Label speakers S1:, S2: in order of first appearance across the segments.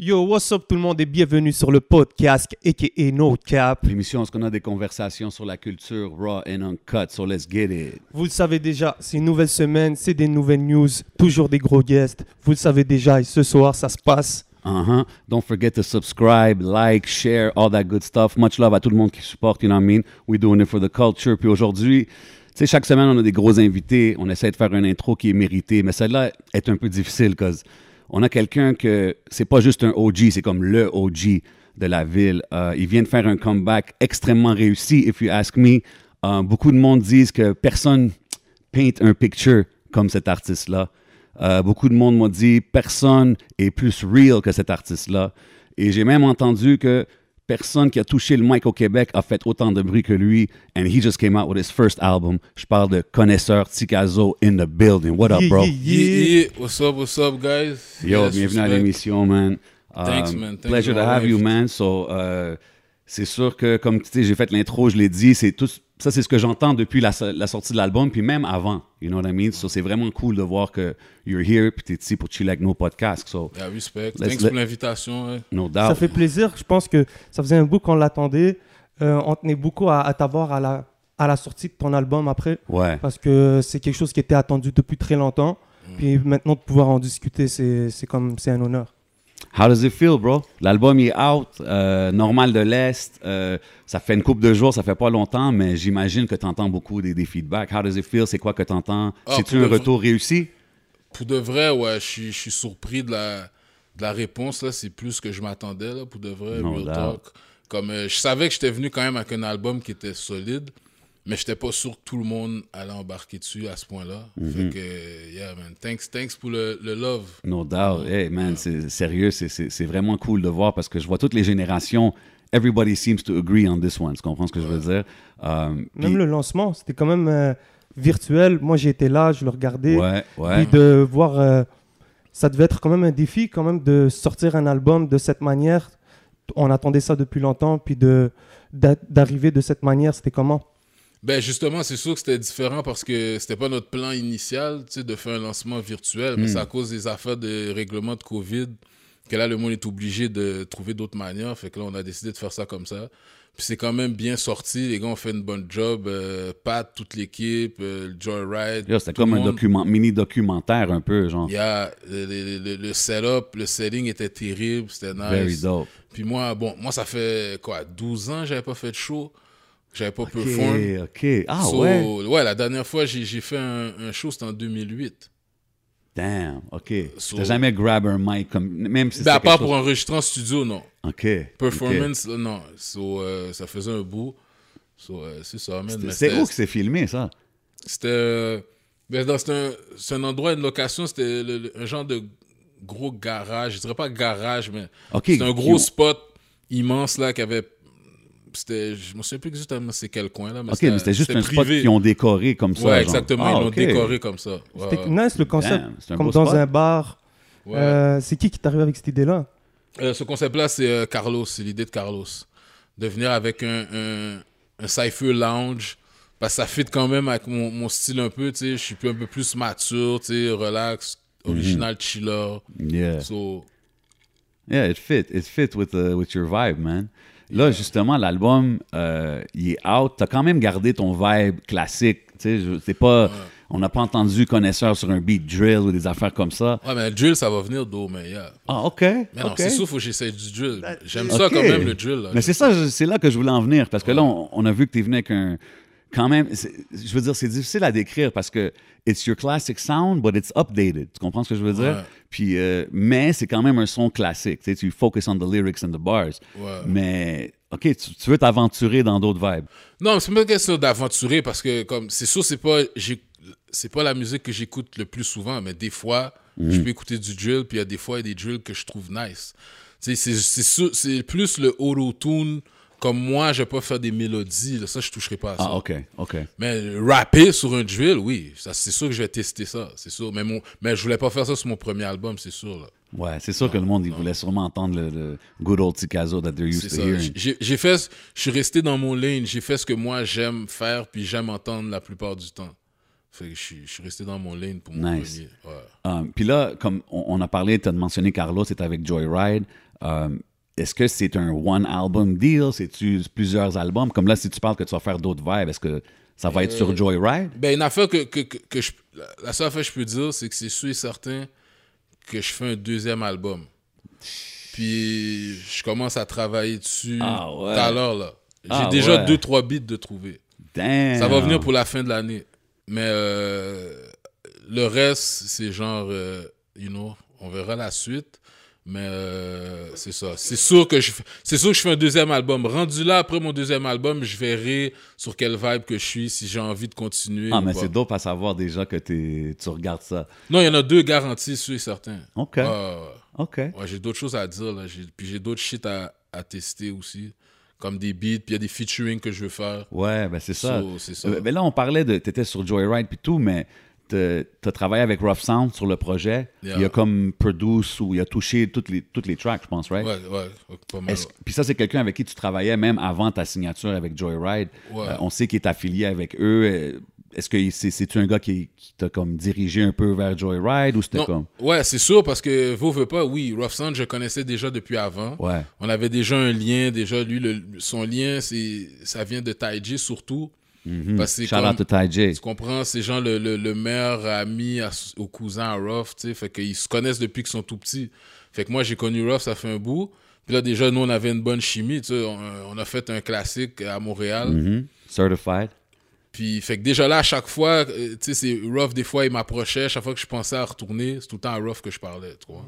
S1: Yo, what's up tout le monde et bienvenue sur le podcast aka No Cap.
S2: L'émission, est-ce qu'on a des conversations sur la culture raw and uncut? So let's get it.
S1: Vous le savez déjà, c'est une nouvelle semaine, c'est des nouvelles news, toujours des gros guests. Vous le savez déjà et ce soir ça se passe.
S2: Uh-huh. Don't forget to subscribe, like, share, all that good stuff. Much love à tout le monde qui supporte, you know what I mean? We're doing it for the culture. Puis aujourd'hui, tu sais, chaque semaine, on a des gros invités. On essaie de faire une intro qui est méritée, mais celle-là est un peu difficile, cause on a quelqu'un que c'est pas juste un OG, c'est comme le OG de la ville. Euh, il vient de faire un comeback extrêmement réussi, if you ask me. Euh, beaucoup de monde disent que personne paint un picture comme cet artiste-là. Euh, beaucoup de monde m'a dit personne est plus real que cet artiste-là. Et j'ai même entendu que personne qui a touché le mic au Québec a fait autant de bruit que lui. And he just came out with his first album. Je parle de connaisseur Tikazo in the building. What up,
S1: Yeah,
S2: Ah, bro?
S1: yeah,
S3: Yeah,
S1: yeah.
S3: yeah. What's up, what's up, guys?
S2: Yo,
S3: Yes,
S2: bienvenue à
S3: respect.
S2: l'émission, man. Um,
S3: Thanks, man. Thank
S2: pleasure
S3: you
S2: to
S3: for
S2: have
S3: having
S2: you,
S3: me.
S2: man. So, euh, c'est sûr que, comme tu sais, j'ai fait l'intro, je l'ai dit, c'est tout. Ça, c'est ce que j'entends depuis la, so- la sortie de l'album, puis même avant. You know what I mean? So, c'est vraiment cool de voir que you're here, puis t'es ici pour chiller avec nos podcasts. So,
S3: Yeah, respect.
S2: Let's
S3: Thanks
S2: let-
S3: pour l'invitation. hein.
S2: no doubt.
S1: Ça fait plaisir, je pense que ça faisait un bout qu'on l'attendait. Euh, on tenait beaucoup à, à t'avoir à la, à la sortie de ton album après
S2: Ouais.
S1: parce que c'est quelque chose qui était attendu depuis très longtemps.
S2: Mm.
S1: Puis maintenant de pouvoir en discuter, c'est c'est comme c'est un honneur.
S2: How does it feel, bro? L'album il est out, euh, normal de l'Est. euh, ça fait une couple de jours, ça fait pas longtemps, mais j'imagine que t'entends beaucoup des, des feedbacks. How does it feel? C'est quoi que t'entends?
S3: Ah,
S2: C'est-tu
S3: pour
S2: un
S3: le-
S2: retour réussi?
S3: Pour de vrai, ouais, je suis- je suis surpris de la, de la réponse. là. C'est plus que je m'attendais, là, pour de vrai.
S2: No
S3: Real
S2: doubt.
S3: talk. Comme, euh, je savais que j'étais venu quand même avec un album qui était solide, mais j'étais pas sûr que tout le monde allait embarquer dessus à ce point-là.
S2: Mm-hmm.
S3: Fait que, yeah, man. Thanks, thanks pour le, le love.
S2: No doubt. Hey, man, c'est sérieux, c'est- c'est c'est vraiment cool de voir parce que je vois toutes les générations. Everybody seems to agree on this one. Tu comprends ce que je veux dire? Um,
S1: Même
S2: puis-
S1: le lancement, c'était quand même euh, virtuel. Moi j'étais là, je le regardais.
S2: Ouais, ouais.
S1: Puis de voir, euh, ça devait être quand même un défi, quand même, de sortir un album de cette manière. On attendait ça depuis longtemps, puis de d'a- d'arriver de cette manière, c'était comment
S3: Ben justement, c'est sûr que c'était différent parce que c'était pas notre plan initial, tu sais, de faire un lancement virtuel,
S2: Hmm.
S3: mais c'est à cause des affaires de règlement de COVID que là, le monde est obligé de trouver d'autres manières. Fait que là, on a décidé de faire ça comme ça. Puis c'est quand même bien sorti. Les gars ont fait une bonne job. euh, Pat, toute l'équipe, euh, Joyride.
S2: Yo, C'était
S3: tout le
S2: comme un
S3: monde.
S2: document, mini-documentaire un peu, genre.
S3: Il y a le, le- le- le setup, le setting était terrible, c'était nice.
S2: Very dope.
S3: Puis moi, bon, moi, ça fait quoi, 12 ans, j'avais pas fait de show. J'avais pas
S2: OK,
S3: perform.
S2: OK. Ah
S3: So,
S2: ouais?
S3: la dernière fois, j'ai j'ai fait un, un show, c'était en 2008.
S2: Damn, OK.
S3: So-
S2: T'as jamais grab un mic comme... Même si
S3: Ben, à
S2: c'était
S3: part
S2: quelque
S3: pour enregistrer en studio, non.
S2: chose- OK. OK.
S3: Performance, là, non. So, euh, ça faisait un bout. So, euh, c'est ça, man.
S2: C'est-
S3: Mais
S2: C'est
S3: c'était-
S2: où que c'est filmé, ça?
S3: C'était. euh, ben, dans- c'est un, c'est un endroit, une location, c'était le- le- un genre de gros garage. Je dirais pas garage, mais
S2: OK.
S3: c'était un gros
S2: you-
S3: spot immense, là, qui avait. C'était, je me souviens plus exactement c'est quel coin, là. Mais
S2: OK, mais c'était juste un spot
S3: privé.
S2: qu'ils ont décoré comme ça,
S3: Ouais,
S2: genre.
S3: exactement.
S2: Ah,
S3: ils l'ont
S2: OK.
S3: décoré comme ça. Ouais,
S1: C'était
S3: ouais.
S1: nice le concept,
S2: Damn, c'est un
S1: comme
S2: beau
S1: dans
S2: spot.
S1: un bar.
S3: Ouais.
S1: Euh, c'est qui qui t'arrive avec cette idée-là
S3: Euh, ce concept-là, c'est euh, Carlos, c'est l'idée de Carlos. De venir avec un, un, un cypher lounge, parce que ça fit quand même avec mon, mon style un peu, tu sais, je suis plus- un peu plus mature, tu sais, relax,
S2: Mhm.
S3: original, chiller.
S2: Yeah.
S3: So,
S2: Yeah, it fit. It fit with, uh, with your vibe, man. Là, justement, l'album, euh, il est out. T'as quand même gardé ton vibe classique. Tu sais, je- c'est pas... On n'a pas entendu connaisseur sur un beat drill ou des affaires comme ça.
S3: ouais, mais le drill, ça va venir d'eau, mais yeah.
S2: Ah, OK.
S3: Mais non,
S2: OK.
S3: c'est sûr, faut que j'essaie du drill. J'aime
S2: Ok.
S3: ça quand même, le drill. Là.
S2: Mais c'est ça, je- c'est là que je voulais en venir. Parce que là, on, on a vu que tu es venu avec un. Quand même, c'est- je veux dire, c'est difficile à décrire parce que it's your classic sound, but it's updated. Tu comprends ce que je veux dire?
S3: Ouais.
S2: Puis, euh, mais c'est quand même un son classique. Tu, sais, tu focus on the lyrics and the bars.
S3: Ouais.
S2: Mais, OK, tu, tu veux t'aventurer dans d'autres vibes.
S3: Non, mais c'est pas une question d'aventurer parce que comme c'est sûr c'est pas j'ai- c'est pas la musique que j'écoute le plus souvent, mais des fois
S2: Mhm.
S3: je peux écouter du drill puis il y a des fois il y a des drills que je trouve nice. Tu sais, C'est c'est sûr- c'est plus le auto-tune comme moi je vais pas faire des mélodies là, ça je toucherai pas à ça.
S2: Ah, OK, OK.
S3: Mais rapper sur un drill oui, ça c'est sûr que je vais tester ça, c'est sûr. Mais mon mais je voulais pas faire ça sur mon premier album c'est sûr là.
S2: Ouais, c'est sûr que le monde, il voulait sûrement entendre le, le good old Ticazo that they're used
S3: C'est
S2: to
S3: ça.
S2: hearing.
S3: J'ai j'ai fait ce- je suis resté dans mon lane, j'ai fait ce que moi j'aime faire puis j'aime entendre la plupart du temps. Fait que je suis, je suis resté dans mon lane pour mon
S2: Nice.
S3: premier. Ouais.
S2: Um, Puis là, comme on, on a parlé, tu as mentionné Carlos, c'est avec Joyride. Euh, est-ce que c'est un one-album deal? C'est-tu plusieurs albums? Comme là, si tu parles que tu vas faire d'autres vibes, est-ce que ça va être sur Joyride?
S3: Ben, une affaire que, que, que, que je, la seule affaire que je peux dire, c'est que c'est sûr et certain que je fais un deuxième album. Puis je commence à travailler dessus
S2: Ah ouais.
S3: tout à l'heure, là. J'ai
S2: Ah
S3: déjà
S2: ouais.
S3: deux, trois beats de trouver.
S2: Damn!
S3: Ça va venir pour la fin de l'année. Mais euh, le reste, c'est genre, euh, you know, on verra la suite. Mais euh, c'est ça. C'est sûr que je, f- c'est sûr que je fais un deuxième album. Rendu là après mon deuxième album, je verrai sur quelle vibe que je suis, si j'ai envie de continuer.
S2: Ah,
S3: ou
S2: mais
S3: pas.
S2: c'est dope à savoir déjà que t'es- tu regardes ça.
S3: Non, il y en a deux garanties, sûr et certain.
S2: OK.
S3: Ouais, ouais, ouais.
S2: OK.
S3: Ouais, j'ai d'autres choses à dire, là. J'ai- Puis j'ai d'autres shit à, à tester aussi, comme des beats, puis il y a des featuring que je veux faire.
S2: Ouais, ben c'est ça.
S3: So, c'est ça.
S2: Euh, ben là, on parlait de. T'étais sur Joyride puis tout, mais t'as t'as travaillé avec Rough Sound sur le projet.
S3: Yeah.
S2: Il a comme produce ou il a touché toutes les, toutes les tracks, je pense, right?
S3: Ouais, ouais, ouais, pas mal.
S2: Est-ce- Puis ça, c'est quelqu'un avec qui tu travaillais même avant ta signature avec Joyride.
S3: Ouais.
S2: Euh, on sait qu'il est affilié avec eux. Euh, Est-ce que c'est- c'est-tu un gars qui, qui t'a comme dirigé un peu vers Joyride ou c'était
S3: Non,
S2: comme.
S3: Ouais, c'est sûr, parce que vous veut pas, oui, Rough Sound, je connaissais déjà depuis avant.
S2: Ouais.
S3: On avait déjà un lien, déjà, lui, le- son lien, c'est ça vient de Taiji surtout. Parce que c'est
S2: Mm-hmm. Shout out
S3: comme-
S2: to Ty J.
S3: Tu comprends, c'est genre le, le, le meilleur ami à- au cousin à Ruff, tu sais. Fait qu'ils se connaissent depuis qu'ils sont tout petits. Fait que moi, j'ai connu Ruff, ça fait un bout. Puis là, déjà, nous, on avait une bonne chimie, tu sais. On, on a fait un classique à Montréal.
S2: Mhm. Certified.
S3: Puis, fait que déjà là, à chaque fois, euh, tu sais, c'est Ruff, des fois, il m'approchait. Chaque fois que je pensais à retourner, c'est tout le temps à Ruff que je parlais, tu vois.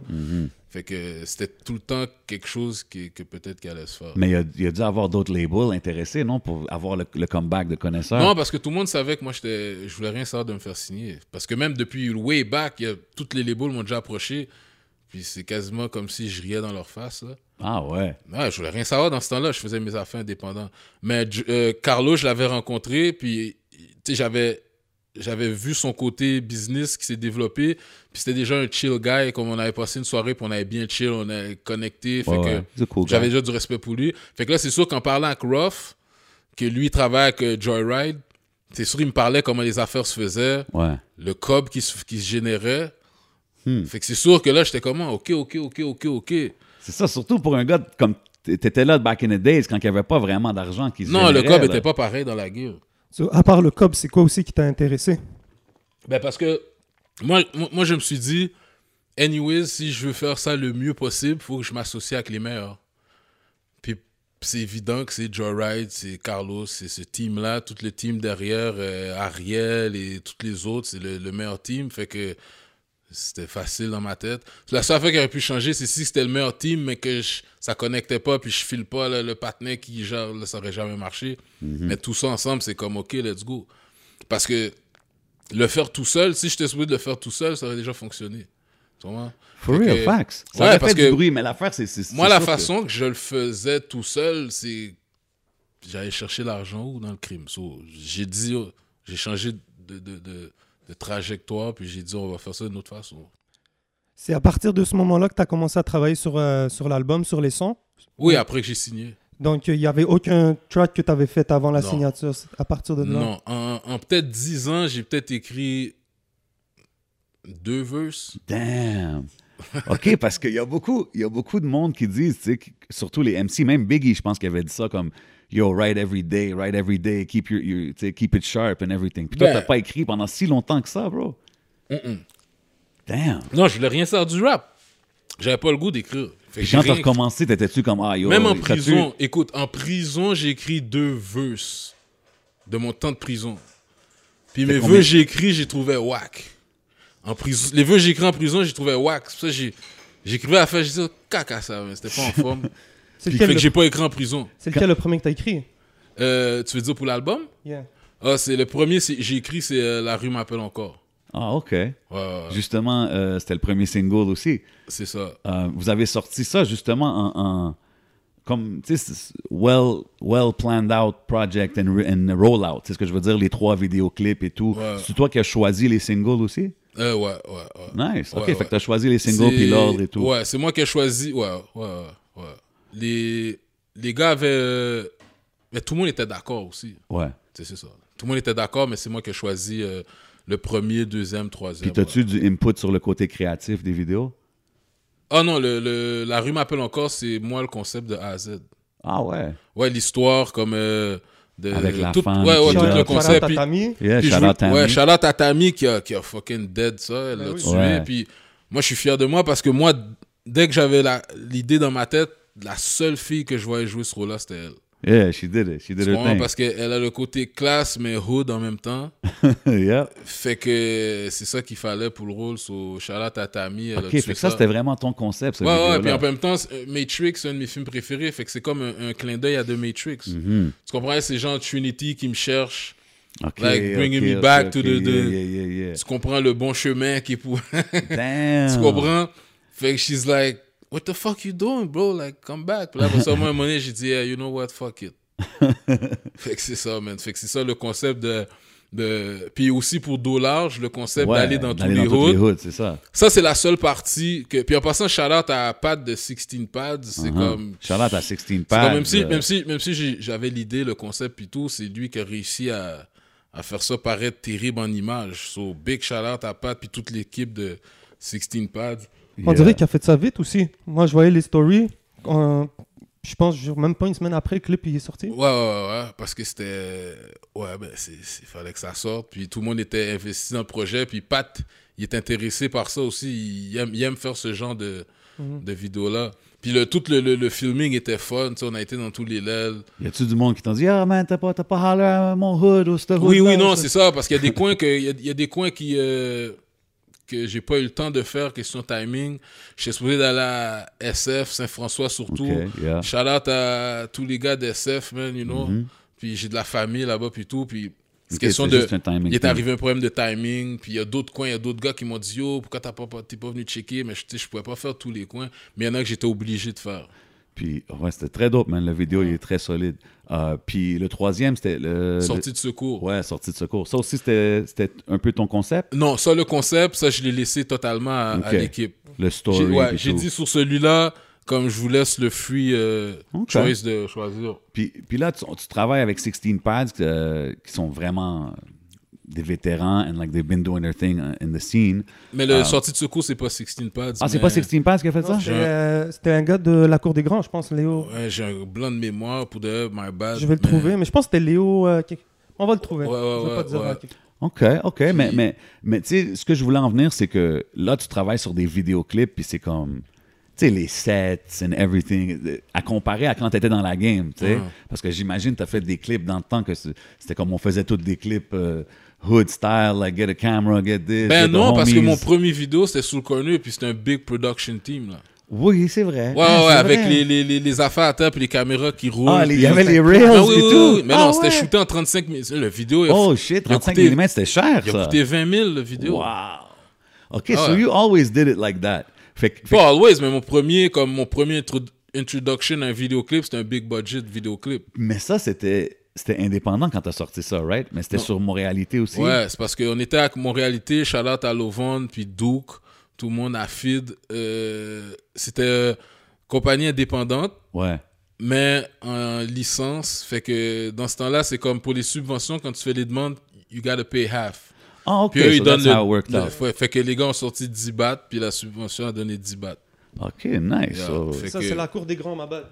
S3: Fait que euh, c'était tout le temps quelque chose qui, que peut-être qu'il allait se faire.
S2: Mais il a, il a dû avoir d'autres labels intéressés, non? Pour avoir le, le comeback de connaisseurs.
S3: Non, parce que tout le monde savait que moi, j'étais- je voulais rien savoir de me faire signer. Parce que même depuis le way back, il y a- toutes les labels m'ont déjà approché. Puis c'est quasiment comme si je riais dans leur face. Là.
S2: Ah ouais.
S3: Non, je voulais rien savoir dans ce temps-là. Je faisais mes affaires indépendantes. Mais J- euh, Carlo, je l'avais rencontré. Puis tu sais, j'avais, j'avais vu son côté business qui s'est développé. Puis c'était déjà un chill guy. Comme on avait passé une soirée, puis on avait bien chill, on avait connecté. Fait
S2: Ouais,
S3: que
S2: ouais. C'est cool. gars.
S3: j'avais déjà du respect pour lui. Fait que là, c'est sûr qu'en parlant avec Ruff, que lui il travaille avec euh, Joyride, c'est sûr il me parlait comment les affaires se faisaient,
S2: Ouais.
S3: le cob qui se, qui se générait.
S2: Hmm.
S3: Fait que c'est sûr que là, j'étais comment? Ok, ok, ok, ok, ok.
S2: C'est ça, surtout pour un gars de- comme. T'étais là back in the days quand il n'y avait pas vraiment d'argent qui se
S3: Non, le
S2: générait,
S3: cob
S2: là.
S3: était pas pareil dans la guerre.
S1: So, à part le cob, c'est quoi aussi qui t'a intéressé
S3: Ben parce que moi, moi, moi, je me suis dit, anyways, si je veux faire ça le mieux possible, faut que je m'associe avec les meilleurs. Puis c'est évident que c'est Joyride, c'est Carlos, c'est ce team-là, tout le team derrière, euh, Ariel et toutes les autres, c'est le, le meilleur team. Fait que c'était facile dans ma tête. La seule affaire qui aurait pu changer, c'est si c'était le meilleur team, mais que je- ça connectait pas, puis je file pas le, le patinet qui, genre, là, ça aurait jamais marché. Mais tout ça ensemble, c'est comme, OK, let's go. Parce que le faire tout seul, si j'étais souhaité de le faire tout seul, ça aurait déjà fonctionné. Tu comprends?
S2: For
S3: Fait
S2: real,
S3: que-
S2: facts. Ça
S3: Ouais,
S2: aurait
S3: parce
S2: fait du
S3: que-
S2: bruit, mais l'affaire, c'est. c'est-
S3: Moi,
S2: c'est
S3: la
S2: sûr que-
S3: façon que... je le faisais tout seul, c'est. J'allais chercher l'argent ou dans le crime. So, j'ai dit, oh, j'ai changé de, de, de, de trajectoire, puis j'ai dit, on va faire ça d'une autre façon.
S1: C'est à partir de ce moment-là que tu as commencé à travailler sur, euh, sur l'album, sur les sons.
S3: Oui, après que j'ai signé.
S1: Donc, il n'y avait aucun track que tu avais fait avant la
S3: Non.
S1: signature. C'est À partir de là.
S3: Non, en, en peut-être 10 ans, j'ai peut-être écrit deux verses.
S2: Damn. OK, parce qu'il y, a beaucoup- il y a beaucoup de monde qui disent, tu sais, qui- surtout les MC, même Biggie, je pense qu'il avait dit ça comme Yo, write every day, write every day, keep, your, your- tu sais, keep it sharp and everything. Puis toi,
S3: Ben-
S2: t'as pas écrit pendant si longtemps que ça, bro. Damn.
S3: Non, je voulais rien sortir du rap. J'avais pas le goût d'écrire. Fait
S2: Puis
S3: que j'ai
S2: quand t'as
S3: rien-
S2: recommencé, t'étais-tu comme Ah, yo,
S3: Même en
S2: t'as-tu-
S3: prison, écoute, en prison, j'ai écrit deux verses de mon temps de prison. Puis mes
S2: combien?
S3: vœux, j'ai écrit, j'ai trouvé whack. En prison, les vœux, j'ai écrit en prison, j'ai trouvé whack. C'est pour ça que j'ai- j'écrivais à la fin, j'ai dit, oh, caca ça, mais c'était pas en forme.
S1: C'est
S3: Puis
S1: lequel,
S3: fait que
S1: le...
S3: j'ai pas écrit en prison.
S1: c'est lequel le premier que tu as écrit
S3: Euh, tu veux dire pour l'album?
S1: Yeah.
S3: Ah, c'est le premier, c'est- j'ai écrit, c'est euh, La rue m'appelle encore.
S2: Ah, OK.
S3: Ouais, ouais, ouais,
S2: Justement, euh, c'était le premier single aussi.
S3: c'est ça.
S2: Euh, vous avez sorti ça justement en, en- comme tu sais c'est- well well planned out project and, re- and rollout c'est ce que je veux dire les trois vidéoclips et tout
S3: Ouais.
S2: c'est toi qui as choisi les singles aussi
S3: Euh, ouais, ouais, ouais.
S2: nice ok
S3: Ouais,
S2: fait
S3: ouais.
S2: que t'as choisi les singles
S3: C'est-
S2: puis l'ordre et tout
S3: Ouais, c'est moi qui ai choisi. Ouais, ouais, ouais. ouais. Les, les gars avaient. euh, Mais tout le monde était d'accord aussi.
S2: ouais
S3: Tu sais, C'est ça. Tout le monde était d'accord, mais c'est moi qui ai choisi euh, le premier, deuxième, troisième.
S2: puis t'as-tu du input sur le côté créatif des vidéos
S3: Ah non, le, le- la rue m'appelle encore, c'est moi le concept de A à Z.
S2: Ah ouais.
S3: Ouais, l'histoire comme. euh, de,
S2: Avec la
S3: tout,
S2: femme
S3: Ouais,
S2: qui
S3: ouais, tout
S2: meurt.
S3: le concept. puis-
S1: Tatami.
S2: Yeah,
S3: Puis je
S2: shout
S3: veux-
S2: out Tammy.
S3: Ouais, Charlotte à Tammy qui a, qui a fucking dead ça, elle
S1: Ben
S3: l'a
S1: oui.
S3: tué.
S2: Ouais.
S3: Puis moi, je suis fier de moi parce que moi, dès que j'avais la- l'idée dans ma tête, la seule fille que je voyais jouer ce rôle-là, c'était elle.
S2: Yeah, she did it. She did
S3: Tu
S2: her
S3: comprends?
S2: thing.
S3: Parce qu'elle a le côté classe mais hood en même temps.
S2: yeah.
S3: Fait que c'est ça qu'il fallait pour le rôle. So, Charlotte à Tammy, elle
S2: Ok,
S3: a tué
S2: fait que ça, c'était vraiment ton concept, ce
S3: Ouais, ouais, puis
S2: vidéo-là.
S3: en même temps, c'est- euh, Matrix, c'est un de mes films préférés. Fait que c'est comme un, un clin d'œil à The Matrix.
S2: Mhm.
S3: Tu comprends? C'est genre Trinity qui me cherche.
S2: Ok,
S3: Like, bringing
S2: ok,
S3: me
S2: ok,
S3: back
S2: ok,
S3: to the-
S2: yeah,
S3: the-
S2: yeah, yeah, yeah.
S3: Tu comprends le bon chemin qui est pour.
S2: Damn.
S3: Tu comprends? Fait que she's like, What the fuck you doing, bro? Like, come back. Puis là, après ça, moi, à un moment donné, j'ai dit, yeah, you know what, fuck it. fait que c'est ça, man. Fait que c'est ça le concept de. de... Puis aussi pour dos large, le concept
S2: Ouais,
S3: d'aller dans tous les routes.
S2: c'est ça.
S3: Ça, c'est la seule partie que. Puis en passant, shout-out à Pat de 16 Pads. C'est
S2: Uh-huh.
S3: comme.
S2: Shout-out à 16
S3: c'est
S2: Pads.
S3: comme même si,
S2: euh,
S3: même si, même si j'ai- j'avais l'idée, le concept et tout, c'est lui qui a réussi à, à faire ça paraître terrible en image. So, big shout-out à Pat puis toute l'équipe de 16 Pads.
S1: On
S2: yeah.
S1: dirait qu'il a fait ça vite aussi. Moi, je voyais les stories. euh, je pense genre, même pas une semaine après, le clip il est sorti.
S3: Ouais, ouais, ouais, ouais, parce que c'était. Ouais, ben, il fallait que ça sorte. Puis tout le monde était investi dans le projet. Puis Pat, il est intéressé par ça aussi. Il aime, il aime faire ce genre de,
S1: Mhm.
S3: de vidéos-là. Puis le, tout le, le, le filming était fun. tu sais, On a été dans tous les levels.
S2: Y a-tu du monde qui t'ont dit, ah, man, t'as pas, t'as pas holler à mon hood ou ce hood?
S3: Oui, oui, non, c'est ça. Parce qu'il y a des coins que, il y a, il y a des coins qui, euh, que j'ai pas eu le temps de faire, question timing. J'étais supposé d'aller à SF, Saint-François surtout.
S2: yeah.
S3: Shout out à tous les gars d'SF, man, you know.
S2: Mhm.
S3: Puis j'ai de la famille là-bas, puis tout. Puis c'est
S2: Ok,
S3: question
S2: c'est
S3: de.
S2: juste un timing
S3: Il est
S2: thing.
S3: arrivé un problème de timing. Puis il y a d'autres coins, il y a d'autres gars qui m'ont dit Yo, pourquoi t'as pas, pas- t'es pas venu checker Mais je, tu sais, je pouvais pas faire tous les coins. Mais il y en a que j'étais obligé de faire.
S2: Puis, ouais, c'était très dope, man. La vidéo, il est très solide. Euh, puis le troisième, c'était Euh, le.
S3: Sortie de secours.
S2: le- Ouais, sortie de secours. Ça aussi, c'était c'était un peu ton concept,
S3: Non, ça, le concept, ça, je l'ai laissé totalement à, à
S2: Ok.
S3: l'équipe.
S2: le
S3: J'ai
S2: story.
S3: ouais,
S2: et
S3: j'ai
S2: tout.
S3: dit sur celui-là, comme je vous laisse le free euh,
S2: Ok.
S3: choice de choisir.
S2: Puis, puis là, tu, tu travailles avec 16 Pads euh, qui sont vraiment des vétérans and like they've been doing their thing uh, in the scene.
S3: Mais le
S2: Ah.
S3: sortie de secours, c'est pas 16 pads.
S2: Ah, c'est
S3: mais-
S2: pas 16 Pads qui a fait ça?
S1: Non, C'était euh, c'était un gars de la Cour des Grands, je pense, Léo.
S3: Ouais, j'ai un blanc de mémoire pour de my bad.
S1: Je vais le
S3: mais-
S1: trouver, mais je pense que c'était Léo. euh, qui- On va le trouver.
S3: Ouais, ouais,
S1: je vais pas
S3: ouais,
S1: te dire
S3: ouais.
S1: à qui.
S2: OK, OK. Mais, mais, mais tu sais, ce que je voulais en venir, c'est que là, tu travailles sur des vidéoclips, puis c'est comme, tu sais, les sets and everything, à comparer à quand tu étais dans la game, tu sais.
S3: Ah.
S2: Parce que j'imagine, tu as fait des clips dans le temps que c'est- c'était comme on faisait tous des clips euh, hood style, like get a camera, get this. get
S3: Ben
S2: the
S3: non, parce que
S2: homies.
S3: mon premier vidéo, c'était sous le corner, puis c'était un big production team. Là.
S2: Oui, c'est vrai.
S3: Ouais,
S2: Ah,
S3: ouais,
S2: c'est
S3: avec
S2: vrai.
S3: les, les, les, les affaires à terre, puis les caméras qui roulent.
S2: Ah, les- il
S3: puis-
S2: y avait les
S3: Ah,
S2: rails
S3: oui,
S2: et
S3: oui,
S2: tout.
S3: oui, Mais
S2: Ah
S3: non, c'était
S2: ouais.
S3: shooté en 35 minutes. Le vidéo, il a,
S2: Oh shit,
S3: il a
S2: 35
S3: coûté-
S2: mm, c'était cher,
S3: il a
S2: ça.
S3: coûté 20 000, le vidéo.
S2: Wow. OK,
S3: Ah
S2: so
S3: ouais.
S2: you always did it like that. Fait, que- fait
S3: Pas always, mais mon premier, comme mon premier intro- introduction à un vidéoclip, c'était un big budget vidéoclip.
S2: Mais ça, c'était c'était indépendant quand t'as sorti ça, right? Mais c'était
S3: Non.
S2: sur Montréalité aussi.
S3: Ouais, c'est parce qu'on était à Montréalité, Charlotte à Lovon, puis Duke, tout le monde à Fid. Euh, c'était euh, compagnie indépendante.
S2: Ouais.
S3: mais en licence. Fait que dans ce temps-là, c'est comme pour les subventions, quand tu fais les demandes, you gotta pay half.
S2: Ah, ok.
S3: Puis eux,
S2: so
S3: ils donnent
S2: that's
S3: le,
S2: how it worked
S3: le-
S2: out.
S3: ouais, Fait que les gars ont sorti 10 bahts, puis la subvention a donné 10 bahts.
S2: Ok, nice.
S3: Yeah,
S2: so-
S3: fait-
S1: Ça,
S3: que-
S1: c'est la Cour des Grands, ma bad.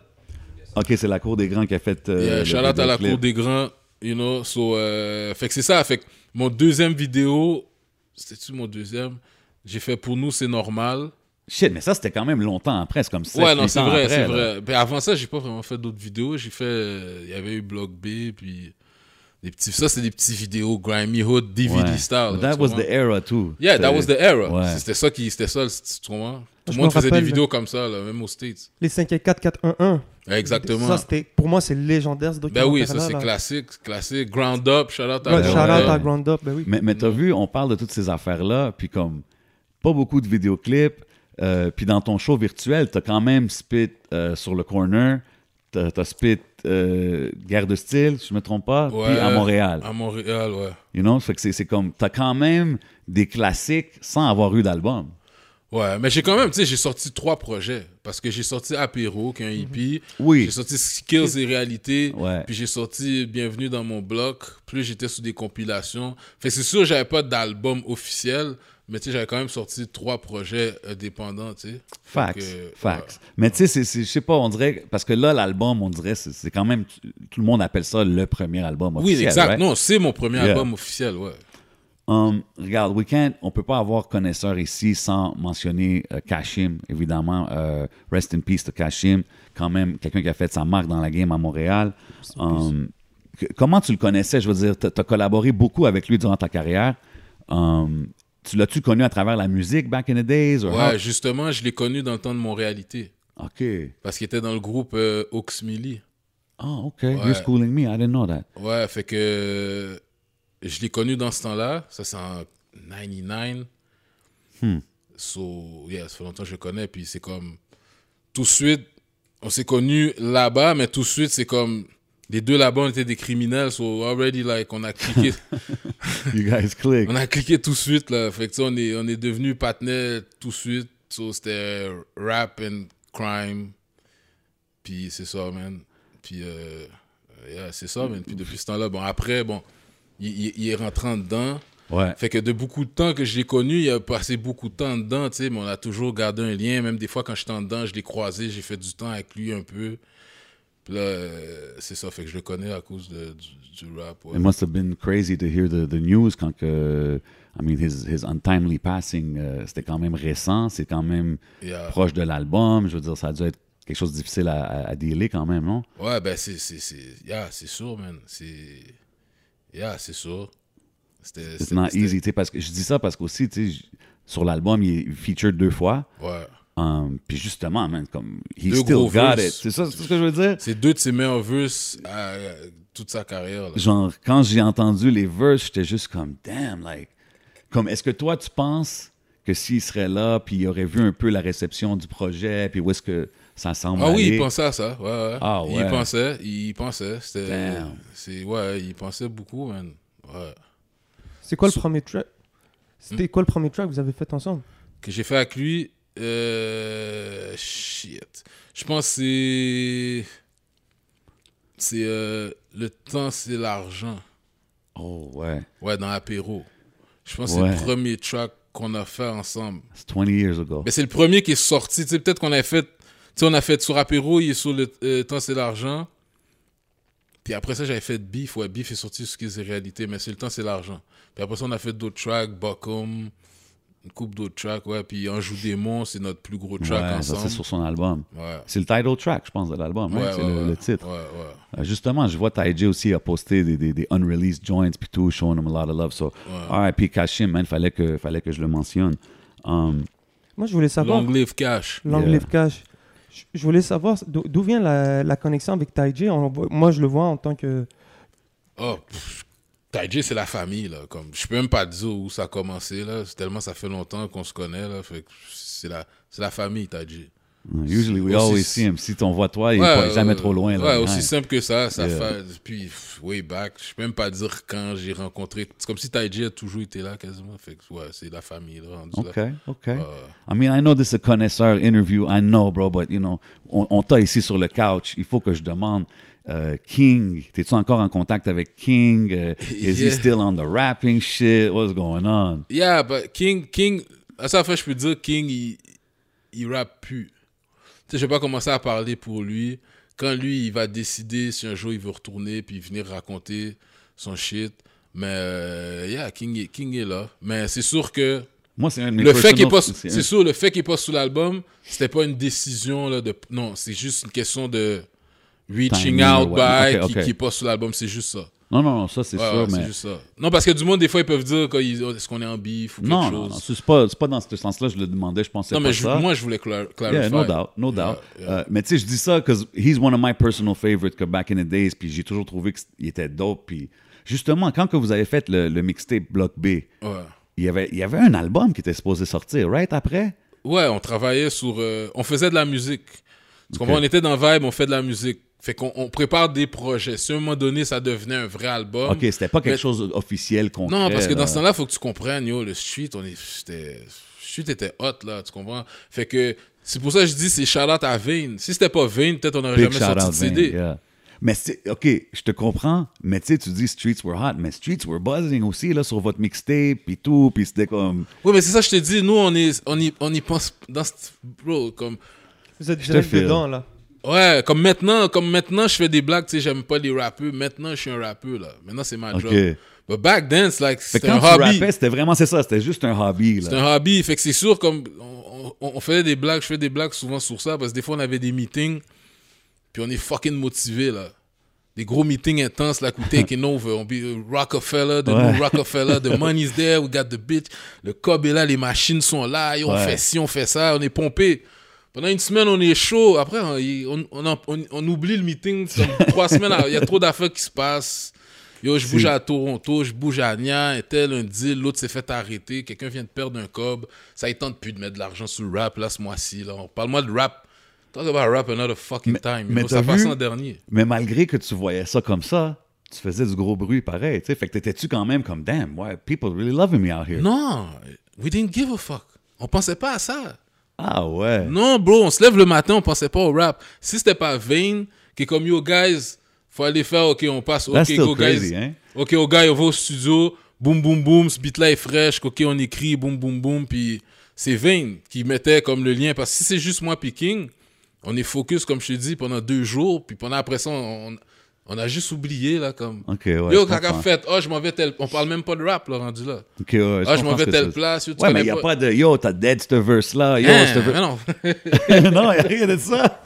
S2: Ok, c'est la Cour des Grands qui a fait. euh,
S3: Yeah,
S2: le
S3: shout out à la
S2: vidéoclip.
S3: cour des grands, you know. So, euh, fait que c'est ça. Fait que mon deuxième vidéo, c'était-tu mon deuxième? J'ai fait pour nous, c'est normal.
S2: Shit, mais ça, c'était quand même longtemps après. C'est comme ça.
S3: ouais, non, c'est vrai, c'est vrai. Ben, avant ça, j'ai pas vraiment fait d'autres vidéos. J'ai fait. euh, Il y avait eu Block B, puis. Des petits, ça, c'est des petits vidéos, Grimy Hood, DVD
S2: Ouais.
S3: style. là,
S2: That
S3: tu
S2: was
S3: comprends?
S2: the era, too.
S3: Yeah, that was the era.
S2: Ouais.
S3: C'était ça qui, c'était ça, le- tu tu comprends?
S1: Je
S3: Tout le
S1: me
S3: monde faisait des
S1: rappelle.
S3: vidéos comme ça, là, même aux States.
S1: Les 5 et 4, 4, 1, 1.
S3: Exactement.
S1: Ça, c'était, pour moi, c'est légendaire ce
S3: ben
S1: documentaire.
S3: oui, ça c'est classique, classique. Ground up, shout out à
S2: Ouais,
S1: hein. Shout
S3: Ground
S1: out
S2: Ouais.
S1: à
S3: Up.
S1: Ground Up, ben oui.
S2: Mais, mais
S3: Mm.
S2: t'as vu, on parle de toutes ces affaires-là, puis comme pas beaucoup de vidéoclips, euh, puis dans ton show virtuel, t'as quand même spit euh, sur le corner, t'as t'as spit euh, Guerre de style, si je me trompe pas,
S3: Ouais.
S2: puis à Montréal.
S3: À Montréal, ouais.
S2: You know, fait que c'est- c'est comme, t'as quand même des classiques sans avoir eu d'album.
S3: Ouais, mais j'ai quand même, tu sais, j'ai sorti trois projets. Parce que j'ai sorti Apéro, qui est un hippie.
S2: Oui.
S3: J'ai sorti Skills et Réalités.
S2: Mm-hmm. Ouais.
S3: Puis j'ai sorti Bienvenue dans mon bloc. Plus j'étais sous des compilations. Fait que c'est sûr, j'avais pas d'album officiel. Mais tu sais, j'avais quand même sorti trois projets indépendants, tu sais.
S2: Facts.
S3: que-
S2: facts. Mais tu sais, c'est- c'est- je sais pas, on dirait. Parce que là, l'album, on dirait, c'est c'est quand même. Tout le monde appelle ça le premier album officiel.
S3: oui, exact.
S2: right?
S3: Non, c'est mon premier
S2: Yeah.
S3: album officiel, ouais.
S2: Hum, regarde, Weekend, on peut pas avoir connaisseur ici sans mentionner euh, Kashim, évidemment. Euh, rest in peace to Kashim, quand même quelqu'un qui a fait sa marque dans la game à Montréal. Hum, que- comment tu le connaissais? Je veux dire, tu as collaboré beaucoup avec lui durant ta carrière. Hum, tu l'as-tu connu à travers la musique back in the days? or
S3: Ouais, justement, je l'ai connu dans le temps de mon réalité.
S2: how- OK.
S3: Parce qu'il était dans le groupe euh, Oxmilly.
S2: Ah, OK.
S3: Ouais.
S2: You're schooling me. I didn't know that.
S3: Ouais, fait que je l'ai connu dans ce temps-là. Ça, c'est en 99.
S2: Hmm.
S3: So, yeah, ça fait longtemps que je le connais. Puis c'est comme. Tout de suite, on s'est connus là-bas, mais tout de suite, c'est comme. Les deux là-bas, on était des criminels. So, already, like, on a cliqué.
S2: You guys click.
S3: on a cliqué tout de suite, là. Fait que, tu sais, on est, on est devenus partenaires tout de suite. So, c'était rap and crime. Puis c'est ça, man. Puis, euh, yeah, c'est ça, man. Puis depuis ce temps-là, bon, après, bon, il, il- il est rentrant dedans.
S2: Ouais.
S3: Fait que de beaucoup de temps que je l'ai connu, il a passé beaucoup de temps dedans, tu sais, mais on a toujours gardé un lien. Même des fois, quand j'étais en dedans, je l'ai croisé, j'ai fait du temps avec lui un peu. Puis là, euh, c'est ça, fait que je le connais à cause de- du, du rap. ouais.
S2: It must have been crazy to hear the, the news quand que, I mean, his, his untimely passing, euh, c'était quand même récent, c'est quand même
S3: Yeah.
S2: proche de l'album. Je veux dire, ça a dû être quelque chose de difficile à, à, à dealer quand même, non?
S3: Ouais, ben c'est c'est c'est yeah, c'est sûr man, c'est yeah, c'est sûr. C'était
S2: It's
S3: c'était-
S2: not
S3: c'était-
S2: easy, tu sais, parce que je dis ça parce qu'aussi, tu sais, j- sur l'album, il est featured deux fois.
S3: Ouais.
S2: Um, puis justement, man, comme, he
S3: Deux
S2: still
S3: gros
S2: got
S3: verses.
S2: it. C'est ça, c'est ce que je veux dire?
S3: C'est deux de ses meilleurs verses à euh, toute sa carrière. là.
S2: genre, quand j'ai entendu les verses, j'étais juste comme, damn, like, comme, est-ce que toi, tu penses que s'il serait là, puis il aurait vu un peu la réception du projet, puis où est-ce que ça semble
S3: Ah oui,
S2: aller?
S3: il pensait à ça. Ouais, ouais.
S2: Ah
S3: Il
S2: ouais.
S3: y pensait, il y pensait, c'était
S2: Damn.
S3: c'est ouais, il y pensait beaucoup man. Ouais.
S1: C'est quoi le
S3: Sou-
S1: premier track C'était quoi le premier track que vous avez fait ensemble
S3: Que j'ai fait avec lui euh, shit. Je pense que c'est c'est euh, le temps c'est l'argent.
S2: Oh, ouais.
S3: Ouais, dans l'apéro. Je pense
S2: Ouais.
S3: que c'est le premier track qu'on a fait ensemble.
S2: It's 20 years ago.
S3: Mais c'est le premier qui est sorti. Tu sais, peut-être qu'on a fait. Tu sais, on a fait sur apéro, il est sur le euh, temps, c'est l'argent. Puis après ça, j'avais fait Beef. Ouais, Beef est sorti sur Kids et Réalité, mais c'est le temps, c'est l'argent. Puis après ça, on a fait d'autres tracks, Buckham, une coupe d'autres tracks, ouais. Puis Anjou Démon, c'est notre plus gros track
S2: ouais, ça,
S3: ensemble.
S2: c'est sur son album.
S3: Ouais.
S2: C'est le title track, je pense, de l'album.
S3: Ouais,
S2: right? c'est
S3: ouais,
S2: le,
S3: ouais.
S2: le titre.
S3: Ouais, ouais.
S2: Euh, Justement, je vois Taiji aussi a posté des, des, des unreleased joints puis tout, showing him a lot of love. So, RIP Kashim, man, fallait que, fallait que je le mentionne. Um,
S1: Moi, je voulais savoir.
S3: Long live cash.
S1: Long
S2: Yeah.
S1: live cash. Je- Je voulais savoir d'o- d'où vient la, la connexion avec Taiji. On le voit- Moi, je le vois en tant que.
S3: Oh, pff, Taiji, c'est la famille, là. Comme, je peux même pas dire où ça a commencé, là. C'est Tellement ça fait longtemps qu'on se connaît, là. Fait que c'est la, c'est la famille, Taiji.
S2: usually, we
S3: Aussi-
S2: always see him. Si on voit toi, il est pas jamais trop loin. là,
S3: euh, Ouais,
S2: behind.
S3: aussi simple que ça. ça
S2: Yeah.
S3: fait, puis, pff, way back, je peux même pas dire quand j'ai rencontré. C'est comme si Taiji a toujours été là, quasiment. Fait que, ouais, c'est la famille, là, rendu là.
S2: Okay, okay.
S3: Euh,
S2: I mean, I know this is a connoisseur interview. I know, bro, but you know, on, on t'a ici sur le couch. Il faut que je demande euh, King. T'es-tu encore en contact avec King? Euh, is he
S3: Yeah.
S2: still on the rapping shit? What's going on?
S3: Yeah, but King, King, à ça, fait, je peux dire King, il, il rappe plus. Tu sais, je vais pas commencer à parler pour lui. Quand lui, il va décider si un jour il veut retourner puis venir raconter son shit. Mais, euh, yeah, King, est- King est là. Mais c'est sûr que
S2: Moi, c'est un de mes
S3: le fait qu'il est
S2: personal-
S3: pas,
S2: c'est un-
S3: c'est sûr, le fait qu'il est pas sous l'album, c'était pas une décision là de, non, c'est juste une question de reaching
S2: Timing
S3: out
S2: ou
S3: by
S2: what- ok,
S3: qui,
S2: ok.
S3: qui est pas sous l'album, c'est juste ça.
S2: Non, non, non, ça c'est
S3: Ouais,
S2: sûr,
S3: ouais,
S2: mais
S3: c'est juste ça. Non, parce que du monde, des fois, ils peuvent dire quand ils- est-ce qu'on est en bif ou quelque
S2: non, non,
S3: chose.
S2: non, c'est pas, c'est pas dans ce sens-là. Je le demandais, je pensais
S3: Non,
S2: pas
S3: mais je-
S2: ça.
S3: moi, je voulais cla- clarifier.
S2: Yeah, no doubt, no
S3: Yeah,
S2: doubt.
S3: yeah.
S2: Euh, mais tu sais, je dis ça parce he's one of my personal favorites que back in the days, puis j'ai toujours trouvé qu'il était dope. Puis justement, quand que vous avez fait le, le mixtape Block B,
S3: Ouais.
S2: il y, avait, il y avait un album qui était supposé sortir, right, après?
S3: Ouais, on travaillait sur. euh, on faisait de la musique. Tu comprends? On était dans Vibe, on fait de la musique. Fait qu'on on prépare des projets. Si à un moment donné, ça devenait un vrai album.
S2: OK, c'était pas quelque
S3: mais-
S2: chose d'officiel, concret.
S3: Non, parce que
S2: là.
S3: dans ce temps-là, faut que tu comprennes, yo, le street, on est, c'était, street était hot, là, tu comprends? Fait que, c'est pour ça que je dis, c'est Charlotte à Vane. Si c'était pas Vane, peut-être on aurait
S2: Big
S3: jamais sorti
S2: shout-out,
S3: de CD.
S2: Vane, yeah. Mais c'est, OK, je te comprends, mais tu sais, tu dis Streets Were Hot, mais Streets Were Buzzing aussi, là, sur votre mixtape, puis tout, puis c'était comme...
S3: Oui, mais c'est ça, je te dis, nous, on, est, on, y, on y pense dans ce. Bro, comme.
S1: Vous êtes
S2: Je te
S1: direct
S2: file.
S1: dedans, là.
S3: Ouais, comme maintenant, comme maintenant, je fais des blagues, tu sais, j'aime pas les rappeurs. Maintenant, je suis un rappeur, là. Maintenant, c'est ma
S2: OK.
S3: job. But back then, c'est like,
S2: Fait que
S3: c'était
S2: quand
S3: un
S2: tu
S3: hobby.
S2: rappais, c'était vraiment, c'est ça, c'était juste un hobby,
S3: C'est
S2: là.
S3: un hobby. Fait que c'est sûr, comme on, on- on faisait des blagues, je fais des blagues souvent sur ça, parce que des fois, on avait des meetings, puis on est fucking motivé là. Des gros meetings intenses, like, we taking over. On be uh, Rockefeller, the
S2: Ouais.
S3: new Rockefeller, the money's there, we got the bitch. Le cob est là, les machines sont là, et on
S2: Ouais.
S3: fait ci, on fait ça, on est pompé. Pendant une semaine, on est chaud. Après, on, on- on en- on- on oublie le meeting. comme trois semaines, il y a trop d'affaires qui se passent. Yo, je bouge à Toronto, je bouge à Nia, un tel, un deal, l'autre s'est fait arrêter, quelqu'un vient de perdre un cob, ça ne tente plus de mettre de l'argent sur le rap, là, ce mois-ci, là. On- Parle-moi de rap. Talk about rap another fucking
S2: Mais-
S3: time.
S2: mais
S3: yo. ça
S2: t'as
S3: passe
S2: vu-
S3: en dernier.
S2: Mais malgré que tu voyais ça comme ça, tu faisais du gros bruit pareil, tu sais. Fait que t'étais-tu quand même comme, damn, ouais, people really loving me out here.
S3: Non, we didn't give a fuck. On pensait pas à ça.
S2: Ah ouais.
S3: Non, bro, on se lève le matin, on pensait pas au rap. Si c'était pas Vane, qui est comme yo, guys, faut aller faire, ok, on passe,
S2: That's
S3: ok,
S2: still
S3: go,
S2: crazy,
S3: guys.
S2: hein?
S3: Ok, au gars, on va au studio, boum, boum, boum, ce beat-là est fraîche, ok, on écrit, boum, boum, boum, puis c'est Vane qui mettait comme le lien, parce que si c'est juste moi puis King, on est focus, comme je te dis, pendant deux jours, puis pendant après ça, on, on a juste oublié, là, comme.
S2: OK, ouais. je
S3: yo,
S2: comprends.
S3: caca fait, oh, je m'en vais tel. On parle même pas de rap, là, rendu là.
S2: OK, ouais, je
S3: Ah, je
S2: comprends
S3: m'en vais
S2: ce que
S3: telle
S2: tu-
S3: place, yo, tu
S2: Ouais, mais il
S3: connais
S2: n'y a pas
S3: pas-
S2: de yo, t'as dead ce verse-là, yo,
S3: Hein,
S2: ce
S3: mais
S2: verse.
S3: non.
S2: non, il n'y a rien de ça.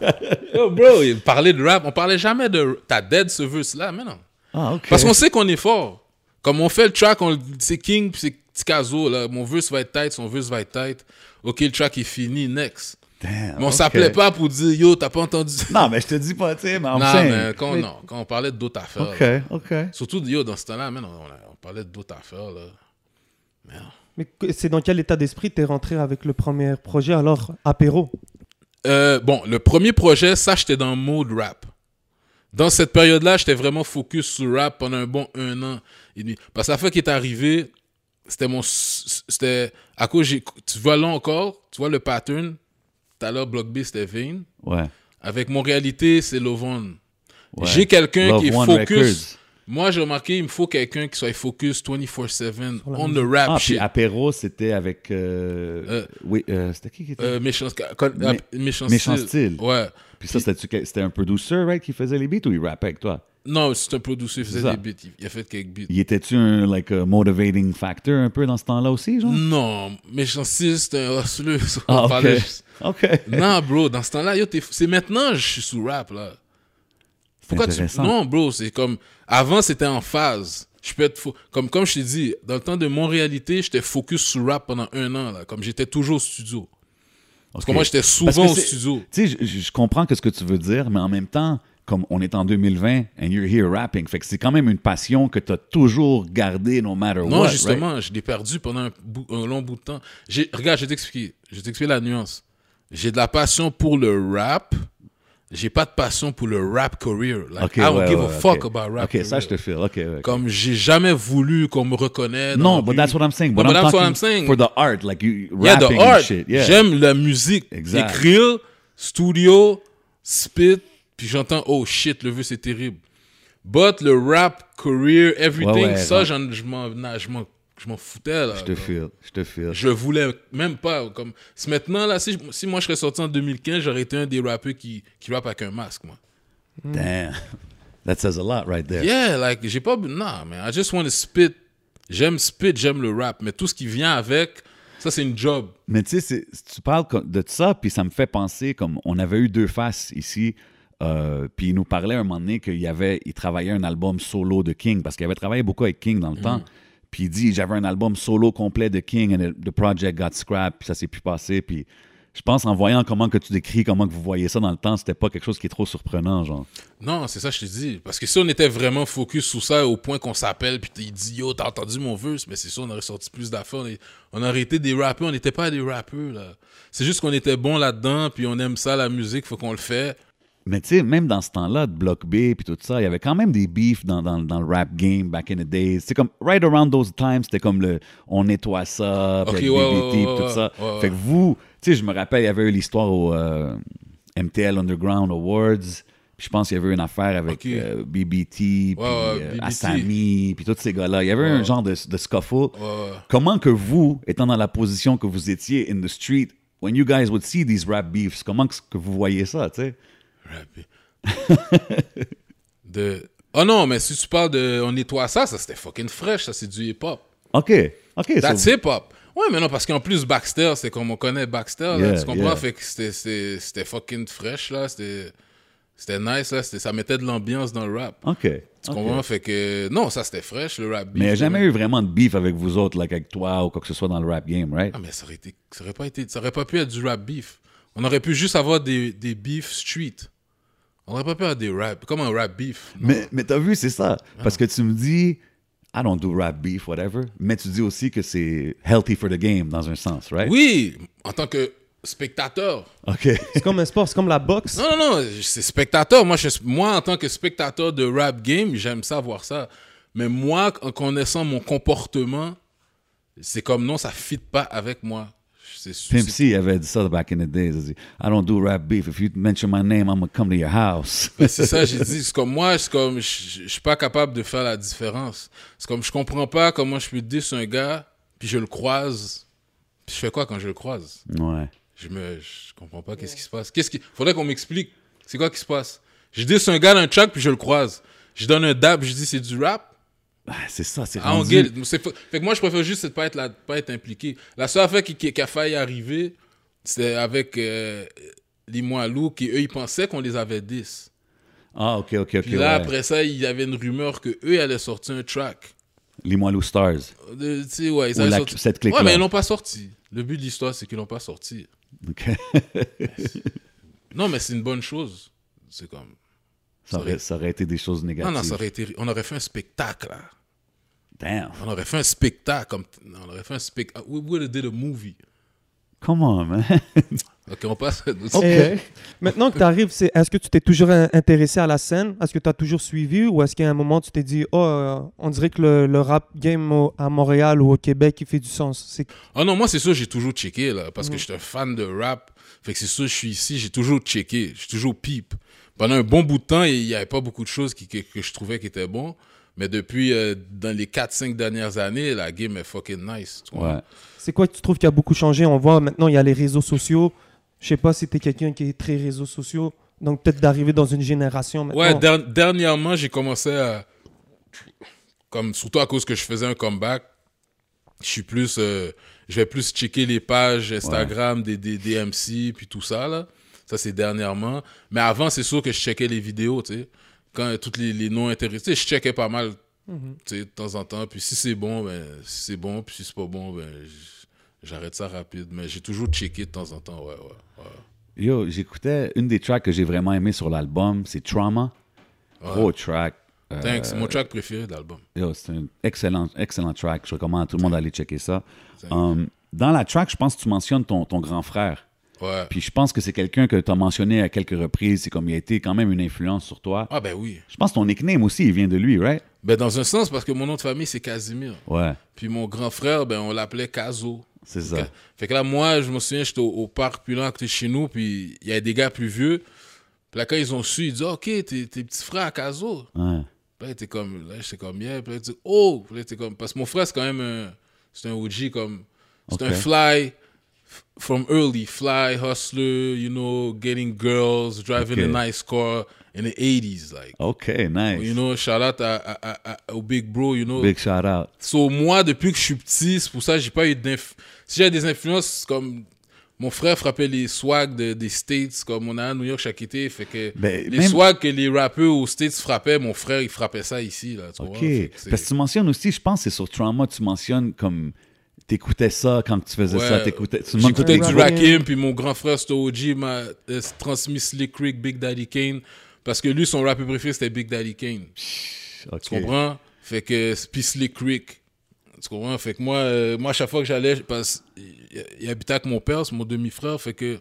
S3: Yo, bro, il parlait de rap, on parlait jamais de ta dead ce verse-là, mais non.
S2: Ah, OK.
S3: Parce qu'on sait qu'on est fort. Comme on fait le track, on, le- c'est King, puis c'est Tikazo, là. Mon verse va être tight, son verse va être tight. Ok, le track est fini, next.
S2: Damn,
S3: Mais on
S2: OK.
S3: s'appelait pas pour dire, yo, t'as pas entendu.
S2: Non, mais je te dis pas, tu sais, mais en
S3: non, mais
S2: saying.
S3: quand, non, quand on parlait d'autres affaires.
S2: OK,
S3: là.
S2: OK.
S3: Surtout, yo, dans ce temps-là, man, on, on- on parlait d'autres affaires, là.
S1: Mais que- c'est dans quel état d'esprit t'es rentré avec le premier projet alors apéro
S3: Euh, bon, le premier projet, ça, j'étais dans le mode rap. Dans cette période-là, j'étais vraiment focus sur rap pendant un bon un an et demi. Parce que la fois qui est arrivée, c'était mon. s- C'était. À cause, j'ai- tu vois là encore, tu vois le pattern. Tout à l'heure, Block B, c'était Vane.
S2: Ouais.
S3: Avec mon réalité, c'est Lovon.
S2: ouais.
S3: J'ai quelqu'un qui est
S2: Love One
S3: focus.
S2: Records.
S3: Moi, j'ai remarqué, il me faut quelqu'un qui soit focus 24-7
S1: la
S3: on the rap
S2: Ah, puis
S3: shit.
S2: Apéro, c'était avec. euh,
S3: Euh,
S2: oui, euh, c'était qui qui était.
S3: Euh, méchant, euh,
S2: Mé-
S3: méchant,
S2: Méchant
S3: style.
S2: style.
S3: Ouais.
S2: puis ça, c'était-tu que- c'était un peu douceur, right, qui faisait les beats ou il rappait avec toi?
S3: Non, c'est un producer, il faisait
S2: C'est ça.
S3: des beats. Il- Il a fait quelques beats.
S2: Il était-tu un like, a motivating factor un peu dans ce temps-là aussi, genre?
S3: Non, mais j'en sais, c'est un hustler. ça, on
S2: Ah, OK.
S3: parlait juste-
S2: OK.
S3: Non, bro, dans ce temps-là, yo, t'es fou. c'est maintenant que je suis sous rap, là.
S2: C'est
S3: Pourquoi tu...
S2: intéressant.
S3: Non, bro, c'est comme... Avant, c'était en phase. Je peux être fou. Comme, comme je t'ai dit, dans le temps de mon réalité, j'étais focus sur rap pendant un an, là. Comme j'étais toujours au studio. Parce que
S2: OK.
S3: moi, j'étais
S2: Parce que
S3: souvent au
S2: c'est-
S3: studio.
S2: Tu sais, je- je je comprends que ce que tu veux dire, mais en même temps, comme on est en 2020 and you're here rapping, fait que c'est quand même une passion que tu as toujours gardée no matter what.
S3: Non,
S2: right?
S3: justement, je l'ai perdu pendant un, bout- un long bout de temps. J'ai- Regarde, je vais t'expliquer. Je vais t'expliquer la nuance. J'ai de la passion pour le rap. J'ai pas de passion pour le rap career. Like,
S2: Ok,
S3: I don't
S2: ouais,
S3: give a
S2: ouais,
S3: fuck
S2: ok.
S3: about rap
S2: Ok, ça,
S3: career.
S2: je te file. Ok, ouais, ok.
S3: Comme j'ai jamais voulu qu'on me reconnaisse. dans
S2: Non,
S3: la
S2: but
S3: rue.
S2: that's what I'm saying. But,
S3: No, but
S2: I'm
S3: that's what
S2: talking
S3: I'm saying.
S2: For the art, like you
S3: Yeah,
S2: rapping
S3: the
S2: and
S3: art.
S2: shit. Yeah.
S3: J'aime la musique.
S2: Exact.
S3: J'écris, studio, spit, puis j'entends oh shit, le vœu c'est terrible. But le rap, career, everything,
S2: Ouais, ouais,
S3: ça,
S2: ouais.
S3: j'en- je m'en na- je m'en- je m'en foutais là.
S2: Je te file. Je te file.
S3: Je le voulais même pas. Comme... c'est Maintenant, là, si, si moi je serais sorti en 2015, j'aurais été un des rappeurs qui, qui rappe avec un masque, moi.
S2: Damn. That says a lot right there.
S3: Yeah, like, j'ai pas. Non, man, I just want to spit. J'aime spit, j'aime le rap, mais tout ce qui vient avec, ça c'est une job.
S2: Mais tu sais, c'est- tu parles co- de ça, puis ça me fait penser, comme on avait eu deux faces ici, euh, puis il nous parlait un moment donné qu'il y avait, il travaillait un album solo de King, parce qu'il avait travaillé beaucoup avec King dans le temps. Puis il dit, j'avais un album solo complet de King, and it- the project got scrapped, puis ça s'est plus passé. Puis je pense, en voyant comment que tu décris, comment que vous voyez ça dans le temps, c'était pas quelque chose qui est trop surprenant, genre.
S3: Non, c'est ça que je te dis. Parce que si on était vraiment focus sur ça au point qu'on s'appelle, puis il dit Yo, t'as entendu mon verse, mais c'est sûr, on aurait sorti plus d'affaires. On, est- on aurait été des rappeurs, on n'était pas des rappeurs, là. C'est juste qu'on était bons là-dedans, puis on aime ça, la musique, faut qu'on le fait.
S2: Mais tu sais, même dans ce temps-là, de Block B puis tout ça, il y avait quand même des beefs dans, dans, dans le rap game back in the days. C'est comme, right around those times, c'était comme le on nettoie ça, puis
S3: Ok,
S2: avec
S3: ouais,
S2: BBT,
S3: ouais,
S2: puis
S3: ouais,
S2: tout
S3: ouais,
S2: ça.
S3: ouais, ouais.
S2: Fait que vous, tu sais, je me rappelle, il y avait eu l'histoire au euh, MTL Underground Awards, puis je pense qu'il y avait une affaire avec
S3: Ok.
S2: euh, BBT, puis
S3: ouais,
S2: euh,
S3: BBT.
S2: Asami, puis tous ces gars-là. Il y avait un genre de, de scuffle.
S3: Ouais, ouais.
S2: Comment que vous, étant dans la position que vous étiez in the street, when you guys would see these rap beefs, comment que que vous voyez ça, tu sais?
S3: Rapper. de... Oh non, mais si tu parles de On nettoie ça, ça c'était fucking fresh, ça c'est du hip-hop.
S2: OK, OK. so-
S3: That's hip-hop. Ouais, mais non, parce qu'en plus, Baxter, c'est comme on connaît Baxter, là,
S2: Yeah,
S3: tu comprends?
S2: yeah.
S3: Fait que c'était- c'était c'était fucking fresh, là, c'était c'était nice, là, c'était- ça mettait de l'ambiance dans le rap.
S2: OK.
S3: Tu
S2: ok.
S3: comprends? Fait que non, ça c'était fresh, le rap.
S2: Mais il n'y a
S3: beef,
S2: jamais
S3: là.
S2: eu vraiment de beef avec vous autres, like avec toi ou quoi que ce soit dans le rap game, right?
S3: Ah, mais ça aurait, été, ça, aurait pas été, ça aurait pas pu être du rap beef. On aurait pu juste avoir des, des beef street. On aurait pas pu avoir des rap, comme un rap beef. non? Ah.
S2: Mais, mais t'as vu, c'est ça. Parce que tu me dis, I don't do rap beef, whatever. Mais tu dis aussi que c'est healthy for the game, dans un sens, right?
S3: Oui, en tant que spectateur.
S2: OK.
S1: C'est comme un sport, c'est comme la boxe.
S3: Non, non, non, c'est spectateur. Moi, je, suis- moi, en tant que spectateur de rap game, j'aime ça voir ça. Mais moi, en connaissant mon comportement, c'est comme non, ça fit pas avec moi. C'est
S2: Pimp
S3: c'est-
S2: C avait dit ça back in the days. Il dit, I don't do rap beef. If you mention my name, I'm gonna come to your house.
S3: Ben, c'est ça, j'ai dit, c'est comme moi, c'est comme, je je suis pas capable de faire la différence. C'est comme, je comprends pas comment je peux dire sur un gars, puis je le croise, puis je fais quoi quand je le croise
S2: ouais.
S3: Je me, je comprends pas qu'est-ce qui se passe. Qu'est-ce qui, faudrait qu'on m'explique, c'est quoi qui se passe Je dis sur un gars dans un track, puis je le croise. Je donne un dab, je dis c'est du rap.
S2: Ah, c'est ça, c'est
S3: Ah, on
S2: rendu-
S3: gueule. C'est fa- Fait que moi, je préfère juste de pas être là, de pas être impliqué. La seule affaire qui, qui- qui a failli arriver, c'est avec euh, les Moalou, qui eux, ils pensaient qu'on les avait 10.
S2: Ah, OK, OK, OK.
S3: Puis là,
S2: ouais.
S3: après ça, il y avait une rumeur que eux allaient sortir un track.
S2: Les Moilou Stars.
S3: De- tu sais, ouais, ils
S2: Ou
S3: allaient
S2: la-
S3: sortir-
S2: cette clique-là.
S3: Ouais, mais ils l'ont pas sorti. Le but de l'histoire, c'est qu'ils l'ont pas sorti.
S2: OK.
S3: Non, mais c'est une bonne chose. C'est comme.
S2: ça, aurait, ça aurait été des choses
S3: Non,
S2: négatives.
S3: non, ça aurait été. On aurait fait un spectacle, là.
S2: Damn.
S3: On aurait fait un spectacle. Comme... non, On aurait fait un spectacle. We would have did a movie.
S2: Come on, man.
S3: Ok, on passe à une autre-
S2: Ok.
S1: Et maintenant que tu arrives, c'est, est-ce que tu t'es toujours euh, intéressé à la scène Est-ce que tu as toujours suivi Ou est-ce qu'à un moment, tu t'es dit, oh, euh, on dirait que le, le rap game au- à Montréal ou au Québec, il fait du sens C'est-
S3: Ah non, moi, c'est sûr, j'ai toujours checké, là, parce que je suis un fan de rap. Fait que c'est sûr, je suis ici, j'ai toujours checké, j'ai toujours pipe. Pendant un bon bout de temps, il n'y avait pas beaucoup de choses qui, que, que je trouvais qui étaient bon. Mais depuis, euh, dans les 4-5 dernières années, la game est fucking nice. tu comprends?
S2: Ouais.
S1: C'est quoi que tu trouves qui a beaucoup changé On voit maintenant, il y a les réseaux sociaux. Je sais pas si tu es quelqu'un qui est très réseaux sociaux. Donc peut-être d'arriver dans une génération maintenant.
S3: Ouais, der- dernièrement, j'ai commencé à. Comme, surtout à cause que je faisais un comeback, je suis plus. euh, je vais plus checker les pages Instagram des, des, des MC, puis tout ça, là. Ça, c'est dernièrement. Mais avant, c'est sûr que je checkais les vidéos, tu sais. Quand euh, toutes les, les noms intéressés, tu sais, je checkais pas mal,
S2: Mm-hmm.
S3: tu sais, de temps en temps. Puis si c'est bon, ben, si c'est bon, puis si c'est pas bon, ben, j- j'arrête ça rapide. Mais j'ai toujours checké de temps en temps, ouais, ouais. ouais.
S2: Yo, j'écoutais une des tracks que j'ai vraiment aimé sur l'album, c'est Trauma. Gros track. Euh,
S3: Thanks, c'est mon track préféré de l'album.
S2: yo, c'est un excellent, excellent track. Je recommande à tout le monde d'aller checker ça. Um, dans la track, je pense que tu mentionnes ton, ton grand frère.
S3: Ouais.
S2: Puis je pense que c'est quelqu'un que tu as mentionné à quelques reprises. C'est comme il a été quand même une influence sur toi.
S3: Ah, ben oui.
S2: Je pense que ton nickname aussi, il vient de lui, right?
S3: Ben, dans un sens, parce que mon nom de famille, c'est Casimir.
S2: Ouais,
S3: Puis mon grand frère, ben, on l'appelait Caso.
S2: c'est ça.
S3: Fait que là, moi, je me souviens, j'étais au, au parc Pulan, à côté de chez nous, puis il y a des gars plus vieux. Puis là, quand ils ont su, ils disent, OK, t'es t'es petit frère à Caso.
S2: Ouais.
S3: Puis là, t'es comme, là, j'étais comme, yeah. Puis là, tu dis, oh! Puis là, t'es comme, parce que mon frère, c'est quand même un, c'est un OG, comme, c'est
S2: Ok.
S3: un fly f- from early, fly, hustler, you know, getting girls, driving
S2: Ok.
S3: a nice car in the 80s, like.
S2: OK, nice.
S3: You know, shout out à- à- à- à- au big bro, you know.
S2: Big shout out.
S3: So, moi, depuis que je suis petit, c'est pour ça que j'ai pas eu d'inf... Si j'avais des influences, comme mon frère frappait les swags de- des States, comme on a à New York chaque été, fait que
S2: Ben,
S3: les
S2: même-
S3: swags que les rappeurs aux States frappaient, mon frère, il frappait ça ici, là, tu vois.
S2: OK.
S3: Fait que c'est-
S2: Parce que tu mentionnes aussi, je pense que c'est sur Trauma, tu mentionnes comme t'écoutais ça quand tu faisais
S3: Ouais.
S2: ça, t'écoutais. Tu me
S3: J'écoutais
S2: montres
S3: du
S2: tes-
S1: rap.
S3: Rakim, puis mon grand frère, c'était OG, m'a euh, transmis Slick Rick, Big Daddy Kane, parce que lui, son rappeur préféré, c'était Big Daddy Kane.
S2: OK.
S3: Tu comprends? Fait que, puis Slick Rick. Tu comprends? Fait que moi, euh, moi chaque fois que j'allais, parce il il habitait avec mon père, c'est mon demi-frère, fait que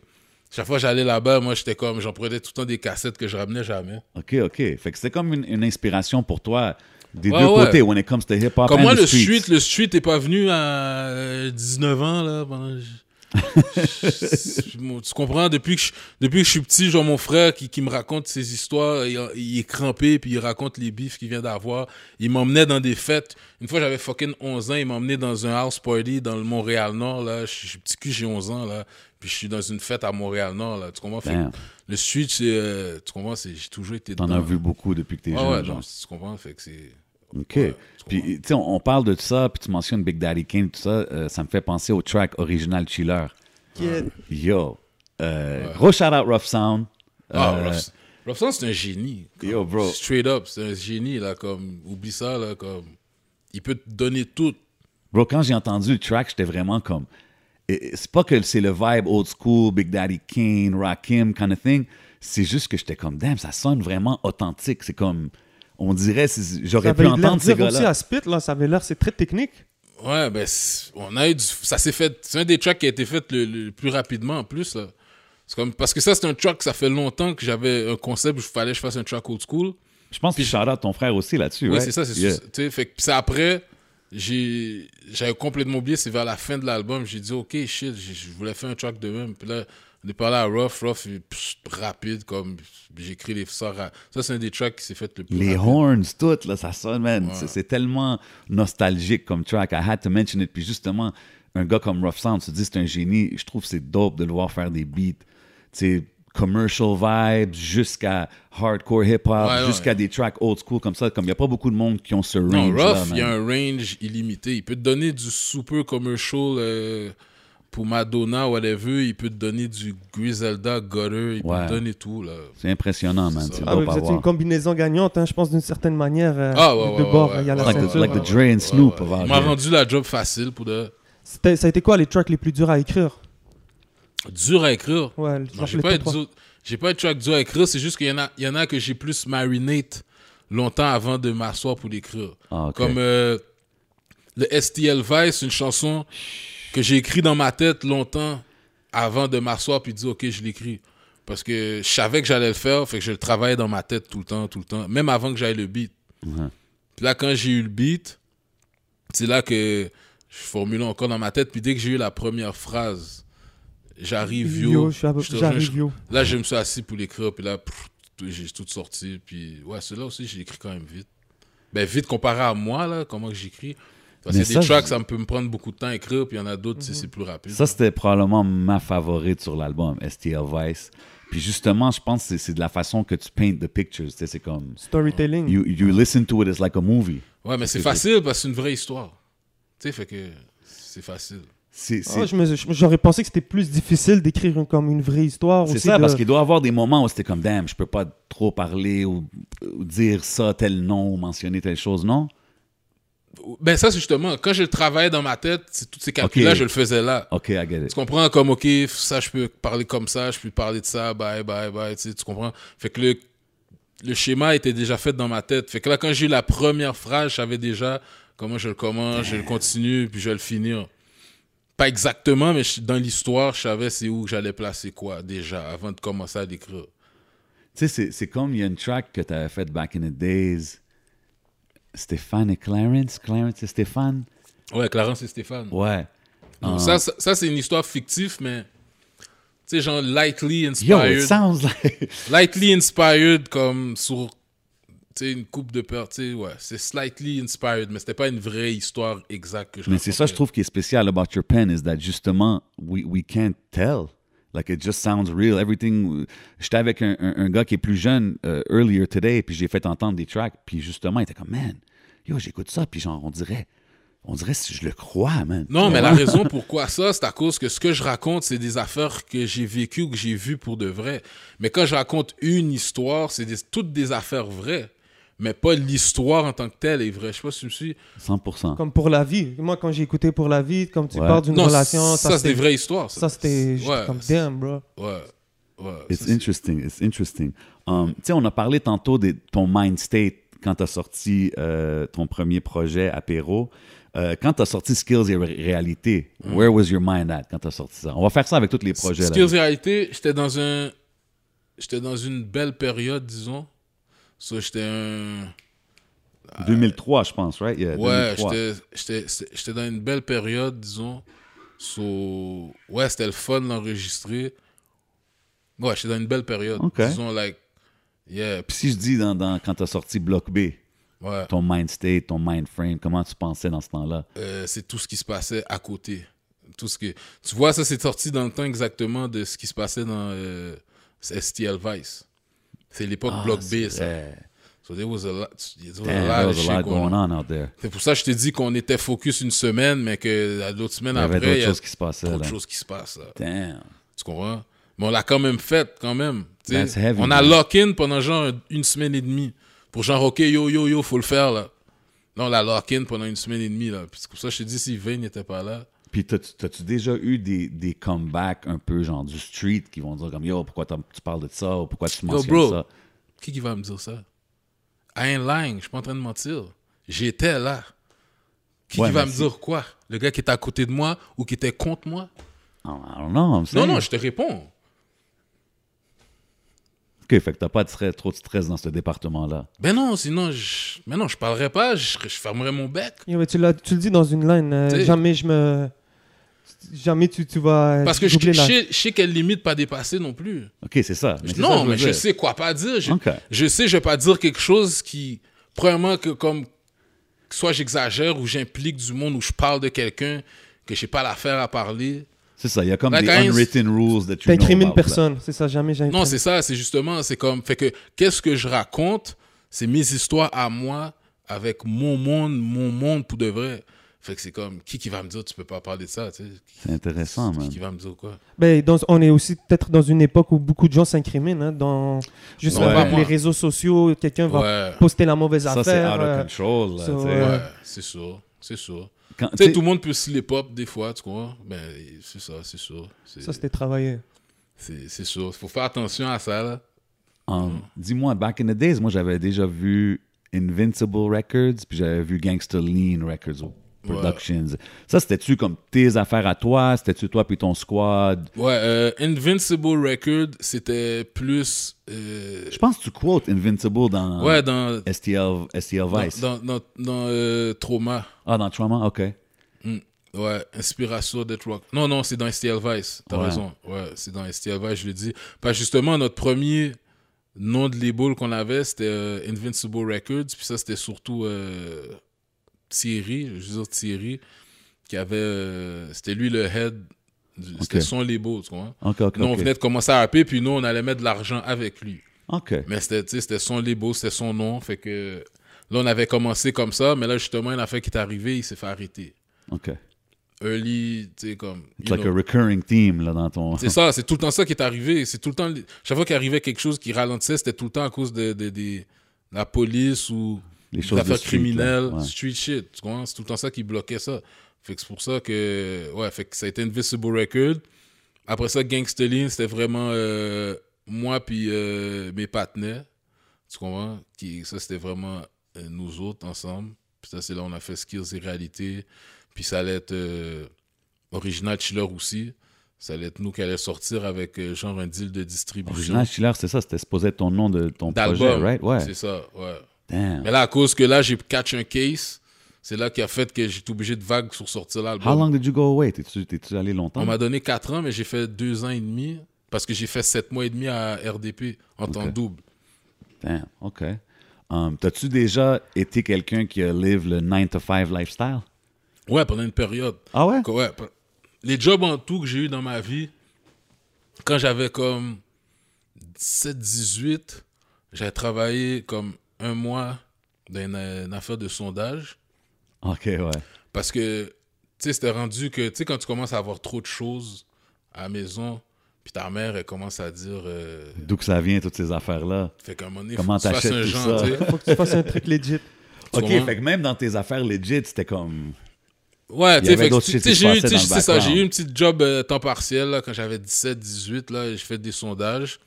S3: chaque fois que j'allais là-bas, moi, j'étais comme, j'en prenais tout le temps des cassettes que je ramenais jamais.
S2: OK, OK. Fait que c'était comme une, une inspiration pour toi des
S3: Ouais,
S2: deux
S3: ouais.
S2: côtés, when it comes to hip-hop
S3: Comme
S2: and
S3: moi,
S2: the
S3: le
S2: streets.
S3: street, le street est pas venu à euh, 19 ans, là. pendant que j- Je- je- tu comprends? Depuis que, je, depuis que je suis petit, genre mon frère qui, qui me raconte ses histoires, il, il est crampé, puis il raconte les bifs qu'il vient d'avoir. Il m'emmenait dans des fêtes. Une fois, j'avais fucking 11 ans, il m'emmenait dans un house party dans le Montréal-Nord, là. Je, je suis petit cul, j'ai 11 ans, là. Puis je suis dans une fête à Montréal-Nord, là. Tu comprends? Fait que
S2: Damn.
S3: le Sud, c'est. euh, tu comprends? c'est- J'ai toujours été
S2: T'en
S3: dedans.
S2: as vu beaucoup depuis que t'es
S3: Ouais,
S2: jeune.
S3: ouais,
S2: genre.
S3: non, tu comprends? Fait que c'est.
S2: OK.
S3: Ouais, tu
S2: puis,
S3: comprends.
S2: tu sais, on, on parle de tout ça, puis tu mentionnes Big Daddy Kane, tout ça. euh, ça me fait penser au track original Chiller. Yo. Euh, Gros shout-out Rough Sound.
S3: Ah,
S2: Euh,
S3: Robson- Robson, c'est un génie.
S2: Yo, bro.
S3: Straight up, c'est un génie, là, comme, oublie ça, là, comme, il peut te donner tout.
S2: Bro, quand j'ai entendu le track, j'étais vraiment comme. Et- et C'est pas que c'est le vibe old school, Big Daddy Kane, Rakim, kind of thing. C'est juste que j'étais comme, damn, ça sonne vraiment authentique. C'est comme. On dirait, c'est-
S1: Ça
S2: j'aurais
S1: avait
S2: pu
S1: l'air
S2: entendre ces
S1: dire aussi
S2: gars-là.
S1: à Spit, là, ça avait l'air, c'est très technique.
S3: Ouais, ben, c'est- on a eu du, ça s'est fait, c'est un des tracks qui a été fait le, le plus rapidement, en plus, là. C'est comme, parce que ça, c'est un track, ça fait longtemps que j'avais un concept où il fallait que je fasse un track old school.
S2: Je pense que shout-out ton frère aussi là-dessus.
S3: Oui,
S2: right?
S3: c'est ça, c'est
S2: Yeah.
S3: ça. Tu sais, fait que- puis c'est après, j'ai, j'avais complètement oublié, c'est vers la fin de l'album, j'ai dit, ok, shit, j'ai- je voulais faire un track de même. Puis là, on est parlé à Ruff, Ruff, il est pss, rapide, comme, j'écris les ça, ra- ça, c'est un des tracks qui s'est fait le plus
S2: Les
S3: rapide.
S2: horns, tout, là, ça sonne, man. C'est- C'est tellement nostalgique comme track. I had to mention it. Puis justement, un gars comme Rough Sound, tu te dis, c'est un génie. Je trouve que c'est dope de le voir faire des beats. Tu sais, commercial vibes jusqu'à hardcore hip-hop,
S3: Ouais, ouais.
S2: jusqu'à des tracks old school comme ça. Comme il n'y a pas beaucoup de monde qui ont ce range.
S3: Non, Ruff,
S2: là,
S3: il y a un range illimité. Il peut te donner du super commercial euh, pour Madonna, whatever. Il peut te donner du Griselda, Gutter. Il
S2: Ouais.
S3: peut te donner tout, là.
S2: C'est impressionnant, man.
S3: C'est
S2: C'est
S3: ça.
S1: Ah, mais
S2: dope
S1: vous
S2: à
S1: êtes une
S2: voir.
S1: combinaison gagnante, hein, je pense, d'une certaine manière. euh,
S3: bah, Ah, ouais,
S1: de-
S3: ouais,
S1: de
S3: ouais,
S1: bord,
S3: ouais,
S1: là, il y a la
S3: ouais.
S2: Like the,
S1: ceinture,
S2: like
S1: là.
S2: the Dre and Snoop.
S3: Ouais, ouais.
S2: about
S3: Il m'a
S2: it.
S3: rendu la job facile pour de...
S1: C'était- Ça a été quoi les tracks les plus durs à écrire
S3: dur à écrire.
S1: Ouais, les
S3: Non,
S1: tracks
S3: j'ai
S1: les
S3: pas,
S1: plus
S3: être dur- j'ai pas de track dur à écrire, c'est juste qu'il y en a, il y en a que j'ai plus marinate longtemps avant de m'asseoir pour l'écrire.
S2: Ah, ok.
S3: Comme euh, le STL Vice, une chanson que j'ai écrite dans ma tête longtemps avant de m'asseoir puis de dire ok je l'écris. Parce que je savais que j'allais le faire, fait que je le travaillais dans ma tête tout le temps, tout le temps, même avant que j'aille le beat. Puis là quand j'ai eu le beat, c'est là que je formulais encore dans ma tête. Puis dès que j'ai eu la première phrase, j'arrive yo,
S1: Yo, je suis à-
S3: je te
S1: j'arrive,
S3: rejoins, je-
S1: yo.
S3: Là, je me suis assis pour l'écrire, puis là, pff, tout- j'ai tout sorti. Puis ouais, celui-là aussi, j'ai écrit quand même vite. Ben, vite comparé à moi, là, comment que j'écris. Parce
S2: Mais
S3: que
S2: ça,
S3: des tracks,
S2: je-
S3: ça me peut me prendre beaucoup de temps à écrire, puis il y en a d'autres, tu sais, c'est plus rapide.
S2: Ça, c'était probablement ma favorite sur l'album, STL Vice. Puis justement, je pense que c'est- c'est de la façon que tu paintes the pictures. tu sais, C'est comme.
S1: Storytelling.
S2: You, you listen to it, it's like a movie.
S3: ouais, mais c'est
S2: c'est-
S3: facile parce que c'est une vraie histoire. Tu sais, fait que c'est facile.
S2: C'est
S1: Ah,
S2: c'est-
S1: je me- je- J'aurais pensé que c'était plus difficile d'écrire une- comme une vraie histoire.
S2: c'est
S1: aussi
S2: ça,
S1: de-
S2: parce qu'il doit y avoir des moments où c'était comme, damn, je peux pas trop parler ou, ou dire ça, tel nom, ou mentionner telle chose, non?
S3: Ben, ça, c'est justement, quand je le travaillais dans ma tête, c'est tous ces calculs-là,
S2: Ok.
S3: je le faisais là.
S2: Ok, I get it.
S3: Tu comprends comme ok, ça je peux parler comme ça, je peux parler de ça, bye bye bye, tu sais, tu comprends. Fait que le le schéma était déjà fait dans ma tête. Fait que là quand j'ai eu la première phrase, je savais déjà comment je le commence, je le continue, puis je vais le finir. Pas exactement, mais je- dans l'histoire, je savais c'est où que j'allais placer quoi déjà avant de commencer à l'écrire.
S2: Tu sais, c'est- c'est comme il y a une track que tu avais faite back in the days. Stéphane et Clarence? Clarence et Stéphane?
S3: Ouais, Clarence et Stéphane.
S2: Ouais.
S3: Donc ça, ça, ça, c'est une histoire fictive, mais tu sais genre lightly
S2: Yo,
S3: inspired.
S2: it sounds like.
S3: Lightly inspired, comme sur tu sais, une coupe de peur. tu sais, Ouais, c'est slightly inspired, mais c'était pas une vraie histoire exacte que je
S2: Mais c'est ça, je trouve, qui est spécial about your pen, is that justement, we, we can't tell. Like, it just sounds real. Everything. J'étais avec un, un- un gars qui est plus jeune euh, earlier today, puis j'ai fait entendre des tracks, puis justement, il était comme, man, yo, j'écoute ça, puis genre, on dirait, on dirait si je le crois, man.
S3: Non, mais la raison pourquoi ça, c'est à cause que ce que je raconte, c'est des affaires que j'ai vécues ou que j'ai vues pour de vrai. Mais quand je raconte une histoire, c'est des- toutes des affaires vraies. Mais pas l'histoire en tant que telle est vraie. Je sais pas si tu me suis.
S2: 100%.
S1: Comme pour la vie. Moi, quand j'ai écouté pour la vie, comme tu
S2: Ouais.
S1: parles d'une
S3: Non,
S1: relation,
S3: ça, c'est
S1: c'était-
S3: des vraies histoires.
S1: Ça, c'était j'étais
S3: Ouais.
S1: comme damn, bro.
S3: Ouais. Ouais.
S2: It's
S3: Ça, c'est-
S2: interesting, it's interesting. Um, tu sais, on a parlé tantôt de ton mind state quand tu as sorti euh, ton premier projet Apéro. Euh, quand tu as sorti Skills et Ré- Réalité, where was your mind at quand tu as sorti ça? On va faire ça avec tous les projets. là.
S3: Mm. Skills et réalité, j'étais dans un. J'étais dans une belle période, disons. So, j'étais un.
S2: 2003, je pense, right? Yeah,
S3: Ouais,
S2: 2003.
S3: j'étais- j'étais j'étais dans une belle période, disons. So, ouais, c'était le fun d'enregistrer. Ouais, j'étais dans une belle période.
S2: Ok.
S3: Disons, like, yeah,
S2: Puis si je dis dans, dans- quand t'as sorti Block B,
S3: ouais.
S2: ton mind state, ton mind frame, comment tu pensais dans ce temps-là?
S3: Euh, c'est tout ce qui se passait à côté. Tout ce que... Tu vois, ça, c'est sorti dans le temps exactement de ce qui se passait dans euh, STL Vice. C'est l'époque
S2: Ah,
S3: Block
S2: c'est
S3: B, ça.
S2: vrai.
S3: So there was a lot, there was a
S2: Damn,
S3: lot
S2: there
S3: of
S2: was
S3: shit
S2: a lot
S3: going on.
S2: going on out there.
S3: C'est pour ça que je t'ai dit qu'on était focus une semaine, mais que la- l'autre semaine
S2: Il y avait
S3: après, il
S2: d'autres
S3: y a
S2: choses qui se passaient.
S3: trop de
S2: là.
S3: choses qui se passent. là.
S2: Damn.
S3: Tu comprends? Mais on l'a quand même faite, quand même. Tu sais,
S2: That's heavy,
S3: on a
S2: man.
S3: lock-in pendant genre une semaine et demie. Pour genre, OK, yo, yo, yo, faut le faire, là. Non, on l'a lock-in pendant une semaine et demie, là. Puis c'est pour ça que je t'ai dit, si Vane n'était pas là,
S2: Puis t'as-tu t'as-tu déjà eu des, des comebacks un peu genre du street qui vont dire comme Yo, pourquoi t'as- tu parles de ça ou pourquoi tu mentionnes
S3: bro.
S2: ça?
S3: qui qui va me dire ça? I ain't lying, je suis pas en train de mentir. J'étais là. Qui,
S2: Ouais,
S3: qui va
S2: mais
S3: me
S2: si-
S3: dire quoi? Le gars qui était à côté de moi ou qui était contre moi?
S2: Ah, I don't know, I'm
S3: Non,
S2: saying.
S3: non, je te réponds.
S2: Ok, fait que t'as pas de stress- trop de stress dans ce département-là.
S3: Ben non, sinon, je, ben non, je parlerais pas, je, je fermerais mon bec.
S2: Euh,
S1: Yeah, mais tu, l'as- tu le dis dans une line. euh,
S3: T'sais-
S1: jamais je me. Jamais tu, tu vas.
S3: Parce que je,
S1: doubler
S3: je
S1: la-
S3: sais, je sais quelle limite pas dépasser non plus.
S2: Ok, c'est ça. Mais c'est ça
S3: non,
S2: que
S3: mais
S2: je veux
S3: je
S2: dire.
S3: sais quoi pas dire. Je,
S2: Ok.
S3: je sais, je vais pas dire quelque chose qui, premièrement, que comme, que soit j'exagère ou j'implique du monde ou je parle de quelqu'un que j'ai pas l'affaire à parler.
S2: C'est ça, il y a comme
S3: Like,
S2: des
S3: I ain't-
S2: unwritten rules that you know
S1: T'incrimines
S2: about, là.
S1: personne. C'est ça, jamais j'ai
S3: Non, c'est ça, c'est justement, c'est comme, fait que, qu'est-ce que je raconte, c'est mes histoires à moi, avec mon monde, mon monde pour de vrai. Fait que c'est comme, qui qui va me dire, tu peux pas parler de ça, tu sais?
S2: C'est intéressant, man.
S3: Qui va me dire quoi?
S1: Ben, dans- on est aussi peut-être dans une époque où beaucoup de gens s'incriminent. hein, dans, juste
S2: Ouais.
S1: avec
S3: Moi.
S1: les réseaux sociaux, quelqu'un va
S3: Ouais.
S1: poster la mauvaise
S2: Ça, c'est
S1: affaire.
S2: out
S1: euh,
S2: of control. là,
S1: so,
S2: tu sais.
S1: euh,
S3: Ouais, c'est sûr, c'est sûr.
S2: Quand-
S3: Tu sais,
S2: tu
S3: tout le monde peut slip up des fois, tu comprends? Ben, c'est ça, c'est sûr. C'est-
S1: ça, c'était travaillé.
S3: C'est c'est sûr. Faut faire attention à ça, là.
S2: en- Um,
S3: Mm.
S2: Dis-moi, back in the days, moi, j'avais déjà vu Invincible Records, puis j'avais vu Gangsta Lean Records ou Productions. Ça, c'était-tu comme tes affaires à toi? C'était-tu toi puis ton squad?
S3: Ouais, euh, Invincible Record, c'était plus. euh,
S2: Je pense que tu quotes Invincible dans
S3: ouais, dans.
S2: STL, STL
S3: Dans,
S2: Vice.
S3: dans, dans, dans, euh, Trauma.
S2: Ah, dans Trauma? OK.
S3: Ouais, Inspiration de Rock. Non, non, c'est dans STL Vice. T'as
S2: Ouais.
S3: raison. Ouais, c'est dans STL Vice, je le dis. Parce que justement, notre premier nom de label qu'on avait, c'était euh, Invincible Records. Puis ça, c'était surtout euh, Thierry, je veux dire Thierry, qui avait. euh, c'était lui le head. du- C'était
S2: Ok.
S3: son label, tu comprends?
S2: OK, OK,
S3: Nous, on
S2: OK.
S3: venait de commencer à rapper, puis nous, on allait mettre de l'argent avec lui.
S2: OK.
S3: Mais c'était, tu sais, c'était son label, c'était son nom. Fait que là, on avait commencé comme ça, mais là, justement, une affaire qui est arrivée, il s'est fait arrêter.
S2: OK.
S3: Early, tu sais, comme.
S2: It's
S3: you
S2: like
S3: know.
S2: a recurring theme là, dans ton...
S3: C'est ça, c'est tout le temps ça qui est arrivé. C'est tout le temps. li- Chaque fois qu'il arrivait quelque chose qui ralentissait, c'était tout le temps à cause de, de- de- de la police ou
S2: Les
S3: des
S2: choses de
S3: affaires
S2: street, là.
S3: criminelles,
S2: Ouais.
S3: street shit. Tu comprends? C'est tout le temps ça qui bloquait ça. Fait que c'est pour ça que. Ouais, fait que ça a été Invisible Record. Après ça, Gangsta Lean, c'était vraiment euh, moi puis euh, mes partenaires. Tu comprends? Qui, ça, c'était vraiment euh, nous autres ensemble. Puis ça, c'est là on a fait Skills et Réalité. Puis ça allait être euh, original Chiller aussi. Ça allait être nous qui allait sortir avec euh, genre un deal de distribution.
S2: Original Schiller, c'est ça, c'était supposé être ton nom de ton projet,
S3: D'album.
S2: right? Ouais.
S3: C'est ça, ouais.
S2: Damn.
S3: Mais là, à cause que là, j'ai catch un case, c'est là qui a fait que j'étais obligé de vague sur sortir
S2: How
S3: l'album.
S2: long did you go away? T'es-tu t'es-tu allé longtemps?
S3: On m'a donné 4 ans, mais j'ai fait 2 ans et demi parce que j'ai fait 7 mois et demi à RDP en temps
S2: Ok.
S3: double.
S2: Damn, OK. Um, T'as-tu déjà été quelqu'un qui a live le 9 to 5 lifestyle?
S3: Ouais, pendant une période.
S2: Ah ouais?
S3: Que- ouais, pe- les jobs en tout que j'ai eu dans ma vie, quand j'avais comme 17-18, j'avais travaillé comme un mois dans une, une affaire de sondage.
S2: OK, ouais.
S3: Parce que, tu sais, c'était rendu que, tu sais, quand tu commences à avoir trop de choses à la maison, puis ta mère, elle commence à dire. euh,
S2: D'où que ça vient, toutes ces affaires-là?
S3: fait qu'à un moment donné,
S2: Comment
S3: faut que tu fasses
S2: t'achètes
S3: un
S2: tout
S3: genre,
S2: ça?
S3: tu sais.
S1: Faut que tu fasses un truc legit.
S3: Tu
S2: OK,
S3: comprends?
S2: fait que même dans tes affaires legit, c'était comme... Il
S3: Ouais,
S2: y
S3: tu sais,
S2: avait
S3: fait que
S2: d'autres
S3: tu-
S2: shit qui
S3: tu sais,
S2: se
S3: j'ai eu,
S2: passaient
S3: tu sais,
S2: dans le
S3: c'est ça, j'ai eu
S2: background.
S3: une petite job euh, temps partiel là, quand j'avais 17, 18, là, j'ai fait des sondages.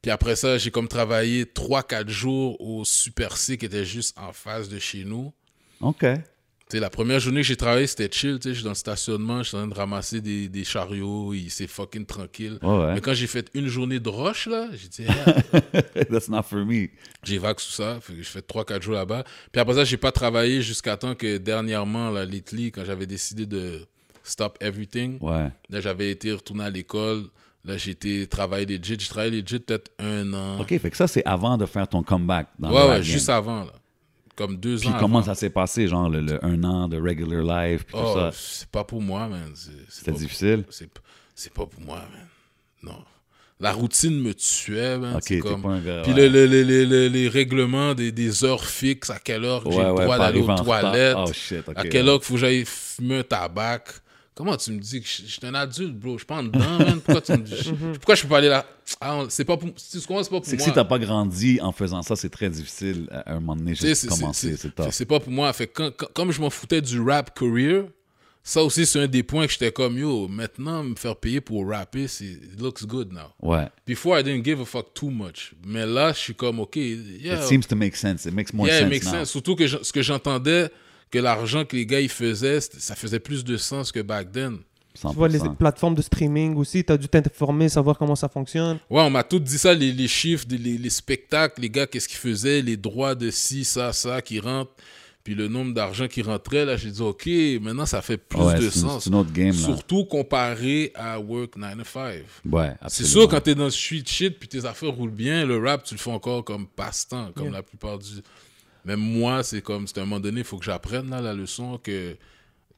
S3: Puis après ça, j'ai comme travaillé 3-4 jours au Super C qui était juste en face de chez nous.
S2: OK.
S3: Tu sais, la première journée que j'ai travaillé, c'était chill, tu sais, je suis dans le stationnement, je suis en train de ramasser des, des chariots, il- c'est fucking tranquille.
S2: Ouais, ouais.
S3: Mais quand j'ai fait une journée de roche, là, j'ai dit, Ah,
S2: That's not for me.
S3: j'ai vague sous ça, fait que je fais 3-4 jours là-bas. Puis après ça, j'ai pas travaillé jusqu'à temps que dernièrement, là, lately, quand j'avais décidé de Stop Everything.
S2: Ouais.
S3: Là, j'avais été retourné à l'école. Là, j'étais travaillé legit. J'ai travaillé legit peut-être un an.
S2: OK, fait que ça, c'est avant de faire ton comeback dans
S3: ouais,
S2: le
S3: ouais,
S2: rap game.
S3: juste avant, là. Comme deux
S2: Puis
S3: ans.
S2: comment
S3: avant.
S2: ça s'est passé, genre le, le un an de regular life, puis tout
S3: Oh,
S2: ça?
S3: c'est pas pour moi, man. C'est-
S2: C'était
S3: pas-
S2: difficile?
S3: C'est p- c'est pas pour moi, man. Non. La routine me tuait, man.
S2: OK,
S3: C'est
S2: t'es
S3: comme-
S2: pas un gars...
S3: Puis
S2: ouais.
S3: le- le- le- le- les règlements des, des heures fixes, à quelle heure que j'ai
S2: Ouais,
S3: le
S2: ouais,
S3: droit
S2: pas
S3: d'aller
S2: arriver en
S3: aux
S2: retard.
S3: toilettes,
S2: Oh shit, OK.
S3: à quelle heure qu'il faut que j'aille fumer un tabac. Comment tu me dis que je, je suis un adulte, bro? Je suis pas en dedans, man. Pourquoi tu me dis- je- Pourquoi je peux pas aller là? Ah, on- c'est pas pour... Tu comprends, c'est pas pour
S2: C'est que
S3: moi.
S2: si t'as pas grandi en faisant ça, c'est très difficile à un moment donné
S3: Tu sais,
S2: juste de commencer, c'est top.
S3: c'est- c'est pas pour moi. Fait que quand- quand- comme je m'en foutais du rap career, ça aussi, c'est un des points que j'étais comme, yo, maintenant, me faire payer pour rapper, c'est it looks good now.
S2: Ouais.
S3: Before, I didn't give a fuck too much. Mais là, je suis comme, OK, yeah,
S2: It seems to make sense. It makes more
S3: yeah, it
S2: sense
S3: makes
S2: now.
S3: sense. Surtout que je- ce que j'entendais, que l'argent que les gars, ils faisaient, c'était- ça faisait plus de sens que back then.
S2: 100%.
S1: Tu vois, les plateformes de streaming aussi, tu as dû t'informer, savoir comment ça fonctionne.
S3: Ouais, on m'a tout dit ça, les, les chiffres, des- les, les spectacles, les gars, qu'est-ce qu'ils faisaient, les droits de ci, ça, ça, qui rentrent, puis le nombre d'argent qui rentrait. Là, j'ai dit, OK, maintenant, ça fait plus
S2: Ouais,
S3: de
S2: c'est une-
S3: sens.
S2: C'est une autre game, là.
S3: Surtout comparé à Work 9 to 5.
S2: Ouais, absolument.
S3: C'est sûr, quand t'es dans le street shit, puis tes affaires roulent bien, le rap, tu le fais encore comme passe-temps, comme
S1: Yeah.
S3: la plupart du... Même moi, c'est comme, c'est à un moment donné, il faut que j'apprenne là, la leçon que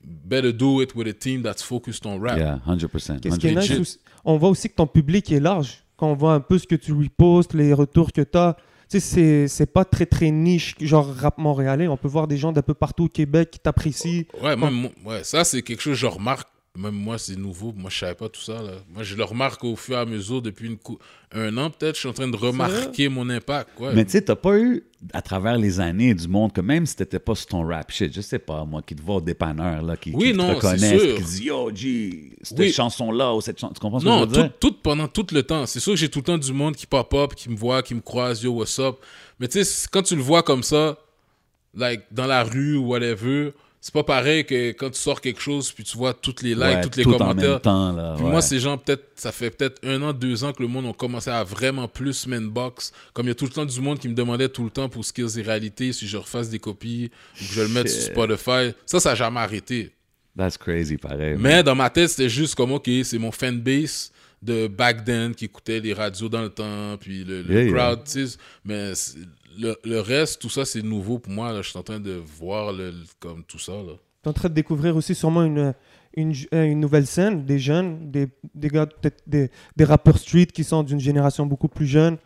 S3: better do it with a team that's focused on rap.
S2: Yeah, 100%.
S1: Qu'est-ce qui est
S2: 100%.
S1: nice aussi- on voit aussi que ton public est large. Quand on voit un peu ce que tu repostes, les retours que tu as, tu sais, c'est- c'est pas très très niche, genre rap montréalais. On peut voir des gens d'un peu partout au Québec qui t'apprécient.
S3: Ouais, même moi- ouais, ça, c'est quelque chose que je remarque. Même moi, c'est nouveau. Moi, je savais pas tout ça. Là. Moi, je le remarque au fur et à mesure depuis une cou- un an, peut-être. Je suis en train de remarquer mon impact. Ouais.
S2: Mais tu sais, t'as pas eu, à travers les années, du monde que même si t'étais pas sur ton rap shit, je sais pas, moi, qui te va au dépanneur, là, qui,
S3: Oui,
S2: qui
S3: non,
S2: te
S3: c'est
S2: reconnaissent,
S3: sûr.
S2: qui dit Yo, G, cette
S3: Oui.
S2: chanson-là, ou cette chanson. Tu comprends ce
S3: Non,
S2: que je veux
S3: tout,
S2: dire?
S3: tout- pendant tout le temps. C'est sûr que j'ai tout le temps du monde qui pop-up, qui me voit, qui me croise, yo, what's up. Mais tu sais, c- quand tu le vois comme ça, like, dans la rue ou whatever, c'est pas pareil que quand tu sors quelque chose, puis tu vois toutes les likes,
S2: Ouais,
S3: toutes les
S2: tout en
S3: commentaires.
S2: même temps, là.
S3: Puis
S2: Ah ouais.
S3: moi, ces gens, peut-être, ça fait peut-être un an, deux ans que le monde ont commencé à vraiment plus box. Comme il y a tout le temps du monde qui me demandait tout le temps pour skills et réalité, si je refasse des copies ou que je le mette sur
S2: Shit.
S3: Spotify. Ça, ça n'a jamais arrêté.
S2: That's crazy, pareil. man.
S3: Mais dans ma tête, c'était juste comme, OK, c'est mon fanbase de back then qui écoutait les radios dans le temps, puis le, le
S2: Yeah, yeah.
S3: crowd, tu sais. Mais c'est- le, le reste, tout ça, c'est nouveau pour moi. Là. Je suis en train de voir le, le- comme tout ça. Là.
S1: Tu es en train de découvrir aussi sûrement une, une, euh, une nouvelle scène, des jeunes, des, des gars, peut-être des, des rappeurs street qui sont d'une génération beaucoup plus jeune.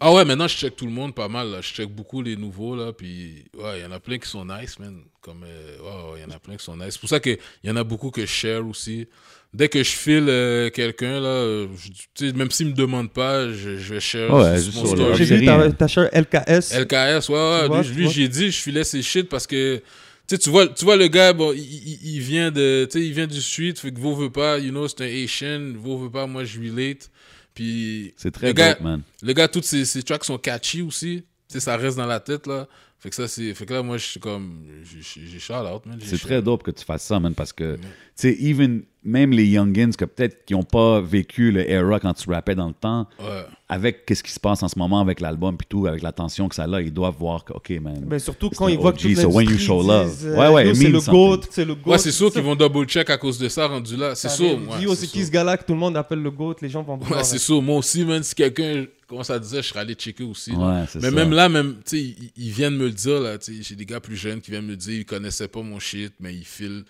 S3: Ah ouais, maintenant, je check tout le monde pas mal. Là. Je check beaucoup les nouveaux, là. Puis, ouais, il y en a plein qui sont nice, man. Comme, euh, ouais, ouais, il y en a plein qui sont nice. C'est pour ça qu'il y en a beaucoup que je share aussi. Dès que je file euh, quelqu'un, là, euh, je- tu sais, même s'il me demande pas, je, je vais share
S2: Ouais,
S3: sur
S2: juste
S3: mon
S2: sur le-
S3: story.
S1: J'ai
S2: c'est
S1: vu ta,
S2: rien.
S1: ta chair LKS.
S3: LKS, ouais, ouais.
S1: Tu vois,
S3: lui,
S1: tu
S3: lui,
S1: vois.
S3: j'ai dit, je filais ses shit parce que, tu sais, tu vois, tu vois, le gars, bon, il, il- il vient de, tu sais, il vient du Sud, fait que vous veut pas, you know, c'est un Haitian, vous veut pas, moi, je relate. Puis,
S2: C'est
S3: le
S2: très
S3: gars-
S2: dope, man.
S3: le gars, toutes ses, ses tracks sont catchy aussi. Tu sais, ça reste dans la tête, là. Fait que ça, c'est, fait que là, moi, je suis comme, j'ai- j'ai j'ai shout out, man. J'ai
S2: C'est
S3: shout-
S2: très dope que tu fasses ça, man, parce que, tu sais, even, même les youngins que peut-être qui n'ont pas vécu le era quand tu rappais dans le temps,
S3: Ouais.
S2: avec qu'est-ce qui se passe en ce moment avec l'album puis tout, avec la tension que ça a, ils doivent voir que, OK, man.
S1: Ben, surtout
S2: C'est
S1: quand
S2: un
S1: ils voient
S2: OG,
S1: que toute
S2: so when you
S1: l'industrie,
S2: show
S1: ils
S2: love.
S1: disent, euh,
S2: Ouais, ouais,
S1: yo,
S2: it
S1: c'est le
S2: means
S1: GOAT,
S2: something.
S1: c'est le GOAT.
S3: Ouais, c'est sûr qu'ils vont double check à cause de ça, rendu là. C'est sûr, ouais,
S1: Dis, oh,
S3: c'est
S1: c'est qui
S3: sûr.
S1: ce gars-là que tout le monde appelle le GOAT, les gens vont
S3: Ouais,
S1: vouloir.
S3: c'est sûr. Moi aussi, man, si quelqu'un, comment ça disait, je serais allé checker aussi. là.
S2: Ouais, c'est
S3: Mais
S2: ça.
S3: même là, même, tu sais, ils, ils viennent me le dire, là, tu sais, j'ai des gars plus jeunes qui viennent me le dire, ils connaissaient pas mon shit, mais ils filent,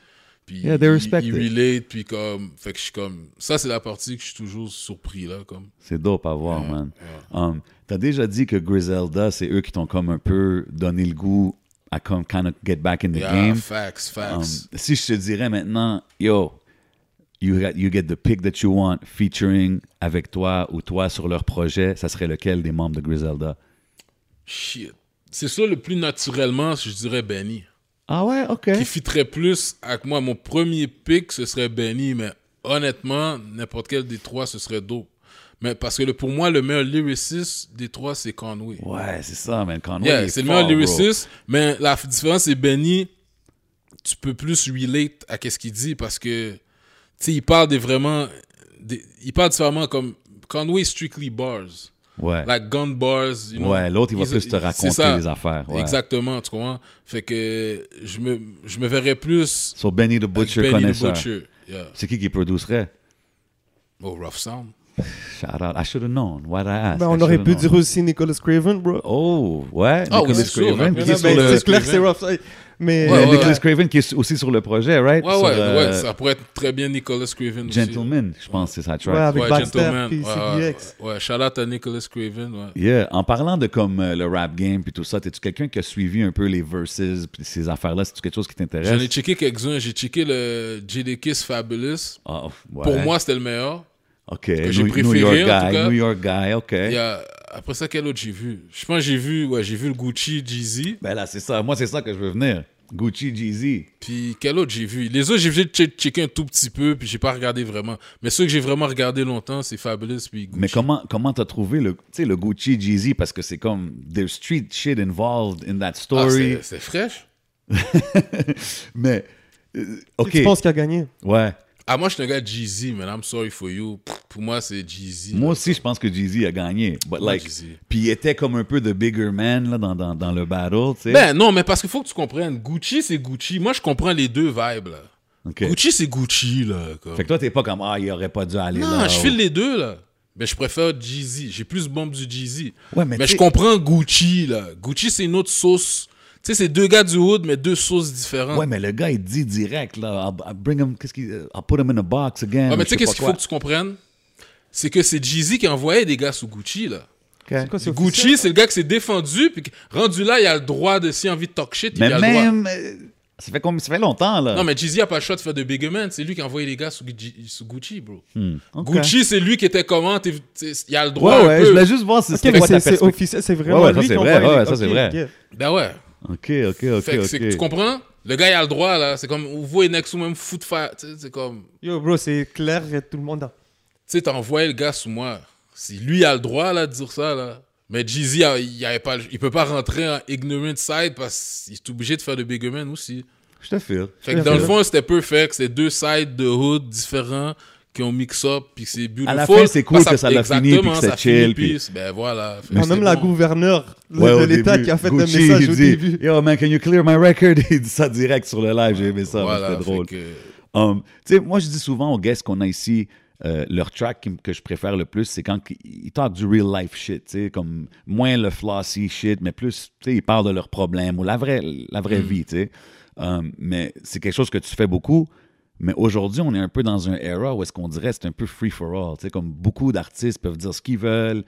S3: puis
S2: Yeah, they
S3: ils,
S2: respect
S3: ils
S2: it.
S3: relate, puis comme, fait que je suis comme, ça c'est la partie que je suis toujours surpris, là, comme.
S2: C'est dope à voir, man. Um, T'as déjà dit que Griselda, c'est eux qui t'ont comme un peu donné le goût à comme kind of get back in the
S3: Yeah,
S2: game.
S3: facts,
S2: Um,
S3: facts.
S2: si je te dirais maintenant, yo, you, got- you get the pick that you want featuring avec toi ou toi sur leur projet, ça serait lequel des membres de Griselda?
S3: Shit. C'est ça le plus naturellement, je dirais Benny.
S2: Ah ouais, ok.
S3: Qui fitterait plus avec moi. Mon premier pick, ce serait Benny, mais honnêtement, n'importe quel des trois, ce serait dope. Mais parce que le- pour moi, le meilleur lyriciste des trois, c'est Conway.
S2: Ouais, c'est ça, man. Conway, il
S3: Yeah,
S2: est
S3: c'est le
S2: fort,
S3: meilleur lyriciste, mais la f- différence, c'est Benny, tu peux plus relate à qu'est-ce qu'il dit parce que, tu sais, il parle des vraiment, des- il parle différemment comme Conway is strictly bars,
S2: bro. Ouais.
S3: like gun bars, you know.
S2: Ouais, l'autre, il va
S3: Ils-
S2: plus te
S3: c'est
S2: raconter
S3: ça.
S2: les affaires. Ouais.
S3: Exactement, tu comprends? Fait que je me, je me verrais plus
S2: So Benny the
S3: avec
S2: Butcher
S3: Benny the
S2: connaisseur.
S3: Butcher. Yeah.
S2: C'est qui qui produirait?
S3: Oh, Rough Sound.
S2: Shout out. I should have known. What I
S3: Ah,
S2: asked.
S1: Ben,
S2: I
S1: on aurait
S2: shoulda
S1: pu
S2: known.
S1: dire aussi Nicholas Craven, bro.
S2: Oh, ouais.
S3: Ah oui,
S2: Nicolas
S3: c'est sûr,
S2: Craven,
S3: hein.
S2: qui est
S3: Non,
S2: sur
S3: mais
S2: le-
S1: c'est clair que c'est rough. ça. Mais
S3: Ouais,
S2: Euh,
S3: ouais,
S2: Nicolas Craven qui est aussi sur le projet, right?
S3: Ouais,
S2: Sur,
S3: ouais,
S2: euh,
S3: ouais, ça pourrait être très bien Nicolas Craven aussi.
S2: Gentleman, je pense, c'est sa track.
S1: Ouais, avec
S3: Ouais,
S1: Baxter,
S3: Gentleman.
S1: puis
S3: ouais,
S1: CDX.
S3: ouais, ouais. shout out à Nicolas Craven, ouais.
S2: Yeah. En parlant de comme euh, le rap game puis tout ça, t'es-tu quelqu'un qui a suivi un peu les verses puis ces affaires-là? C'est-tu quelque chose qui
S3: J'en ai
S2: t'intéresse?
S3: checké quelques-uns. J'ai checké le JD Kiss Fabulous.
S2: Ah, ouais.
S3: Pour moi, c'était le meilleur.
S2: OK.
S3: j'ai
S2: New,
S3: préféré,
S2: New York
S3: en tout
S2: Guy,
S3: cas.
S2: New York Guy, OK.
S3: Il y a- Après ça, quel autre j'ai vu Je pense que j'ai vu, ouais, j'ai vu le Gucci, Jeezy.
S2: Ben là, c'est ça. Moi, c'est ça que je veux venir. Gucci, Jeezy.
S3: Puis quel autre j'ai vu Les autres, j'ai vu checker un tout petit peu, puis j'ai pas regardé vraiment. Mais ceux que j'ai vraiment regardé longtemps, c'est Fabulous puis Gucci.
S2: Mais comment comment t'as trouvé le, tu sais, le Gucci, Jeezy? Parce que c'est comme, there's street shit involved in that
S3: Ah,
S2: story.
S3: c'est c'est fraîche.
S2: Mais, euh, OK.
S1: Tu penses qu'il a gagné
S2: Ouais.
S3: Ah, moi, je suis un gars de Jeezy, man. I'm sorry for you. Pff, Pour moi, c'est Jeezy.
S2: Moi aussi, je pense que Jeezy a gagné. But
S3: Ouais,
S2: like,
S3: Jeezy.
S2: puis il était comme un peu the bigger man là, dans, dans, dans le battle, tu sais.
S3: Ben non, mais parce qu'il faut que tu comprennes. Gucci, c'est Gucci. Moi, je comprends les deux vibes, là.
S2: OK.
S3: Gucci, c'est Gucci, là. comme.
S2: Fait que toi, t'es pas comme Ah, il aurait pas dû aller
S3: non,
S2: là. oh.
S3: je
S2: ou-
S3: file les deux, là. Mais je préfère Jeezy. J'ai plus bombe du Jeezy.
S2: Ouais, mais
S3: mais
S2: t'sais-
S3: je comprends Gucci, là. Gucci, c'est une autre sauce. Tu sais, c'est deux gars du hood, mais deux sauces différentes.
S2: Ouais, mais le gars, il dit direct, là, I'll, I'll bring him, qu'est-ce qu'il. euh, I'll put him in a box again.
S3: Ouais,
S2: je
S3: mais tu sais,
S2: sais
S3: qu'est-ce
S2: pas
S3: qu'il
S2: quoi.
S3: faut que tu comprennes? C'est que c'est Jeezy qui envoyait des gars sous Gucci, là.
S1: C'est quoi, c'est officiel
S3: Gucci, c'est le gars qui s'est défendu, puis que- rendu là, il a le droit de, s'il a envie de talk shit, il
S2: Mais
S3: a le droit.
S2: même. euh, Ça fait, combien- ça fait longtemps, là.
S3: Non, mais Jeezy a pas le choix de faire de big man. C'est lui qui a envoyé les gars sous, Gucci- sous Gucci, bro.
S2: Hmm, ok.
S3: Gucci, c'est lui qui était comment? t'es- t'es- Il a le droit
S2: Ouais,
S3: un
S2: ouais,
S3: peu.
S2: je voulais juste voir si
S1: Ok,
S2: c'était
S1: mais
S2: quoi ta
S1: c'est c'est
S2: perspective.
S1: officiel, c'est vraiment
S2: Ouais, ouais, ça,
S1: lui
S2: c'est
S1: qui
S2: vrai,
S1: envoie
S2: ouais,
S1: les-
S2: ça, c'est
S1: ok,
S2: vrai.
S1: ok.
S3: Ben ouais.
S2: Ok, ok,
S3: Fait que c'est-
S2: ok,
S3: tu
S2: ok.
S3: comprends? Le gars, il a le droit, là. C'est comme, vous voyez Next ou même foot fight. tu sais, C'est comme, tu
S1: Yo, bro, c'est clair, et tout le monde a.
S3: sais, t'as envoyé le gars sous moi. Si lui a le droit, là, de dire ça, là. Mais Jeezy, a- il, avait pas, le- il peut pas rentrer en ignorant side parce qu'il est obligé de faire de big man aussi.
S2: Je te file.
S3: Fait que
S1: Ouais,
S3: dans le
S1: ouais.
S3: fond, c'était perfect. C'est deux sides de hood différents qui ont mix up puis c'est beautiful.
S2: la fin, c'est cool
S3: Parce
S2: que ça l'a fini,
S3: exactement,
S2: puis que
S3: ça
S2: c'est chill,
S3: finit,
S2: puis-
S3: puis Ben voilà. Fait que
S1: Quand
S3: c'était
S1: même la
S3: bon.
S1: gouverneure le-
S2: Ouais,
S1: de
S2: au
S1: l'État
S2: début,
S1: qui a fait
S2: Gucci,
S1: le message
S2: il
S1: au
S2: dit,
S1: début.
S2: Yo, man, can you clear my record? Il dit ça direct sur le live, j'ai aimé ça,
S3: Voilà,
S2: c'était
S3: fait
S2: drôle.
S3: que-
S2: Um, tu sais, moi, je dis souvent aux guests qu'on a ici, euh, leur track qui m- que je préfère le plus, c'est quand qu- ils talk du real life shit, tu sais, comme moins le flossy shit, mais plus, tu sais, ils parlent de leurs problèmes ou la vraie, la vraie
S3: Hmm.
S2: vie, tu sais. Um, mais c'est quelque chose que tu fais beaucoup. Mais aujourd'hui, on est un peu dans un era où est-ce qu'on dirait c'est un peu free for all, tu sais, comme beaucoup d'artistes peuvent dire ce qu'ils veulent,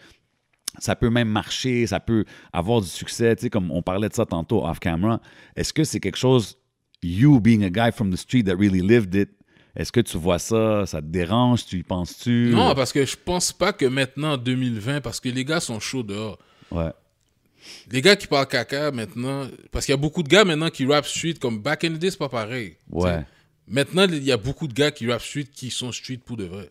S2: ça peut même marcher, ça peut avoir du succès, tu sais, comme on parlait de ça tantôt off-camera. Est-ce que c'est quelque chose, you being a guy from the street that really lived it, est-ce que tu vois ça, ça te dérange, tu y penses-tu?
S3: Non, parce que je pense pas que maintenant, en 2020, parce que les gars sont chauds dehors.
S2: Ouais,
S3: Les gars qui parlent caca maintenant, parce qu'il y a beaucoup de gars maintenant qui rap street, comme back in the day, c'est pas pareil.
S2: ouais,
S3: Maintenant, il y a beaucoup de gars qui rap street qui sont street pour de vrai.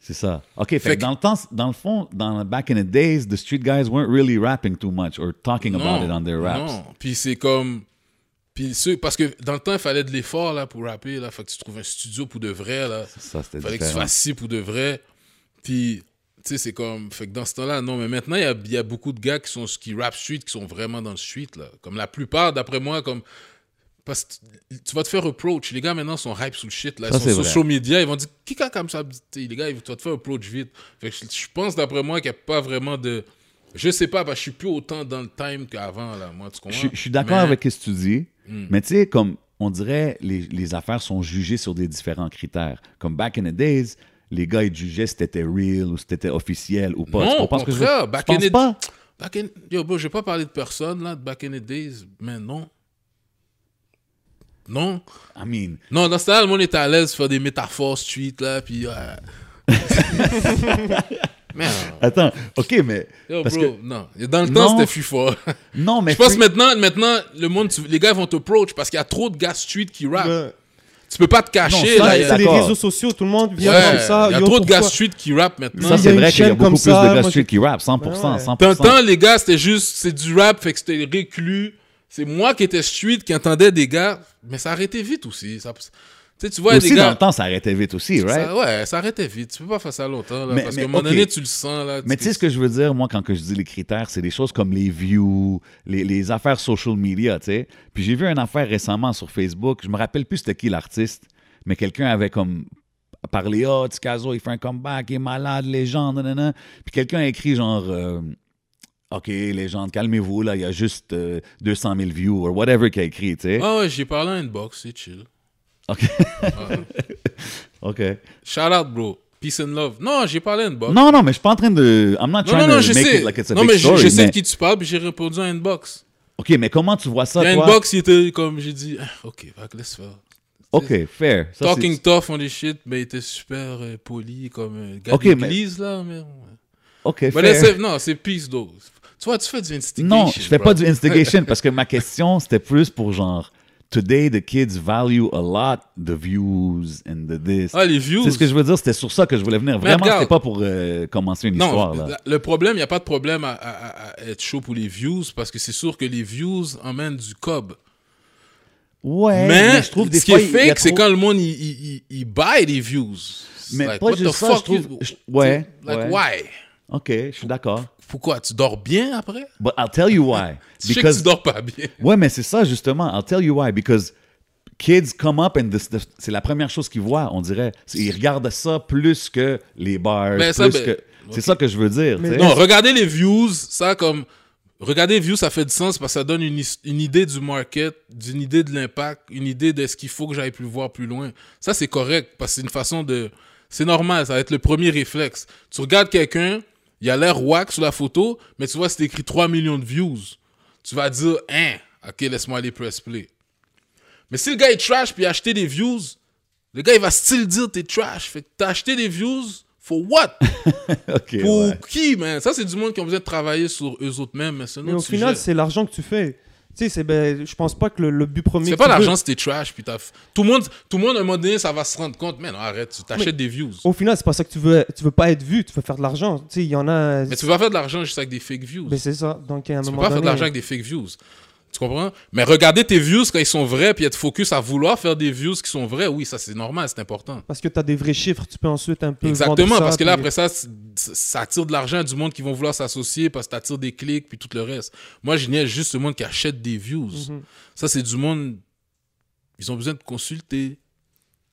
S2: c'est ça. OK, fait,
S3: Fait
S2: que
S3: que-
S2: dans le temps, dans le fond, dans back in the days, the street guys weren't really rapping too much or talking about it on their raps.
S3: non. Puis c'est comme. Puis ceux, parce que dans le temps, il fallait de l'effort là, pour rapper. Là. Fait que tu trouves un studio pour de vrai. Là.
S2: Ça, c'était
S3: fallait que tu
S2: différent.
S3: fasses ci pour de vrai. Puis, tu sais, c'est comme. Fait que dans ce temps-là, non, mais maintenant, il y a, il y a beaucoup de gars qui, sont, qui rap street, qui sont vraiment dans le street, là. Comme la plupart, d'après moi, comme. Parce que tu- tu vas te faire approach. Les gars, maintenant, sont hype sous le shit, là. Ils
S2: Ça, c'est
S3: sont
S2: vrai.
S3: social media. Ils vont dire, qui a comme ça? Tu sais, les gars, ils- tu vas te faire approach vite. Fait que je, je pense, d'après moi, qu'il n'y a pas vraiment de. Je sais pas, parce que je suis plus autant dans le time qu'avant, là. Moi, tu comprends?
S2: Je, je suis d'accord
S3: Mais- Hmm.
S2: avec ce que tu dis, mais tu sais, comme on dirait, les, les affaires sont jugées sur des différents critères. Comme back in the days, les gars, ils jugeaient si t'étais real ou si t'étais officiel ou pas.
S3: Non,
S2: Tu
S3: au
S2: comprends ce que je veux-
S3: contraire,
S2: tu
S3: back
S2: penses
S3: in the-
S2: pas?
S3: Back in... Yo, bro, je vais pas parler de personne, là, de back in the days, mais non. Non.
S2: I mean,
S3: Non, dans ce temps-là, le monde était à l'aise de faire des métaphores street, là, puis... euh, Man,
S2: attends, OK, mais...
S3: yo,
S2: parce
S3: bro, non. Dans le
S2: Non.
S3: temps, c'était fort.
S2: que, non, mais...
S3: Je pense
S2: free-
S3: maintenant, maintenant, le monde, tu- les gars vont te approach parce qu'il y a trop de gars street qui rap.
S1: Le-
S3: Tu peux pas te cacher,
S2: Non, ça,
S3: là.
S1: Ça,
S3: il y a-
S1: C'est les
S2: d'accord.
S1: réseaux sociaux, tout le monde
S3: Ouais, Il y
S1: vient
S3: a,
S1: comme ça. Yo,
S3: trop de gars
S1: pourquoi-
S3: street qui rap maintenant.
S2: ça,
S1: il y
S2: c'est
S1: a une
S2: vrai qu'il y a
S1: chaîne
S2: beaucoup
S1: comme
S2: plus
S1: ça,
S2: de gars
S1: moi,
S2: street qui rap, 100%,
S1: Ben ouais.
S2: 100%.
S3: T'entends, les gars, c'était juste, c'est du rap, fait que c'était reclus. C'est moi qui étais street, qui entendais des gars, mais ça arrêtait vite aussi. Ça, tu sais, tu vois,
S2: aussi,
S3: des
S2: dans
S3: gars.
S2: le temps, ça arrêtait vite aussi, right?
S3: Ça, ouais, ça arrêtait vite. Tu peux pas faire ça longtemps, là,
S2: Mais-
S3: parce
S2: mais,
S3: qu'à un moment
S2: ok.
S3: donné, tu le sens, là.
S2: Mais tu sais ce que je veux dire, moi, quand que je dis les critères, c'est des choses comme les views, les, les affaires social media, tu sais. Puis j'ai vu une affaire récemment sur Facebook, je me rappelle plus c'était qui l'artiste, mais quelqu'un avait comme parler Ah, Ticazo, il fait un comeback, il est malade, légende, nanana. Puis quelqu'un a écrit genre. euh, OK, légende, calmez-vous, là, il y a juste euh, 200 000 views, ou whatever qu'il a écrit, tu sais.
S3: Ah ouais, j'ai parlé à Inbox, c'est chill.
S2: OK.
S3: Ouais.
S2: OK.
S3: Shout out, bro. Peace and love. Non, j'ai parlé à Inbox.
S2: Non, non, mais je suis pas en train de. I'm not
S3: non,
S2: trying
S3: non, non,
S2: to
S3: je
S2: make
S3: sais.
S2: it like it's a
S3: non,
S2: big
S3: mais je-
S2: story,
S3: je sais
S2: mais-
S3: de qui tu parles, puis j'ai répondu à Inbox.
S2: OK, mais comment tu vois ça,
S3: Puis à
S2: toi?
S3: Inbox, il était comme, j'ai dit, Ah, ok, fuck, let's faire.
S2: OK, fair. Ça,
S3: Talking
S2: c'est-
S3: tough on the shit, mais il était super euh, poli, comme euh, gars
S2: Ok,
S3: de
S2: mais-
S3: l'église, là. Mais, ouais.
S2: OK,
S3: Mais
S2: fair.
S3: là, c'est- non, c'est peace, though. Tu vois, tu fais du instigation.
S2: Non, je fais
S3: bro.
S2: pas du instigation parce que ma question, c'était plus pour genre, today the kids value a lot the views and the this.
S3: Ah, les views.
S2: C'est ce que je veux dire, c'était sur ça que je voulais venir. Vraiment,
S3: regarde.
S2: c'était pas pour euh, commencer une
S3: Non,
S2: histoire. Là.
S3: la- le problème, il n'y a pas de problème à, à- à- à être chaud pour les views, parce que c'est sûr que les views emmènent du cob.
S2: Ouais,
S3: mais,
S2: Eh, je trouve des
S3: ce qui
S2: fois,
S3: est
S2: il y a
S3: fake, c'est
S2: trop-
S3: quand le monde, il, il, il- il buy les views. It's
S2: Mais
S3: like,
S2: pas
S3: what
S2: juste
S3: the
S2: ça,
S3: fuck
S2: je trouve-
S3: you-
S2: je- ouais,
S3: Like,
S2: ouais.
S3: why?
S2: Ok, je suis d'accord.
S3: Pourquoi? Tu dors bien après?
S2: But I'll tell you why.
S3: Je sais que tu dors pas bien.
S2: Ouais, mais c'est ça justement. I'll tell you why. Because kids come up and this- this- c'est la première chose qu'ils voient, on dirait. C'est- Ils regardent ça plus que les bars.
S3: Ben, ça,
S2: plus
S3: ben,
S2: que... C'est ça que je veux dire. tu sais.
S3: Non, regardez les views, ça comme... Regardez les views, ça fait du sens parce que ça donne une, his- une idée du market, d'une idée de l'impact, une idée de ce qu'il faut que j'aille plus voir plus loin. Ça, c'est correct parce que c'est une façon de... C'est normal, ça va être le premier réflexe. Tu regardes quelqu'un, il a l'air wack sur la photo, mais tu vois, c'est écrit 3 millions de views. Tu vas dire, hein, ok, laisse-moi aller press play. Mais si le gars est trash puis il a acheté des views, le gars, il va still dire t'es trash. Fait que t'as acheté des views, for what?
S2: Ok,
S3: Pour
S2: ouais.
S3: qui, man? Ça, c'est du monde qui ont besoin de travailler sur eux autres mêmes, mais c'est un
S1: Mais
S3: autre
S1: au
S3: sujet.
S1: final, c'est l'argent que tu fais. Tu sais, c'est- ben, je pense pas que le, le but premier.
S3: c'est
S1: que
S3: pas
S1: tu veux-
S3: l'argent, c'était trash, puis t'as... f- Tout le monde, tout le monde, à un moment donné, ça va se rendre compte. Man, arrête, tu t'achètes des views.
S1: Au final, c'est pas ça que tu veux. Tu veux pas être vu, tu veux faire de l'argent. Tu sais, il y en a.
S3: Mais tu vas faire de l'argent juste avec des fake views.
S1: Mais c'est ça. Donc, à un
S3: tu peux
S1: moment
S3: pas faire de
S1: donné-
S3: l'argent avec des fake views. Tu comprends? Mais regarder tes views quand ils sont vrais, puis être focus à vouloir faire des views qui sont vrais, oui, ça, c'est normal, c'est important.
S1: Parce que tu as des vrais chiffres, tu peux ensuite un peu.
S3: Exactement,
S1: vendre ça,
S3: parce que là,
S1: puis-
S3: après ça, c- c- ça attire de l'argent du monde qui vont vouloir s'associer parce que t'attires des clics puis tout le reste. Moi, je niaise juste le monde qui achète des views.
S1: Mhm.
S3: Ça, c'est du monde. Ils ont besoin de consulter.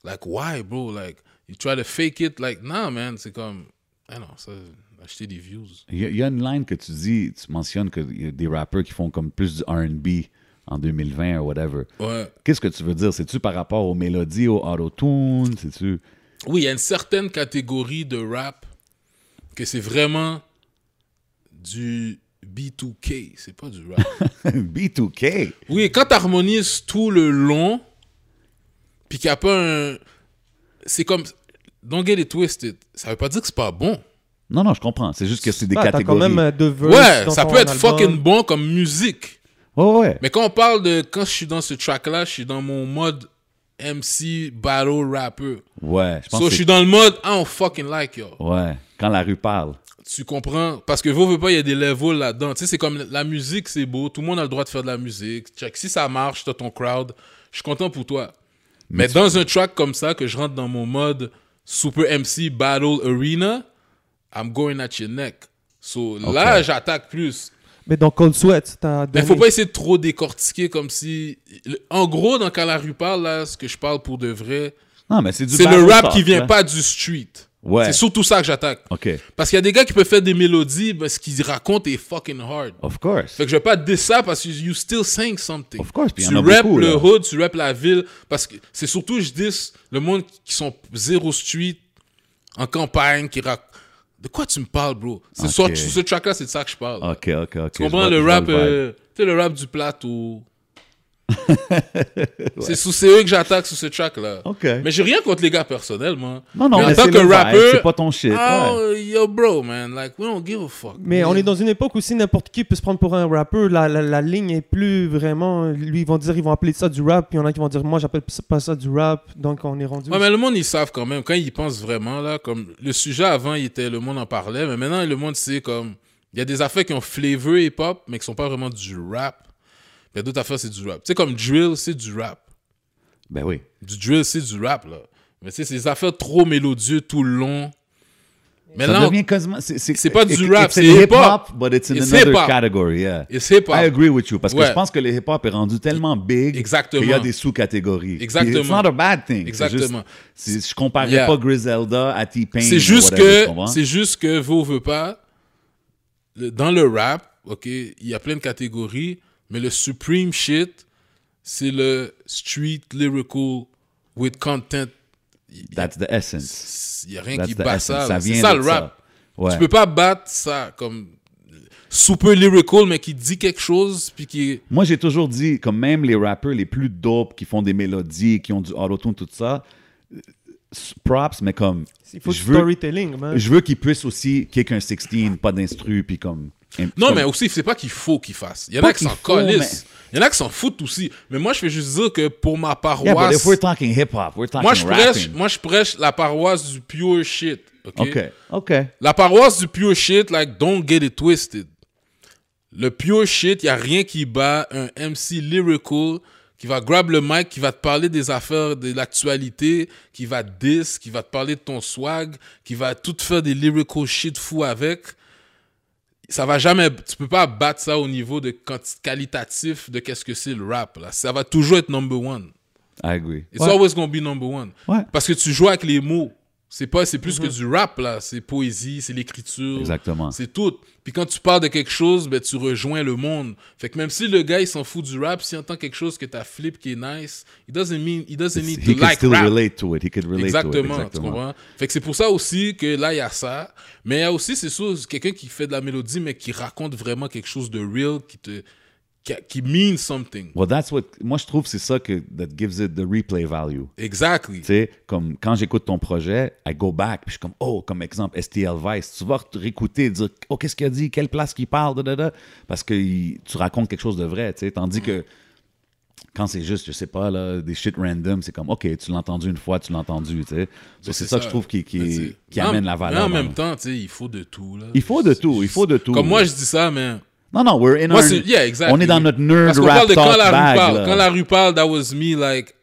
S3: Like, why, bro? Like, you try to fake it. Like, nah, man. C'est comme. Ah non, ça, acheter des views.
S2: Il y, a- il y a une line que tu dis, tu mentionnes qu'il y a des rappeurs qui font comme plus du RB en 2020 ou whatever.
S3: Ouais.
S2: Qu'est-ce que tu veux dire? C'est-tu par rapport aux mélodies, au auto-tune? C'est-tu.
S3: Oui, il y a une certaine catégorie de rap que c'est vraiment du B2K. C'est pas du rap.
S2: B2K!
S3: Oui, quand t'harmonises tout le long, puis qu'il n'y a pas un. C'est comme. Don't get it twisted. Ça veut pas dire que c'est pas bon.
S2: Non, non, je comprends. C'est juste que c'est des
S1: Ah, t'as quand
S2: catégories.
S1: même euh, deux verses
S3: ouais,
S1: dans
S3: ça
S1: ton
S3: peut être
S1: album.
S3: fucking bon comme musique.
S2: Ouais, ouais.
S3: Mais quand on parle de. Quand je suis dans ce track-là, je suis dans mon mode MC battle rapper.
S2: Ouais, je pense que.
S3: So, je
S2: c'est-
S3: suis dans le mode I don't fucking like yo.
S2: Ouais, quand la rue parle.
S3: Tu comprends? Parce que vous, vous pas, il y a des levels là-dedans. Tu sais, c'est comme la musique, c'est beau. Tout le monde a le droit de faire de la musique. Check. Si ça marche, t'as ton crowd. Je suis content pour toi. Mais, dans un track comme ça, que je rentre dans mon mode Super MC Battle Arena, I'm going at your neck. So là, j'attaque plus.
S1: Mais dans Cold Sweat, t'as.
S3: Mais
S1: donné-
S3: faut pas essayer de trop décortiquer comme si. le- En gros, dans Quand la rue parle, là, ce que je parle pour de vrai,
S2: Non, mais c'est du.
S3: c'est le
S2: battle
S3: rap
S2: talk,
S3: qui vient
S2: là.
S3: pas du street.
S2: Ouais.
S3: C'est surtout ça que j'attaque.
S2: OK.
S3: Parce qu'il y a des gars qui peuvent faire des mélodies, mais ce qu'ils racontent est fucking hard.
S2: Of course.
S3: Fait que je vais pas te dire ça parce que you still saying something.
S2: Of course, puis
S3: tu
S2: y en a
S3: rappes
S2: beaucoup,
S3: le
S2: là.
S3: hood, tu rappes la ville. Parce que c'est surtout, je dis, le monde qui sont zéro street, en campagne, qui rac... De quoi tu me parles, bro? C'est
S2: Ok.
S3: sur, sur ce track-là, c'est de ça que je parle.
S2: OK, OK, OK.
S3: tu comprends? Le rap, euh, tu sais, le rap du plateau. C'est sous c'est eux que j'attaque sur ce track-là.
S2: OK.
S3: Mais j'ai rien contre les gars personnels, moi.
S2: Non, non,
S3: mais en
S2: mais
S3: tant
S2: c'est
S3: que
S2: le vibe,
S3: rappeur,
S2: C'est pas ton shit. ouais.
S3: Oh, yo, bro, man. Like, we don't give a fuck.
S1: Mais on est dans une époque où si n'importe qui peut se prendre pour un rappeur, la, la, la ligne est plus vraiment. Lui, ils vont dire, ils vont appeler ça du rap, puis il y en a qui vont dire, moi, j'appelle pas ça du rap, donc on est rendu.
S3: Ouais, mais le monde, ils savent quand même. Quand ils y pensent vraiment, là, comme le sujet avant, il était le monde en parlait, mais maintenant, le monde sait comme. Il y a des affaires qui ont flavor hip-hop, mais qui sont pas vraiment du rap. Il y a d'autres affaires, c'est du rap. Tu sais, comme drill, c'est du rap.
S2: Ben oui.
S3: Du drill, c'est du rap, là. Mais tu sais, c'est des affaires trop mélodieuses tout le long. Mais
S2: ça
S3: là, on-
S2: devient quasiment. C'est
S3: c'est pas du rap,
S2: it's a
S3: c'est hip-hop.
S2: but it's in
S3: It's
S2: another
S3: hip-hop.
S2: category, yeah.
S3: Et c'est pas.
S2: I agree with you, parce que
S3: Ouais.
S2: je pense que le hip-hop est rendu tellement big
S3: Exactement.
S2: qu'il y a des sous-catégories. Puis
S3: Exactement.
S2: It's not a bad thing. C'est juste-
S3: Exactement.
S2: c'est- je comparais
S3: Yeah.
S2: pas Griselda à T-Pain.
S3: C'est
S2: ou
S3: juste
S2: whatever, tu
S3: que,
S2: comprends?
S3: c'est juste que, vous veut pas, le- dans le rap, ok, il y a plein de catégories, mais le supreme shit, c'est le street lyrical with content.
S2: That's the essence.
S3: Il y a rien
S2: That's
S3: qui
S2: the
S3: bat
S2: essence.
S3: ça. là.
S2: Ça
S3: C'est
S2: vient
S3: ça
S2: de
S3: le rap.
S2: ça. Ouais.
S3: Tu peux pas battre ça comme super lyrical, mais qui dit quelque chose, puis qui est.
S2: Moi, j'ai toujours dit, comme même les rappeurs les plus dope qui font des mélodies, qui ont du auto-tune, tout ça, euh, props, mais comme.
S1: Il faut du
S2: je veux,
S1: storytelling, man.
S2: je veux qu'ils puissent aussi kick un 16, pas d'instru, puis comme.
S3: Non,
S2: comme-
S3: mais aussi, c'est pas qu'il faut qu'il fasse. Il y en
S2: Pas
S3: a qui
S2: qu'il
S3: s'en
S2: faut,
S3: collissent. Il y en a qui s'en foutent aussi. Mais moi, je fais juste dire que pour ma
S2: Yeah, but
S3: paroisse.
S2: if we're talking hip-hop, we're talking
S3: Moi, je prêche,
S2: rapping.
S3: moi, je prêche la paroisse du pure shit. OK?
S2: OK. OK.
S3: La paroisse du pure shit, like, don't get it twisted. Le pure shit, il a rien qui bat un MC lyrical qui va grab le mic, qui va te parler des affaires de l'actualité, qui va te diss, qui va te parler de ton swag, qui va tout te faire des lyrical shit fous avec. Ça va jamais, tu peux pas battre ça au niveau de quanti- qualitatif de qu'est-ce que c'est le rap, là. Ça va toujours être number one.
S2: I agree.
S3: It's always gonna be number one.
S2: Ouais.
S3: Parce que tu joues avec les mots. C'est pas, c'est plus que du rap là. C'est poésie, c'est l'écriture.
S2: Mhm. Exactement.
S3: C'est tout. Puis quand tu parles de quelque chose, ben tu rejoins le monde. Fait que même si le gars il s'en fout du rap, s'il entend quelque chose que t'as flip qui est nice, it doesn't mean, he doesn't need
S2: He
S3: to
S2: can
S3: like
S2: still
S3: rap.
S2: relate to it. He could relate to it.
S3: Exactement, tu comprends? Fait que c'est pour ça aussi que là, il y a ça. Mais il y a aussi, c'est sûr, quelqu'un qui fait de la mélodie, mais qui raconte vraiment quelque chose de real, qui te, qui, qui means something.
S2: Well, that's what. Moi, je trouve que c'est ça que that gives it the replay value.
S3: Exactly.
S2: Tu sais, comme quand j'écoute ton projet, I go back, puis je suis comme, oh, comme exemple, STL Vice, tu vas te réécouter, dire, oh, qu'est-ce qu'il a dit, quelle place qu'il parle, da, da, da, parce que il- tu racontes quelque chose de vrai, tu sais, tandis que quand c'est juste, je sais pas, là, des shit random, c'est comme, ok, tu l'as entendu une fois, tu l'as entendu, tu
S3: Ben,
S2: sais. So, c'est ça, que je trouve qui, qui-
S3: Mais
S2: qui
S3: Ben, c'est-
S2: amène
S3: mais en-
S2: la
S3: mais
S2: valeur.
S3: en
S2: dans
S3: même
S2: le-
S3: temps, tu sais, il faut de tout. Là.
S2: Il faut de tout, il faut de tout.
S3: Comme moi, je dis ça, mais.
S2: Non, non, we're in
S3: Moi,
S2: our-
S3: c'est. Yeah, exactly.
S2: On est dans notre
S3: Parce
S2: nerd
S3: qu'on
S2: rap
S3: parle de
S2: talk
S3: quand la
S2: bag,
S3: rue parle.
S2: là.
S3: Quand la rue parle, that was me, like,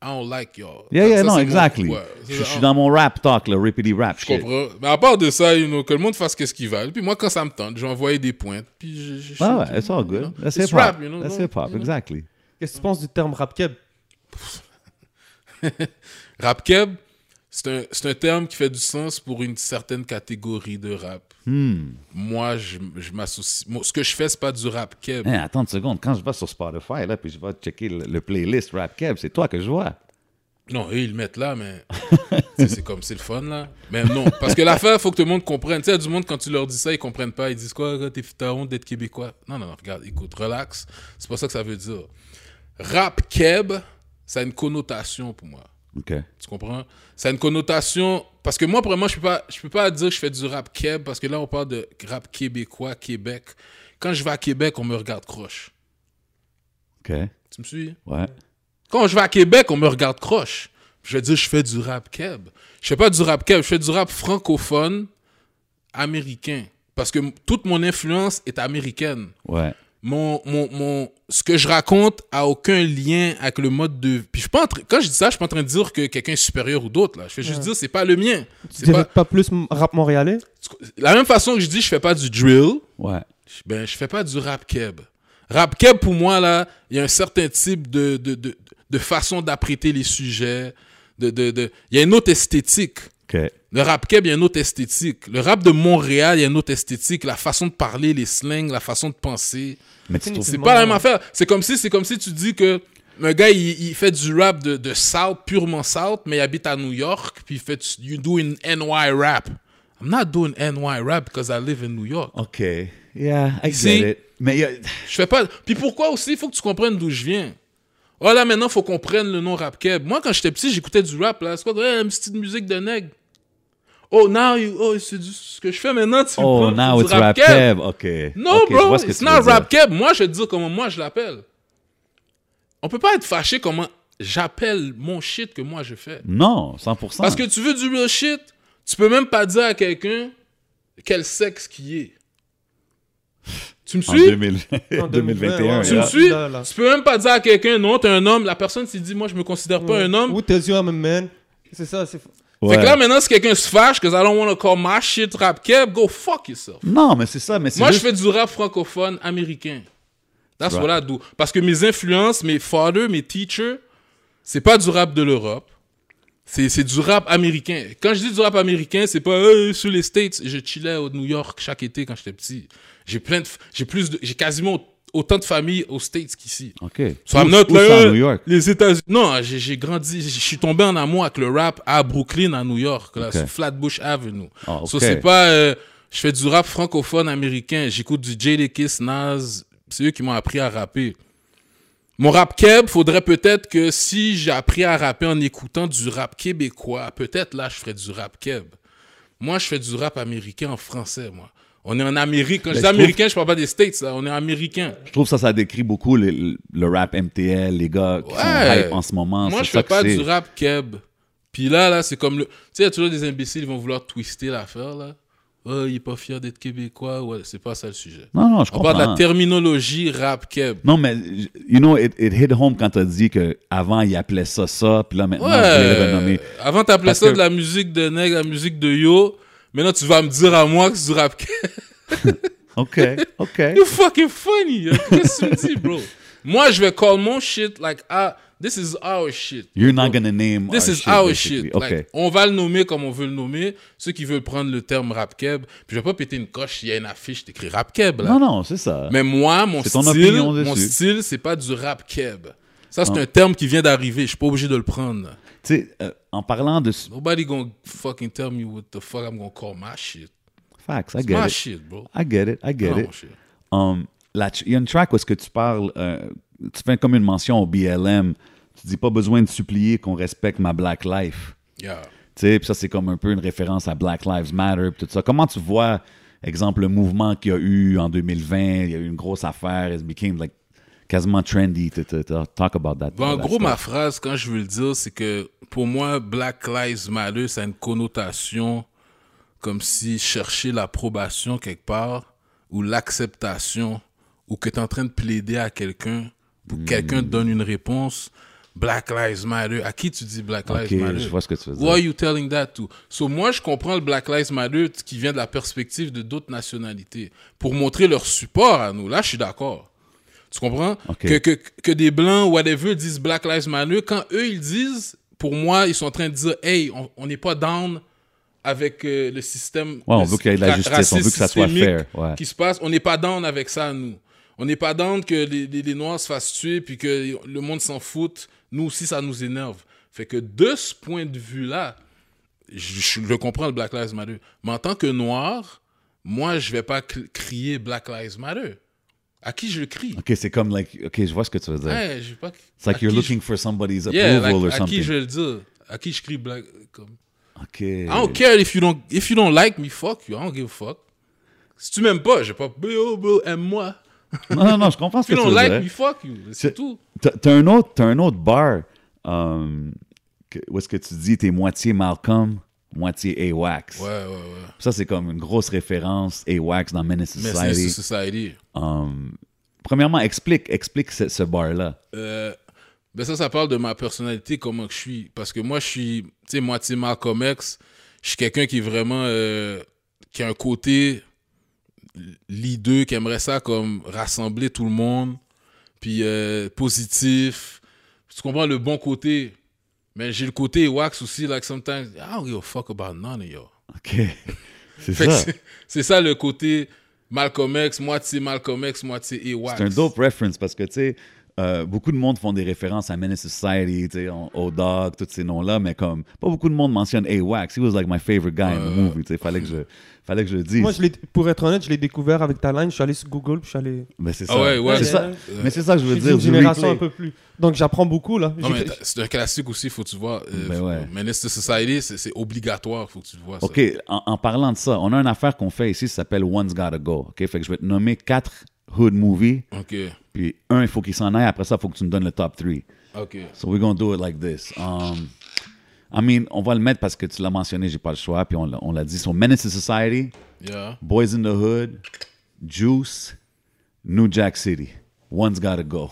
S3: I don't like y'all.
S2: Yeah, yeah,
S3: Ça,
S2: non,
S3: c'est mon-
S2: exactly.
S3: ouais,
S2: je,
S3: c'est-
S2: je suis
S3: ah,
S2: dans mon rap talk, le rippity rap
S3: Je
S2: shit.
S3: comprends. Mais à part de ça, you know, que le monde fasse ce qu'ils veulent. Puis moi, quand ça me tente, j'ai envoyé des pointes. Puis je. je- je-
S2: Ah ouais, it's all good.
S3: you know.
S2: That's
S3: It's
S2: hip hop.
S3: rap, you know,
S2: That's
S3: don't-
S2: hip hop,
S3: you know.
S2: exactly.
S1: Qu'est-ce que tu penses du terme rap keb
S3: Rap keb, c'est un, c'est un terme qui fait du sens pour une certaine catégorie de rap. Moi, je, je m'associe. moi, ce que je fais, c'est pas du rap keb.
S2: Hein, attends une seconde, quand je vais sur Spotify, là, puis je vais checker le, le playlist Rap Keb, c'est toi que je vois.
S3: Non, eux, ils le mettent là, mais Tu sais, c'est comme, c'est le fun, là. Mais non, parce que l'affaire, faut que tout le monde comprenne. Tu sais, il y a du monde, quand tu leur dis ça, ils comprennent pas. Ils disent quoi, gars, t'es t'as honte d'être québécois. Non, non, non, regarde, écoute, relax. C'est pas ça que ça veut dire. Rap keb, ça a une connotation pour moi.
S2: OK.
S3: Tu comprends? Ça a une connotation. Parce que moi, vraiment, je peux pas, je peux pas dire que je fais du rap keb, parce que là, on parle de rap québécois, Québec. Quand je vais à Québec, on me regarde croche.
S2: OK.
S3: Tu me suis?
S2: Ouais.
S3: Quand je vais à Québec, on me regarde croche. Je vais dire, je fais du rap keb. Je fais pas du rap keb, je fais du rap francophone américain. Parce que m- toute mon influence est américaine.
S2: Ouais.
S3: Mon, mon, mon, ce que je raconte a aucun lien avec le mode de... Puis je suis pas en train- quand je dis ça, je suis pas en train de dire que quelqu'un est supérieur ou d'autre. là. Je fais juste dire, c'est pas le mien.
S1: Tu
S3: C'est
S1: dirais pas...
S3: pas...
S1: plus m- rap montréalais
S3: La même façon que je dis, je fais pas du drill.
S2: Ouais.
S3: Je- Ben, je fais pas du rap keb. Rap keb, pour moi, là, il y a un certain type de, de, de, de façon d'apprêter les sujets. De, de, de... Il y a une autre esthétique.
S2: OK.
S3: Le rap keb, il y a une autre esthétique. Le rap de Montréal, il y a une autre esthétique. La façon de parler, les slangs, la façon de penser.
S2: Mais tu trouves.
S3: C'est
S1: Tellement,
S3: pas la même
S1: ouais.
S3: affaire. C'est comme si, c'est comme si tu dis que un gars, il, il fait du rap de, de South, purement South, mais il habite à New York, puis il fait du- you doing NY rap. I'm not doing NY rap because I live in New York.
S2: OK. Yeah, I
S3: See?
S2: get it. Mais il y a-
S3: Je fais pas. Puis pourquoi aussi, il faut que tu comprennes d'où je viens. Oh là, maintenant, faut qu'on prenne le nom rap keb. Moi, quand j'étais petit, j'écoutais du rap, là. C'est quoi, ouais, une petite musique de nègre. Oh, now you. Oh, c'est du- ce que je fais maintenant, tu
S2: Oh,
S3: me prends pour
S2: now
S3: du
S2: it's Rap Keb. OK.
S3: Non,
S2: OK, je
S3: bro,
S2: vois ce que
S3: it's
S2: tu
S3: not
S2: veux dire.
S3: rap keb. Moi, je vais te dire comment moi je l'appelle. On peut pas être fâché comment j'appelle mon shit que moi je fais.
S2: Non, 100%.
S3: Parce que tu veux du real shit, tu peux même pas dire à quelqu'un quel sexe qu'il est. Tu me
S2: En
S3: suis?
S2: 2000
S1: En
S2: 2021.
S1: ouais.
S3: Tu me
S2: yeah.
S3: suis?
S1: Là, là.
S3: Tu peux même pas dire à quelqu'un, non, t'es un homme. La personne s'est dit, moi, je me considère pas un homme.
S1: Who tells you I'm a man C'est ça, c'est.
S2: Ouais.
S3: Fait que là, maintenant, si quelqu'un se fâche, que I don't wanna call my shit rap keb, go fuck yourself.
S2: Non, mais c'est ça, mais c'est
S3: Moi,
S2: juste-
S3: je fais du rap francophone américain. That's
S2: Right.
S3: what I do. Parce que mes influences, mes fathers, mes teachers, c'est pas du rap de l'Europe. C'est c'est du rap américain. Quand je dis du rap américain, c'est pas euh, sur les States. Je chillais au New York chaque été quand j'étais petit. J'ai plein de, f- j'ai plus, de- j'ai quasiment autant de familles aux States qu'ici.
S2: OK.
S3: So I'm
S2: Où-
S3: not
S2: où
S3: like,
S2: ça,
S3: euh,
S2: New York?
S3: Les États-Unis. Non, j'ai j'ai grandi, je suis tombé en amour avec le rap à Brooklyn, à New York, là,
S2: Ok.
S3: sur Flatbush Avenue.
S2: Ah, ok.
S3: So, c'est pas. euh, je fais du rap francophone américain. J'écoute du Jadakiss, Nas. C'est eux qui m'ont appris à rapper. Mon rap keb, faudrait peut-être que si j'ai appris à rapper en écoutant du rap québécois, peut-être là, je ferais du rap keb. Moi, je fais du rap américain en français, moi. On est en Amérique. Quand
S2: Ben,
S3: je dis
S2: je trouve-
S3: américain, je parle pas des States, là. On est américain.
S2: Je trouve ça, ça décrit beaucoup le, le- le rap MTL, les gars qui sont
S3: Ouais.
S2: hype en ce moment.
S3: Moi,
S2: C'est
S3: je
S2: ça
S3: fais
S2: que
S3: pas
S2: c'est.
S3: du rap keb. Puis là, là, c'est comme le. Tu sais, il y a toujours des imbéciles qui vont vouloir twister l'affaire, là. Oh, il est pas fier d'être québécois. Ouais, c'est pas ça le sujet.
S2: Non, non, je
S3: On parle de
S2: comprends.
S3: la terminologie rap keb.
S2: Non, mais, you know, it, it hit home quand t'as dit qu'avant, ils appelaient ça ça, puis là, maintenant,
S3: Ouais.
S2: je vais le renommer.
S3: Avant, t'appelais
S2: Parce
S3: ça
S2: que-
S3: de la musique de nègre, la musique de yo. Maintenant, tu vas me dire à moi que c'est du rap keb.
S2: OK, OK.
S3: You fucking funny. yo. Qu'est-ce que tu me dis, bro? Moi, je vais call mon shit like, ah, this is our shit.
S2: You're not gonna name
S3: This
S2: our
S3: is
S2: shit,
S3: our
S2: basically.
S3: shit.
S2: OK.
S3: Like, on va le nommer comme on veut le nommer. Ceux qui veulent prendre le terme rap keb, puis je vais pas péter une coche, il y a une affiche, t'écris rap keb, là.
S2: Non, non, c'est ça.
S3: Mais moi, mon
S2: C'est ton
S3: style,
S2: opinion
S3: mon
S2: dessus.
S3: style, c'est pas du rap keb. Ça, c'est un terme qui vient d'arriver. Je suis pas obligé de le prendre.
S2: Tu sais, euh, en parlant de... s-
S3: Nobody gonna fucking tell me what the fuck I'm gonna call my shit.
S2: Facts, I
S3: It's my
S2: get it.
S3: shit, bro.
S2: I get it, I get
S3: Non,
S2: it.
S3: mon shit.
S2: Um, la ch- Il y a une track où est-ce que tu parles, euh, tu fais comme une mention au BLM. Tu dis pas besoin de supplier qu'on respecte ma black life.
S3: Yeah.
S2: Tu sais, puis ça, c'est comme un peu une référence à Black Lives Matter, puis tout ça. Comment tu vois, exemple, le mouvement qu'il y a eu en 2020, il y a eu une grosse affaire, it became like quasiment trendy to, to- to talk about that.
S3: Ben,
S2: that
S3: en gros,
S2: stuff.
S3: ma phrase, quand je veux le dire, c'est que pour moi, Black Lives Matter, ça a une connotation comme si chercher l'approbation quelque part ou l'acceptation ou que tu es en train de plaider à quelqu'un pour que quelqu'un te
S2: Hmm.
S3: donne une réponse. Black Lives Matter. À qui tu dis Black Lives
S2: Ok,
S3: Matter?
S2: je vois ce que tu veux dire.
S3: Who are you telling that to? So, moi, je comprends le Black Lives Matter t- qui vient de la perspective de d'autres nationalités pour montrer leur support à nous. Là, je suis d'accord. Tu comprends?
S2: Ok.
S3: Que, que, que des Blancs, whatever, disent Black Lives Matter, quand eux, ils disent, pour moi, ils sont en train de dire, hey, on- on n'est pas down avec euh, le système.
S2: Ouais, on
S3: le
S2: veut qu'il y ait de la
S3: ra-
S2: justice, on veut que ça soit
S3: racisme
S2: fair,
S3: systémique
S2: ouais.
S3: Qui se passe, on n'est pas down avec ça, nous. On n'est pas down que les, les- les Noirs se fassent tuer puis que le monde s'en foute. Nous aussi, ça nous énerve. Fait que de ce point de vue-là, je, je- je comprends le Black Lives Matter. Mais en tant que Noir, moi, je vais pas cl- crier Black Lives Matter. À qui je le crie
S2: Ok, c'est comme, like, ok, je vois ce que tu veux dire.
S3: Ouais, je vais pas.
S2: It's like
S3: à
S2: you're
S3: qui
S2: looking for somebody's
S3: je- Yeah,
S2: approval
S3: like,
S2: or
S3: À qui
S2: something.
S3: je vais le dire À qui je crie Black comme...
S2: Ok.
S3: I don't care if you don't if you don't like me, fuck you. I don't give a fuck. Si tu m'aimes pas, j'ai pas bro, bro, aime-moi.
S2: Non, non, non, je comprends ce
S3: If
S2: que
S3: you
S2: tu veux
S3: don't like
S2: dire. hein?
S3: me, fuck you. C'est
S2: C'est-
S3: tout.
S2: T'as- T'as un autre, t'as un autre bar um, que- où est-ce que tu dis t'es moitié Malcolm, moitié AWACS.
S3: Ouais, ouais, ouais.
S2: Ça, c'est comme une grosse référence AWACS dans Menace
S3: Mais
S2: Society.
S3: c'est c'est society.
S2: Um, premièrement, explique, explique ce, ce bar-là.
S3: Euh, ben ça, ça parle de ma personnalité, comment que je suis. Parce que moi, je suis, tu sais, moitié Malcolm X. Je suis quelqu'un qui est vraiment, euh, qui a un côté leader, qui aimerait ça comme rassembler tout le monde, puis euh, positif. Tu comprends le bon côté. Mais j'ai le côté wax aussi, like sometimes, I don't give a fuck about none of y'all.
S2: OK. C'est
S3: Fait que
S2: ça.
S3: c'est- C'est ça le côté Malcolm X, moitié Malcolm X, moitié AWACS.
S2: C'est un dope reference parce que, tu sais, euh, beaucoup de monde font des références à Menace Society, tu sais, on- O-Dog, tous ces noms-là, mais comme, pas beaucoup de monde mentionne AWACS. He was like my favorite guy in the movie, tu sais, fallait que je, fallait que je le dise.
S1: Moi, je l'ai- pour être honnête, je l'ai découvert avec ta line. Je suis allé sur Google, puis je suis allé.
S2: Mais c'est ça.
S3: Ah ouais, ouais.
S2: C'est ça.
S1: Ouais.
S2: Mais c'est ça que je veux
S1: Je suis
S2: dire.
S1: d'une
S2: du
S1: génération
S2: replay.
S1: un peu plus. Donc, j'apprends beaucoup, là.
S3: Non,
S1: J'ai-
S3: mais t'as- c'est un classique aussi, faut que tu vois. Euh,
S2: Ben
S3: faut-
S2: ouais.
S3: Menace to Society, c'est c'est obligatoire, faut que tu le vois. ça.
S2: OK, en, en parlant de ça, on a une affaire qu'on fait ici, ça s'appelle One's Gotta Go. OK, fait que je vais te nommer quatre hood movies,
S3: Ok,
S2: puis un, il faut qu'il s'en aille. Après ça, il faut que tu me donnes le top 3.
S3: ok.
S2: So we're gonna do it like this. Um, I mean, on va le mettre parce que tu l'as mentionné, j'ai pas le choix, puis on l'a- on l'a dit. So Menace to Society,
S3: Yeah.
S2: Boys in the Hood, Juice, New Jack City. One's gotta go.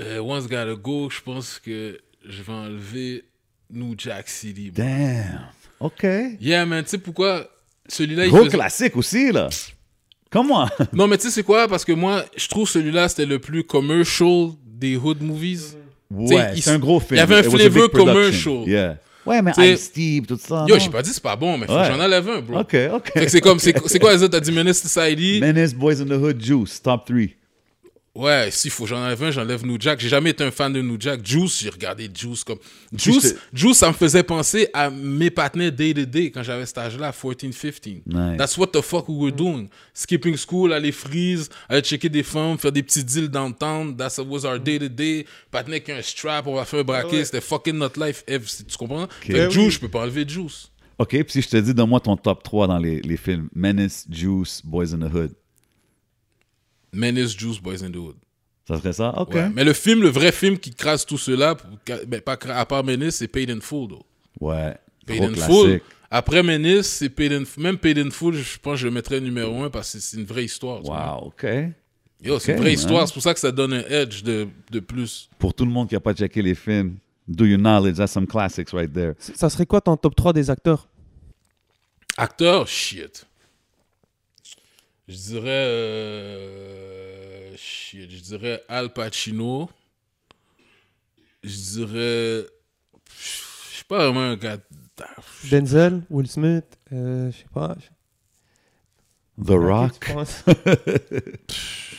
S3: Euh, Once Gotta Go, je pense que je vais enlever New Jack City. bro.
S2: Damn. OK.
S3: Yeah, man, tu sais pourquoi celui-là, il
S2: Gros
S3: faisait-
S2: classique aussi, là. Comment?
S3: Non, mais tu sais, c'est quoi? Parce que moi, je trouve celui-là, c'était le plus commercial des hood movies. T'sais,
S2: Ouais,
S3: il-
S2: c'est un gros film.
S3: il y avait un
S2: It was a
S3: flavor
S2: big production.
S3: commercial.
S2: Yeah. Ouais, mais
S3: T'sais,
S2: Ice-T, tout ça.
S3: Yo,
S2: Ah non?
S3: j'ai pas dit c'est pas bon, mais faut que
S2: Ouais.
S3: j'en enlève un, bro.
S2: OK, OK.
S3: Fait que c'est comme, c'est c'est quoi les autres? T'as dit Menace Society?
S2: Menace, Boys in the Hood, Juice, top 3.
S3: Ouais, s'il faut que j'en enlève un, j'enlève New Jack. J'ai jamais été un fan de New Jack. Juice, j'ai regardé Juice comme. Juice,
S2: j'étais-
S3: Juice ça me faisait penser à mes partenaires day to day quand j'avais cet âge-là, 14, 15.
S2: Nice.
S3: That's what the fuck we were
S2: Mm.
S3: doing. Skipping school, aller freeze, aller checker des femmes, faire des petits deals downtown. That was our day to day. Partenaire qui a un strap, on va faire un braquet. C'était fucking notre life, Eve. si Tu comprends? Fait que
S2: Ben oui.
S3: Juice, je peux pas enlever Juice.
S2: OK, puis si je te dis, donne-moi ton top 3 dans les, les films. Menace, Juice, Boys in the Hood.
S3: Menace, Juice, Boys in the Hood.
S2: Ça serait ça? OK.
S3: Ouais.
S2: Ouais.
S3: Mais le film, le vrai film qui crase tout cela, pour- ben, pas, cra- à part Menace, c'est Paid in Full, though. Paid
S2: Gros
S3: in Full.
S2: classique.
S3: Après Menace, c'est Paid in Même Paid in Full, je pense que je le mettrais numéro un parce que c'est une vraie histoire. tu vois.
S2: Wow, OK.
S3: Yo, c'est une
S2: Ok,
S3: vraie
S2: man.
S3: histoire. C'est pour ça que ça donne un edge de, de plus.
S2: Pour tout le monde qui n'a pas checké les films, Do Your Knowledge, that's some classics right there.
S1: Ça serait quoi ton top 3 des acteurs
S3: Acteur, shit. Je dirais. euh, shit. Je dirais Al Pacino. Je dirais. Je suis pas vraiment un gars.
S1: Denzel, Will Smith, euh, je sais pas.
S2: The Rock.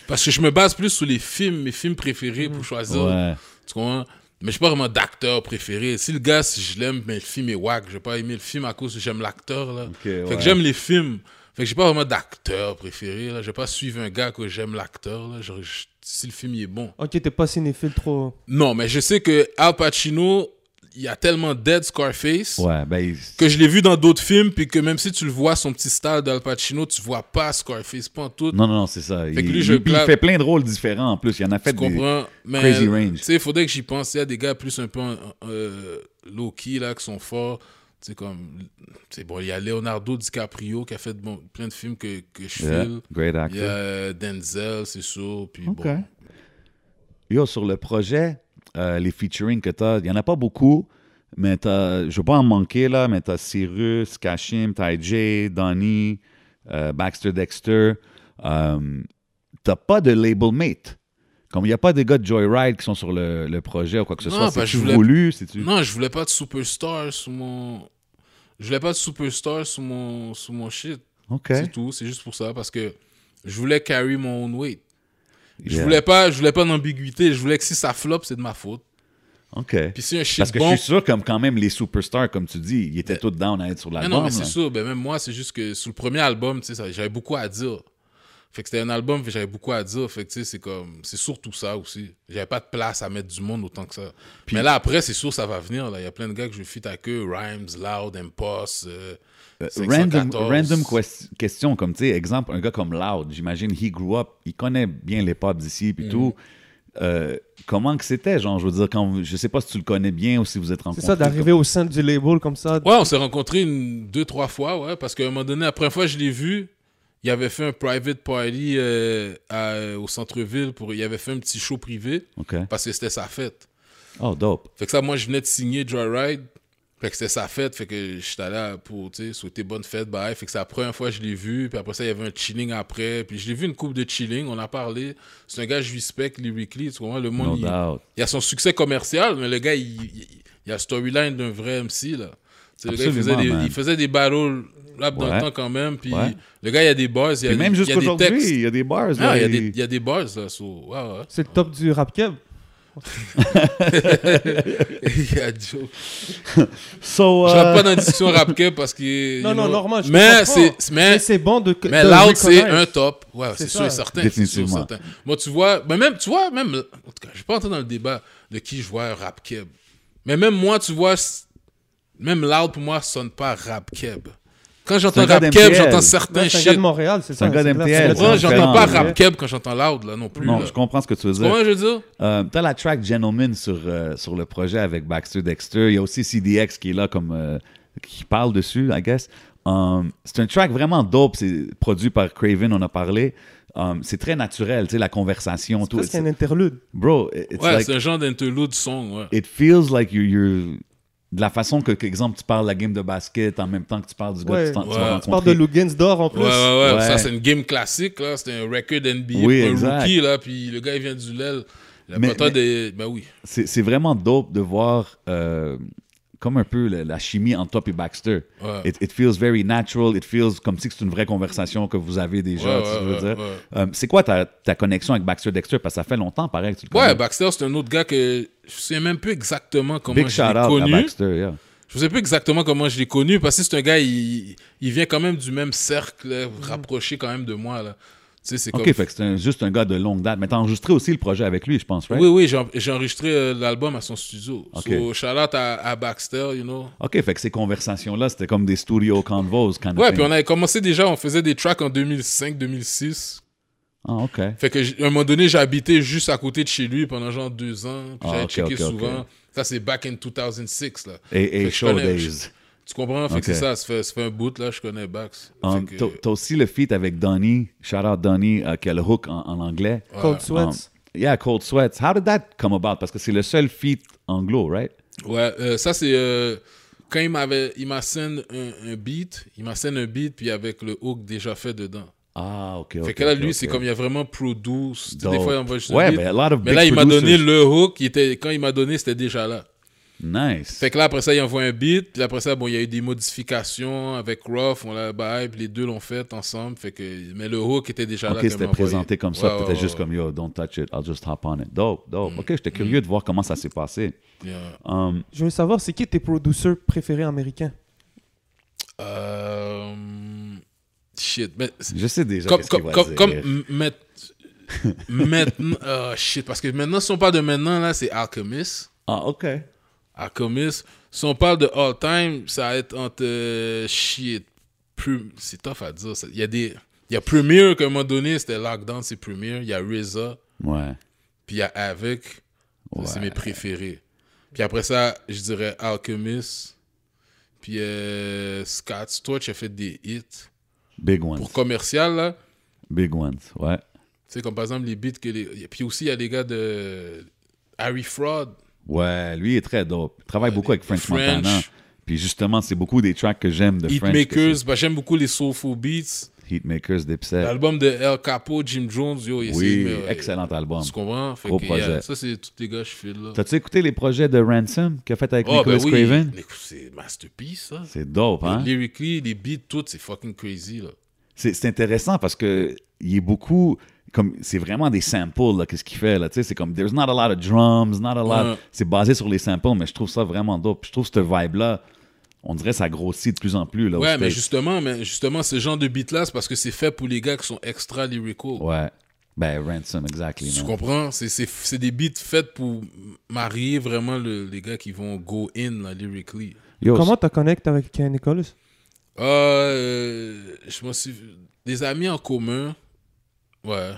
S3: Parce que je me base plus sur les films, mes films préférés pour choisir.
S2: Mhm. Ouais.
S3: Tu comprends? Mais je suis pas vraiment d'acteur préféré. Si le gars, si je l'aime, mais le film est wack. Je pas aimé le film à cause que j'aime l'acteur. là. fait
S2: ouais.
S3: que j'aime les films. Fait que j'ai pas vraiment d'acteur préféré. Là. Je vais pas suivre un gars que j'aime l'acteur. là. Genre, je- Si le film il est bon.
S1: Ok, t'es pas cinéphile trop.
S3: Non, mais je sais que Al Pacino, il y a tellement Dead Scarface
S2: Ouais, ben, il-
S3: que je l'ai vu dans d'autres films. Puis que même si tu le vois, son petit style d'Al Pacino, tu vois pas Scarface, pas en tout.
S2: Non, non, non, c'est ça.
S3: que
S2: il,
S3: lui, je
S2: il- puis il
S3: claque.
S2: fait plein de rôles différents en plus. Il y en a fait
S3: tu
S2: des-
S3: comprends? Mais,
S2: crazy range.
S3: Tu sais, il faudrait que j'y pense. Il y a des gars plus un peu euh, low-key, là, qui sont forts. Tu sais, comme... Tu sais, bon, il y a Leonardo DiCaprio qui a fait bon, plein de films que, que je
S2: Yeah,
S3: file.
S2: Great
S3: Il
S2: actor.
S3: y a euh, Denzel, c'est sûr. Puis
S2: OK.
S3: bon...
S2: Yo, sur le projet, euh, les featuring que t'as, il n'y en a pas beaucoup, mais t'as, je veux pas en manquer là, mais t'as Cyrus, Kashim, Ty J, Donnie, euh, Baxter Dexter. Euh, t'as pas de label mate. Comme il n'y a pas des gars de Joyride qui sont sur le, le projet ou quoi que ce
S3: Non,
S2: soit,
S3: parce que
S2: c'est-tu
S3: je voulais-
S2: voulu? C'est-tu...
S3: Non, je voulais pas de superstar sur mon... Je voulais pas de superstar sur mon, sur mon shit.
S2: OK.
S3: C'est tout. C'est juste pour ça, parce que je voulais carry mon own weight. Je
S2: Yeah.
S3: voulais pas, je voulais pas d'ambiguïté. Je voulais que si ça flop, c'est de ma faute.
S2: OK.
S3: Puis si un shit
S2: Parce que
S3: bon,
S2: je suis sûr, comme quand même, les superstars, comme tu dis, ils étaient tous down à être sur
S3: Ah
S2: l'album.
S3: non, mais
S2: là.
S3: c'est sûr. Ben, même moi, c'est juste que sur le premier album, tu sais, ça- j'avais beaucoup à dire. Fait que c'était un album, fait que j'avais beaucoup à dire. Fait que, tu sais, c'est comme, c'est surtout ça aussi. J'avais pas de place à mettre du monde autant que ça.
S2: Puis-
S3: mais là, après, c'est sûr, ça va venir, là. Il y a plein de gars que je fit à queue. Rhymes, Loud, Impost, euh,
S2: Random,
S3: 514.
S2: random quest- question, comme tu sais, exemple, un gars comme Loud, j'imagine, he grew up, il connaît bien les pop d'ici
S3: Mm.
S2: puis tout. Euh, comment que c'était, genre, je veux dire, quand, je sais pas si tu le connais bien ou si vous êtes
S1: C'est
S2: rencontrés.
S1: ça, d'arriver au sein du label comme ça.
S3: Ouais, on s'est rencontrés une, deux, trois fois, ouais. Parce qu'à un moment donné, la première fois que je l'ai vu, il avait fait un private party euh, à- au centre-ville. pour Il avait fait un petit show privé
S2: comme- OK.
S3: parce que c'était sa fête.
S2: Oh, dope.
S3: Fait que ça, moi, je venais de signer Joyride. Fait que c'était sa fête. Fait que j'étais allé pour tu sais, souhaiter bonne fête. Bye. Fait que c'est la première fois que je l'ai vu. Puis après ça, il y avait un chilling après. Puis je l'ai vu une coupe de chilling. On a parlé. C'est un gars, je respecte lyrically. Tu comprends? Le
S2: No
S3: monde, il,
S2: doubt.
S3: il a son succès commercial, mais le gars, il, il, il a le storyline d'un vrai MC. Là. Tu sais, Le gars, il faisait,
S2: Absolument,
S3: des,
S2: man.
S3: il faisait des battles rap dans
S2: Ouais.
S3: le temps quand même. Puis
S2: Ouais.
S3: le gars, il a des bars. Il y a,
S2: Et même
S3: il y a des
S2: jusqu'aujourd'hui,
S3: textes.
S2: il y a des bars.
S3: Ah,
S2: là,
S3: il y a
S2: et-
S3: des, il y a des bars. Là, so, hein. ouais, ouais.
S1: C'est le top du rap keb.
S3: il y a du-
S2: So,
S3: Je
S2: euh,
S3: rentre pas dans la discussion rap cap parce que.
S1: Non,
S3: you
S1: non,
S3: know,
S1: normal. je
S3: Mais
S1: comprends.
S3: c'est. Mais,
S1: Mais c'est bon de.
S3: Eh, mais
S1: de
S3: Loud, c'est
S1: reconnaître.
S3: un top. Ouais,
S1: C'est
S3: c'est sûr et
S1: ça.
S3: certain. c'est sûr et
S2: Définitivement.
S3: certain. Moi, tu vois, mais même, tu vois, même. En tout cas, je vais pas entrer dans le débat de qui je vois rap keb. Mais même moi, tu vois, c- même Loud pour moi sonne pas rap keb.
S2: C'est
S3: Quand
S2: un
S3: j'entends
S2: gars
S3: rap keb,
S2: d'MTL.
S3: j'entends
S1: Ouais,
S3: certains
S1: C'est un gars
S3: shit.
S1: de Montréal, c'est ça.
S2: un gars
S1: c'est
S2: d'MTL,
S1: clair.
S2: c'est un
S3: Moi, J'entends
S2: référent,
S3: pas
S2: ouais.
S3: rap keb quand j'entends Loud, là, non plus.
S2: Non,
S3: là.
S2: je comprends ce que tu veux dire.
S3: Comment je veux dire?
S2: Euh, T'as la track Gentleman sur, euh, sur le projet avec Baxter Dexter. Il y a aussi CDX qui est là comme euh, qui parle dessus, I guess. Um, c'est un track vraiment dope. C'est produit par Craven, on a parlé. um, c'est très naturel, tu sais, la conversation. tout.
S1: C'est un interlude.
S2: Bro, it's
S3: Ouais,
S2: like,
S3: c'est un genre d'interlude song, ouais.
S2: it feels like you- you're... De la façon que, par exemple, tu parles de la game de basket en même temps que tu parles du gars que
S1: Ouais.
S2: tu, t'en- tu
S3: Ouais.
S2: vas
S1: Tu parles de
S2: rencontrer.
S1: Lugens d'or en plus.
S3: Ouais, ouais, ouais,
S2: Ouais.
S3: Ça, c'est une game classique, là. C'était un record NBA
S2: Oui,
S3: pour un
S2: exact.
S3: rookie, là. Puis le gars, il vient du LEL. La
S2: Mais-
S3: patate
S2: mais-
S3: des. Ben oui.
S2: C'est c'est vraiment dope de voir euh, comme un peu la, la chimie entre top et Baxter.
S3: Ouais.
S2: It, it feels very natural. It feels comme si c'est une vraie conversation que vous avez déjà.
S3: Ouais,
S2: tu sais, je veux
S3: ouais,
S2: dire.
S3: ouais, ouais.
S2: Euh, c'est quoi ta, ta connexion avec Baxter Dexter? Parce que ça fait longtemps, pareil, que tu le connais.
S3: Ouais, Baxter, c'est un autre gars que je sais même plus exactement comment
S2: Big
S3: je
S2: shout
S3: l'ai
S2: out à
S3: connu.
S2: Baxter. yeah.
S3: Je sais plus exactement comment je l'ai connu parce que c'est un gars, il, il vient quand même du même cercle, là, rapproché quand même de moi. Là. Tu sais, c'est
S2: Mm. Ok,
S3: comme.
S2: fait que c'est un- juste un gars de longue date. Mais t'as enregistré aussi le projet avec lui, je pense, right?
S3: Oui, oui, j'ai en- j'ai enregistré euh, l'album à son studio.
S2: Ok.
S3: So, shout out à, à Baxter, you know.
S2: Ok, fait que ces conversations-là, c'était comme des studio convos. Kind of
S3: Ouais,
S2: thing.
S3: puis on avait commencé déjà, on faisait des tracks en 2005-2006.
S2: Ah, ok.
S3: Fait que j'- à un moment donné, j'habitais juste à côté de chez lui pendant genre deux ans. Puis
S2: Ah,
S3: j'avais
S2: ok,
S3: checké
S2: ok, ok.
S3: souvent. Ça, c'est back in 2006, là.
S2: Et,
S3: Fait
S2: et
S3: que je
S2: Show
S3: connais-
S2: Days.
S3: Tu comprends? Fait
S2: Ok.
S3: que c'est ça, ça fait, ça fait un bout, là, je connais Bax. Fait
S2: Um,
S3: que-
S2: t'as t'as aussi le feat avec Donnie. Shout out Donnie, euh, qui a le hook en, en anglais.
S1: Cold Sweats.
S2: Um, yeah, Cold Sweats. How did that come about? Parce que c'est le seul feat anglo, right?
S3: Ouais, euh, ça c'est euh, quand il m'avait, il m'a scène un, un beat, il m'a scène un beat puis avec le hook déjà fait dedans.
S2: Ah, ok.
S3: fait
S2: ok,
S3: que là
S2: ok,
S3: lui
S2: ok.
S3: c'est comme il a vraiment produce. Des
S2: Dope.
S3: fois il envoie juste
S2: Ouais,
S3: le beat.
S2: mais a lot of
S3: mais
S2: big
S3: là il m'a donné
S2: producers.
S3: le hook, il était, quand il m'a donné c'était déjà là.
S2: Nice.
S3: Fait que là après ça il envoie un beat, puis après ça bon il y a eu des modifications avec Ruff, on l'a bail, puis les deux l'ont fait ensemble. Fait que mais le hook était déjà là.
S2: Ok,
S3: quand il
S2: c'était
S3: m'a envoyé.
S2: présenté comme ça,
S3: Ouais,
S2: peut-être
S3: ouais,
S2: juste
S3: ouais,
S2: comme
S3: Mm,
S2: yo, don't touch it, I'll just hop on it. Dope, dope. Ok, j'étais curieux de voir comment ça s'est passé.
S3: yeah.
S2: Um,
S1: Je veux savoir, c'est qui tes producers préférés américains
S3: Euh, Shit, mais
S2: je sais déjà
S3: comme,
S2: qu'est-ce qu'il
S3: comme,
S2: va
S3: comme,
S2: dire.
S3: comme mm. m- met- maintenant, ah, shit, parce que maintenant, si on parle de maintenant, là, c'est Alchemist.
S2: Ah, ok.
S3: Alchemist. Si on parle de all time, ça va être entre euh, shit. Pru- C'est tough à dire. ça. Il y a des. Il y a Premier, qu'à un moment donné, c'était Lockdown, c'est Premier. Il y a RZA,
S2: Ouais.
S3: puis il y a Avec. Ça,
S2: Ouais.
S3: C'est mes préférés. Puis après ça, je dirais Alchemist. Puis euh, Scott, toi, tu as fait des hits.
S2: Big ones.
S3: Pour commercial, là,
S2: Big ones, ouais.
S3: Tu sais, comme par exemple les beats que les. Puis aussi, il y a les gars de Harry Fraud.
S2: Ouais, lui est très dope. Il travaille beaucoup avec French,
S3: Ah, French.
S2: Montana. Puis justement, c'est beaucoup des tracks que j'aime de French. que
S3: Heatmakers, bah, j'aime beaucoup les Soulful Beats.
S2: c'est- Heatmakers, Dipset.
S3: L'album de El Capo, Jim Jones, yo, il
S2: Oui,
S3: essaye, mais, euh,
S2: excellent album.
S3: Tu comprends? Fait
S2: Gros
S3: que, yeah,
S2: projet.
S3: ça, c'est tous les gars que je file là.
S2: T'as-tu écouté les projets de Ransom qu'il a fait avec Nicholas
S3: ben oui,
S2: Craven?
S3: mais écoute, c'est masterpiece, ça.
S2: C'est dope, hein?
S3: Lyrically, les beats, tout, c'est fucking crazy, là.
S2: C'est c'est intéressant parce que il est beaucoup comme c'est vraiment des samples là qu'est-ce qu'il fait là tu sais c'est comme there's not a lot of drums not a lot
S3: Ouais.
S2: c'est basé sur les samples mais je trouve ça vraiment dope Puis je trouve cette vibe là on dirait que ça grossit de plus en plus là
S3: Ouais,
S2: au
S3: mais
S2: States.
S3: justement, mais justement, ce genre de beat-là, c'est parce que c'est fait pour les gars qui sont extra lyrical.
S2: ouais ben ransom exactly
S3: Tu
S2: man.
S3: comprends? C'est- C'est c'est des beats faits pour marier vraiment le- les gars qui vont go in là, lyrically.
S2: Yo,
S1: Comment tu connectes avec Ken Nicholas
S3: Euh, je m'en suis. Des amis en commun. Ouais.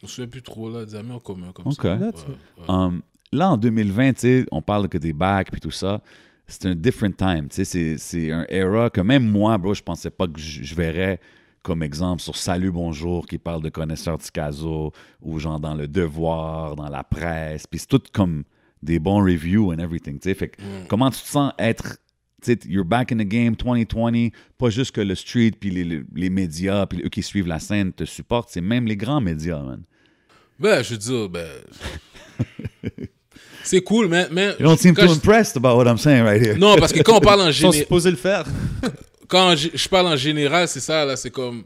S3: Je me souviens plus trop là, des amis en commun comme
S2: Ok.
S3: ça.
S1: Là,
S3: Ouais,
S1: tu-
S3: ouais.
S2: Um, là, en 2020, tu sais, on parle que des bacs puis tout ça. C'est un different time. tu sais, C'est, c'est un era que même moi, bro, je pensais pas que je je verrais comme exemple sur Salut Bonjour qui parle de connaisseurs du caso ou genre dans Le Devoir, dans la presse. Puis c'est tout comme des bons reviews and everything. tu sais. Fait que Comment tu te sens être. tu sais, You're back in the game 2020, pas juste que le street puis les, les- les médias puis eux qui suivent la scène te supportent, c'est même les grands médias, man.
S3: Ben, je veux dire, ben. c'est cool, mais. mais
S2: You don't seem
S3: quand
S2: too
S3: je-
S2: impressed about what I'm saying right here.
S3: Non, parce que quand on parle en
S1: Ils sont
S3: général.
S1: supposés le faire.
S3: Quand je je parle en général, c'est ça là, c'est comme.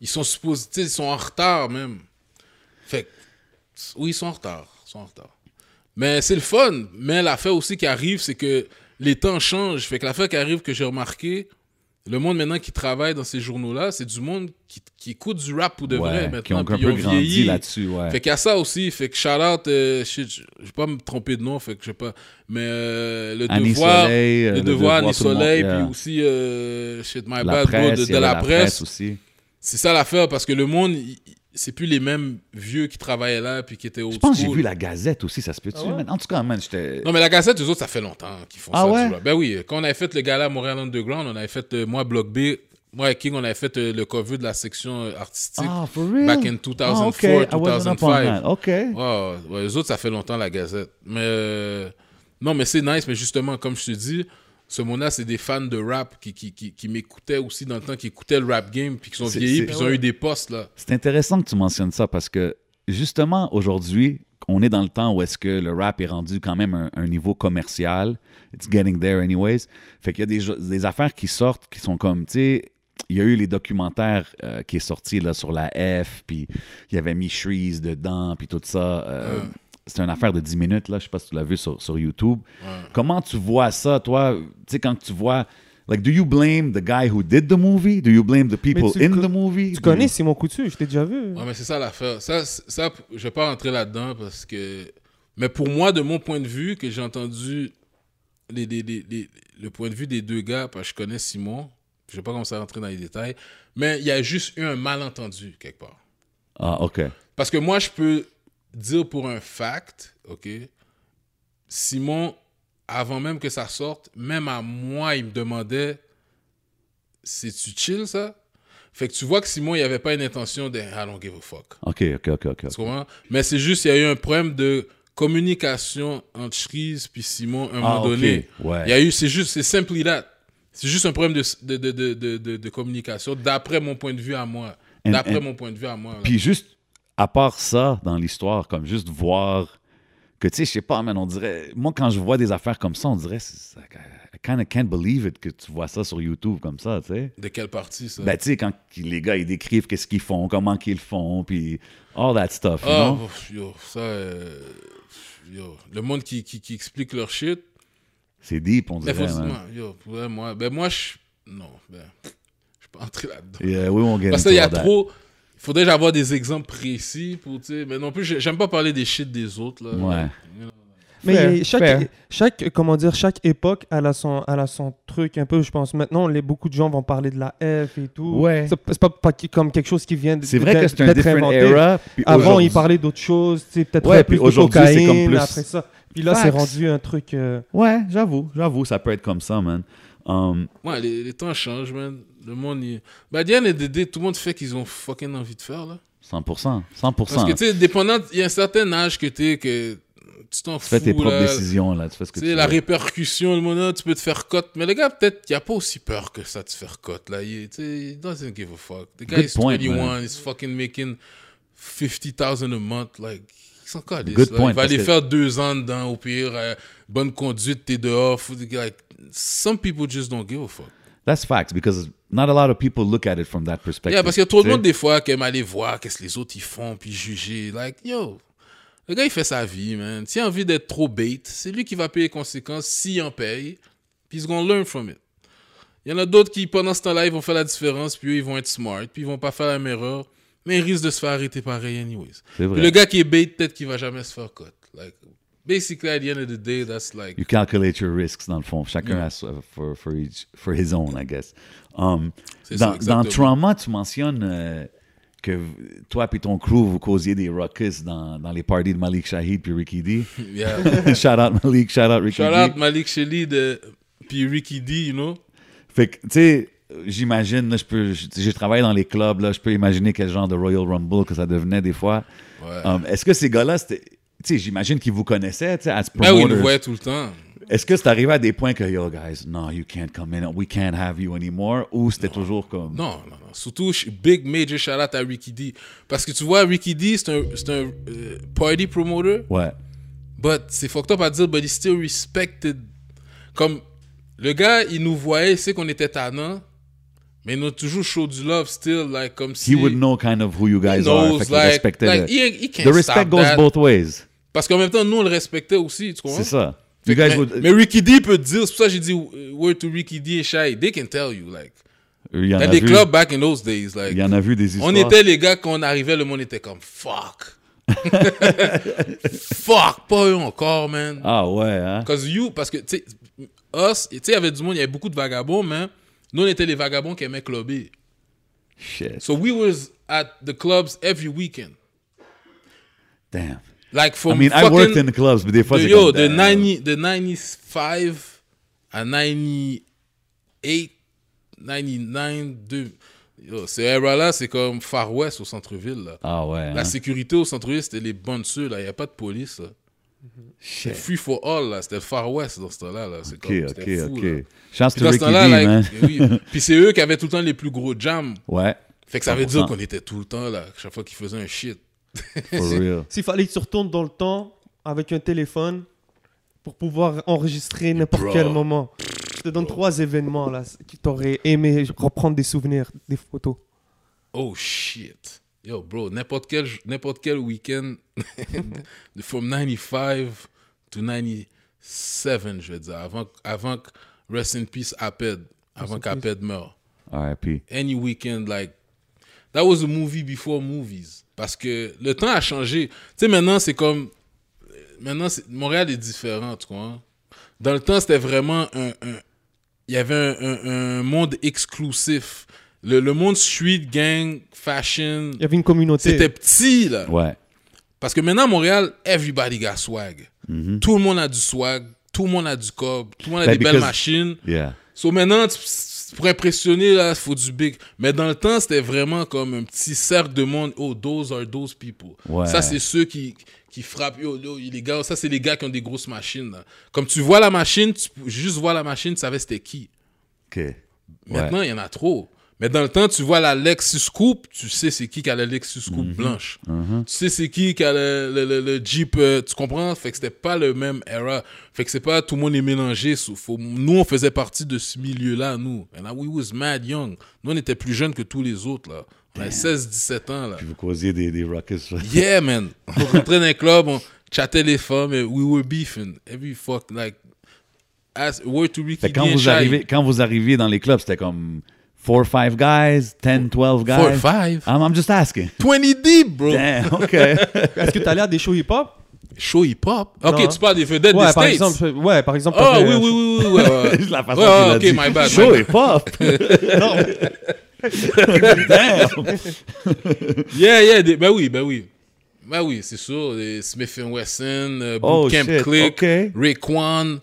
S3: Ils sont supposés. tu sais, Ils sont en retard même. Fait que- Oui, ils sont en retard. Ils sont en retard. Mais c'est le fun. Mais l'affaire aussi qui arrive, c'est que les temps changent. Fait que l'affaire qui arrive que j'ai remarqué, le monde maintenant qui travaille dans ces journaux-là, c'est du monde qui, qui écoute du rap pour de
S2: Ouais,
S3: vrai maintenant.
S2: qui ont un
S3: puis
S2: peu
S3: ils
S2: grandi
S3: vieilli.
S2: là-dessus, ouais.
S3: Fait qu'il y a ça aussi. Fait que shout out, euh, shit, je je vais pas me tromper de nom, fait que je sais pas. Mais euh, le
S2: Annie
S3: devoir,
S2: Soleil, euh,
S3: le,
S2: Le
S3: devoir,
S2: Devoir,
S3: Annie
S2: tout le
S3: Soleil,
S2: monde,
S3: puis
S2: yeah.
S3: aussi, euh, shit, my
S2: la
S3: bad, bro,
S2: presse,
S3: de,
S2: il y
S3: de
S2: avait
S3: la presse.
S2: aussi.
S3: C'est ça l'affaire, parce que le monde, il- il- c'est plus les mêmes vieux qui travaillaient là, puis qui étaient au
S2: Je pense que j'ai vu la Gazette aussi, ça se peut-tu?
S1: Ah ouais?
S2: man? En tout cas, man, j'étais.
S3: Non, mais la cassette, eux autres, ça fait longtemps qu'ils font
S2: Ah
S3: ça.
S2: ouais?
S3: du rap. Ben oui, quand on avait fait le gala Montréal Underground, on avait fait, euh, moi, Block B, Moi et King, on avait fait euh, le cover de la section euh, artistique
S2: Ah, for real?
S3: back in 2004,
S2: Ah, okay. I wasn't up on
S3: 2005.
S2: that. Okay.
S3: Wow, ouais, eux autres, ça fait longtemps la Gazette. Mais euh, non, mais c'est nice. Mais justement, comme je te dis, ce monde-là, c'est des fans de rap qui, qui, qui, qui m'écoutaient aussi dans le temps, qui écoutaient le rap game, puis qui sont
S2: C'est-
S3: vieillis,
S2: c'est-
S3: puis ils ont eu des postes là.
S2: C'est intéressant que tu mentionnes ça parce que justement aujourd'hui, on est dans le temps où est-ce que le rap est rendu quand même un, un niveau commercial. It's getting there anyways. Fait qu'il y a des, jo- des affaires qui sortent qui sont comme, tu sais, il y a eu les documentaires euh, qui est sorti là sur la F, puis il y avait mis Shreeze dedans, puis tout ça. Euh, C'est une affaire de 10 minutes, là. Je sais pas si tu l'as vu sur, sur YouTube. Comment tu vois ça, toi? Tu sais, quand tu vois... Like, do you blame the guy who did the movie? Do you blame the people
S1: tu
S2: in
S1: co-
S2: the movie?
S1: Tu
S2: Do you-
S1: connais Simon Coutu, je t'ai déjà vu.
S3: Ouais, mais c'est ça l'affaire. Ça, c'est- ça, p- je vais pas rentrer là-dedans parce que. Mais pour moi, de mon point de vue, que j'ai entendu les, les- les- les- le point de vue des deux gars, parce que je connais Simon, je vais pas commencer à rentrer dans les détails, mais il y a juste eu un malentendu quelque part.
S2: Ah, OK.
S3: Parce que moi, je peux dire pour un fact, OK, Simon, avant même que ça sorte, même à moi, il me demandait C'est-tu chill ça Fait que tu vois que Simon, il avait pas une intention de I don't give a fuck.
S2: OK, OK, OK, OK.
S3: Tu comprends? Mais c'est juste, il y a eu un problème de communication entre Chris puis Simon à un moment
S2: Ah, ok.
S3: donné.
S2: Ouais.
S3: Il y a eu, c'est juste, c'est simply that. C'est juste un problème de, de, de, de, de, de communication d'après mon point de vue à moi.
S2: And-
S3: D'après
S2: and-
S3: mon point de vue à moi. là.
S2: Puis juste, à part ça, dans l'histoire, comme juste voir que, tu sais, je sais pas, man, on dirait... Moi, quand je vois des affaires comme ça, on dirait... c'est- I kind of can't believe it que tu vois ça sur YouTube comme ça, tu sais.
S3: De quelle partie, ça?
S2: Ben, tu sais, quand les gars, ils décrivent qu'est-ce qu'ils font, comment qu'ils le font, puis all that stuff, you
S3: Ah,
S2: know?
S3: pff, yo, ça... euh, yo, le monde qui, qui, qui explique leur shit,
S2: C'est deep, on
S3: mais
S2: dirait,
S3: faut-
S2: man.
S3: yo, pour vrai, moi, ben moi, je... Non, ben, je suis pas entré là-dedans.
S2: Yeah, we won't get
S3: Parce
S2: into
S3: qu'il y a
S2: all that.
S3: trop. Il faudrait avoir des exemples précis pour, tu sais. Mais non plus, j'ai- j'aime pas parler des shit des autres, là.
S2: Ouais.
S1: Mais
S2: Fair,
S1: il y a-
S2: fair.
S1: chaque, chaque, comment dire, chaque époque, elle a, son, elle a son truc un peu, je pense. Maintenant, les, beaucoup de gens vont parler de la F et tout.
S2: Ouais.
S1: C'est c'est pas, pas qui- comme quelque chose qui vient de-
S2: C'est vrai que
S1: d'être-
S2: c'est un
S1: d'être
S2: different
S1: inventé.
S2: era. puis
S1: Avant,
S2: aujourd'hui-
S1: ils parlaient d'autres choses, tu sais, peut-être
S2: Ouais, puis
S1: plus de
S2: aujourd'hui, c'est
S1: cocaïne,
S2: comme plus-
S1: après ça. Puis là, c'est
S2: Facts.
S1: rendu un truc... euh,
S2: Ouais, j'avoue, j'avoue, ça peut être comme ça, man. Um,
S3: Ouais, les, les temps changent, man. Le monde, il... Ben, Diane et Dédé, tout le monde fait qu'ils ont fucking envie de faire, là.
S2: 100%, 100%.
S3: Parce que, tu sais, dépendant, il y a un certain âge que t'es, que tu t'en
S2: Tu
S3: fous,
S2: fais tes propres
S3: là.
S2: décisions, là. Tu fais ce que
S3: Tu
S2: tu
S3: sais,
S2: veux.
S3: la répercussion, le monde, là, tu peux te faire cote. Mais les gars, peut-être qu'il n'y a pas aussi peur que ça de se faire cote, là. Il, tu sais, il doesn't give a fuck. The guy
S2: Good
S3: is
S2: point,
S3: 21,
S2: man.
S3: he's fucking making 50,000 a month, like... il s'en calisse,
S2: Good
S3: là.
S2: point,
S3: il va aller
S2: parce que-
S3: faire deux ans dedans, au pire, euh, bonne conduite, t'es dehors. Faut, like, some people just don't give a fuck.
S2: That's facts, because not a lot of people look at it from that perspective.
S3: Yeah, parce qu'il y a trop de
S2: tu sais.
S3: monde des fois qui aime aller voir qu'est-ce que les autres ils font puis juger. Like, yo, le gars il fait sa vie, man. S'il a envie d'être trop bait, c'est lui qui va payer les conséquences s'il en paye. Puis ils vont learn from it. Il y en a d'autres qui, pendant ce temps-là, ils vont faire la différence, puis eux, ils vont être smart, puis ils vont pas faire la même erreur, mais ils risquent de se faire arrêter pareil, anyways.
S2: C'est vrai.
S3: Puis le gars qui est bait, peut-être qu'il va jamais se faire cut. Like, basically, at the end of the day, that's like.
S2: You calculate your risks, dans le fond. Chacun a so- for, for, each, for his own, I guess. Um,
S3: C'est ça,
S2: dans, dans
S3: exactement.
S2: Trauma, tu mentionnes euh, que v- toi puis ton crew, vous causiez des ruckus dans, dans les parties de Malik Shahid puis Ricky D.
S3: Yeah.
S2: shout out Malik, shout out Ricky
S3: Shout
S2: D.
S3: out Malik Shelley de. Puis Ricky D, you know?
S2: Fait que, tu sais, j'imagine, là, je peux, je- j'ai travaillé dans les clubs, là, je peux imaginer quel genre de Royal Rumble que ça devenait des fois.
S3: Ouais. Ah
S2: Um, Est-ce que ces gars-là, c'était- tu sais, j'imagine qu'ils vous connaissaient, tu sais, as
S3: Ben oui, il nous
S2: promoters.
S3: voyait tout le temps.
S2: Est-ce que c'est arrivé à des points que, yo, guys, no, you can't come in, we can't have you anymore, ou c'était toujours comme...
S3: Non, non, non. Surtout, sh- big major shout out à Ricky D. Parce que tu vois, Ricky D, c'est un, c'est un euh, party promoter,
S2: Ouais,
S3: but c'est fucked up à dire, but he still respected. Comme, le gars, il nous voyait, il sait qu'on était tannant, mais il nous a toujours show du love, still, like, comme si.
S2: he would know kind of who you
S3: He
S2: guys are,
S3: knows,
S2: fait qu'il
S3: like,
S2: respectait
S3: like,
S2: le-
S3: he- he can't
S2: The respect
S3: stop
S2: goes
S3: that.
S2: both ways,
S3: Parce qu'en même temps, nous, on le respectait aussi, tu comprends?
S2: c'est ça.
S3: Fait
S2: You
S3: que-
S2: guys
S3: mais,
S2: would...
S3: mais Ricky D peut dire, c'est pour ça que j'ai dit, euh, word to Ricky D et Shai, they can tell you, like.
S2: Il y en
S3: Dans
S2: a
S3: des
S2: vu,
S3: clubs back in those days, like.
S2: il y en a vu des histoires.
S3: On était les gars, quand on arrivait, le monde était comme fuck. fuck, pas eux encore, man.
S2: Ah ouais, hein?
S3: Cause you, parce que, tu sais, us, tu sais, il y avait du monde, il y avait beaucoup de vagabonds, mais nous, on était les vagabonds qui aimaient clubber.
S2: Shit,
S3: So we was at the clubs every weekend.
S2: damn.
S3: Like
S2: I
S3: from
S2: mean, I
S3: fucking,
S2: worked in the clubs, mais des fois,
S3: de,
S2: c'est
S3: yo,
S2: comme,
S3: de,
S2: damn.
S3: 90, de 95 à 98, 99, 2. Ces era-là, c'est comme Far West au centre-ville. là.
S2: Ah ouais.
S3: La
S2: hein?
S3: sécurité au centre-ville, c'était les bonnes seules. Il n'y a pas de police. là.
S2: Shit.
S3: C'était Free for All, là. C'était le Far West dans ce temps-là. là. C'est
S2: Ok,
S3: comme-
S2: ok,
S3: c'était fou,
S2: ok.
S3: là.
S2: euh, Chance
S3: Puis
S2: to
S3: dans ce
S2: Ricky D,
S3: temps-là, là,
S2: man.
S3: oui. Puis c'est eux qui avaient tout le temps les plus gros jams.
S2: Ouais,
S3: Fait que ça veut dire
S2: 100%.
S3: qu'on était tout le temps là, chaque fois qu'ils faisaient un shit.
S2: for real.
S1: S'il fallait que tu retournes dans le temps avec un téléphone pour pouvoir enregistrer n'importe
S3: Bro.
S1: quel moment. Je te donne trois événements là qui t'auraient aimé reprendre des souvenirs, des photos.
S3: Oh shit. Yo, bro, n'importe quel, n'importe quel week-end, from 95 to 97, je veux dire, avant, avant que Rest in Peace Aped, avant
S1: in
S3: qu'Aped meure.
S2: R.I.P.
S3: Any weekend, like, that was a movie before movies. Parce que le temps a changé. Tu sais, maintenant, c'est comme. Maintenant, c'est- Montréal est différent, tu vois. Dans le temps, c'était vraiment un. un- Il y avait un, un- un monde exclusif. Le, le monde street, gang, fashion.
S1: Il y avait une communauté.
S3: C'était petit, là.
S2: Ouais.
S3: Parce que maintenant, à Montréal, everybody got swag. Tout le monde a du swag. Tout le monde a du cob. Tout le monde a
S2: Ben,
S3: des belles
S2: because-
S3: machines.
S2: Yeah.
S3: So maintenant, tu- pour impressionner, là, faut du big. Mais dans le temps, c'était vraiment comme un petit cercle de monde. Oh, those are those people.
S2: Ouais.
S3: Ça, c'est ceux qui, qui frappent. Yo, yo, les gars, ça, c'est les gars qui ont des grosses machines. là. Comme tu vois la machine, tu pou- juste voir la machine, tu savais c'était qui.
S2: Ok.
S3: Maintenant, il y en a trop. Mais dans le temps, tu vois la Lexus Coupe, tu sais c'est qui qui a la Lexus Coupe
S2: Mm-hmm.
S3: blanche. Tu sais c'est qui qui a le, le- le- le Jeep, euh, tu comprends? Fait que c'était pas le même era. Fait que c'est pas tout le monde est mélangé. so- faut- nous, on faisait partie de ce milieu-là, nous. And we was mad young. Nous, on était plus jeunes que tous les autres, là. On avait 16, 17 ans, là.
S2: Puis vous causiez des, des ruckus.
S3: Yeah, man. On rentrait dans un club, on chattait les femmes, et we were beefing. Every fuck, like, as, word to Ricky
S2: Fait que quand
S3: D and
S2: vous,
S3: Shy.
S2: arrivez, quand vous arriviez dans les clubs, c'était comme 4 5 guys, 10 12 guys.
S3: Four, five.
S2: I'm, I'm just asking.
S3: 20 deep, bro.
S2: Damn, OK.
S1: Est-ce que tu allais à des shows hip-hop
S3: show hip-hop. Ok,
S2: Ah.
S1: Non.
S3: tu parles des vedettes
S1: Ouais, par
S3: des States.
S1: exemple, je- ouais, par exemple.
S3: Ah
S1: t'avais,
S3: oui,
S1: euh,
S3: oui, oui, oui, ouais, ouais.
S2: La façon
S3: Ouais,
S2: qu'il a
S3: ok,
S2: dit.
S3: my bad,
S2: Show
S3: my
S2: hip hop. Damn.
S3: Yeah, yeah, des- ben oui, ben oui. Ben oui, c'est sûr. des Smith Wesson, euh,
S2: Oh,
S3: Bootcamp
S2: shit,
S3: Click,
S2: ok.
S3: Raekwon.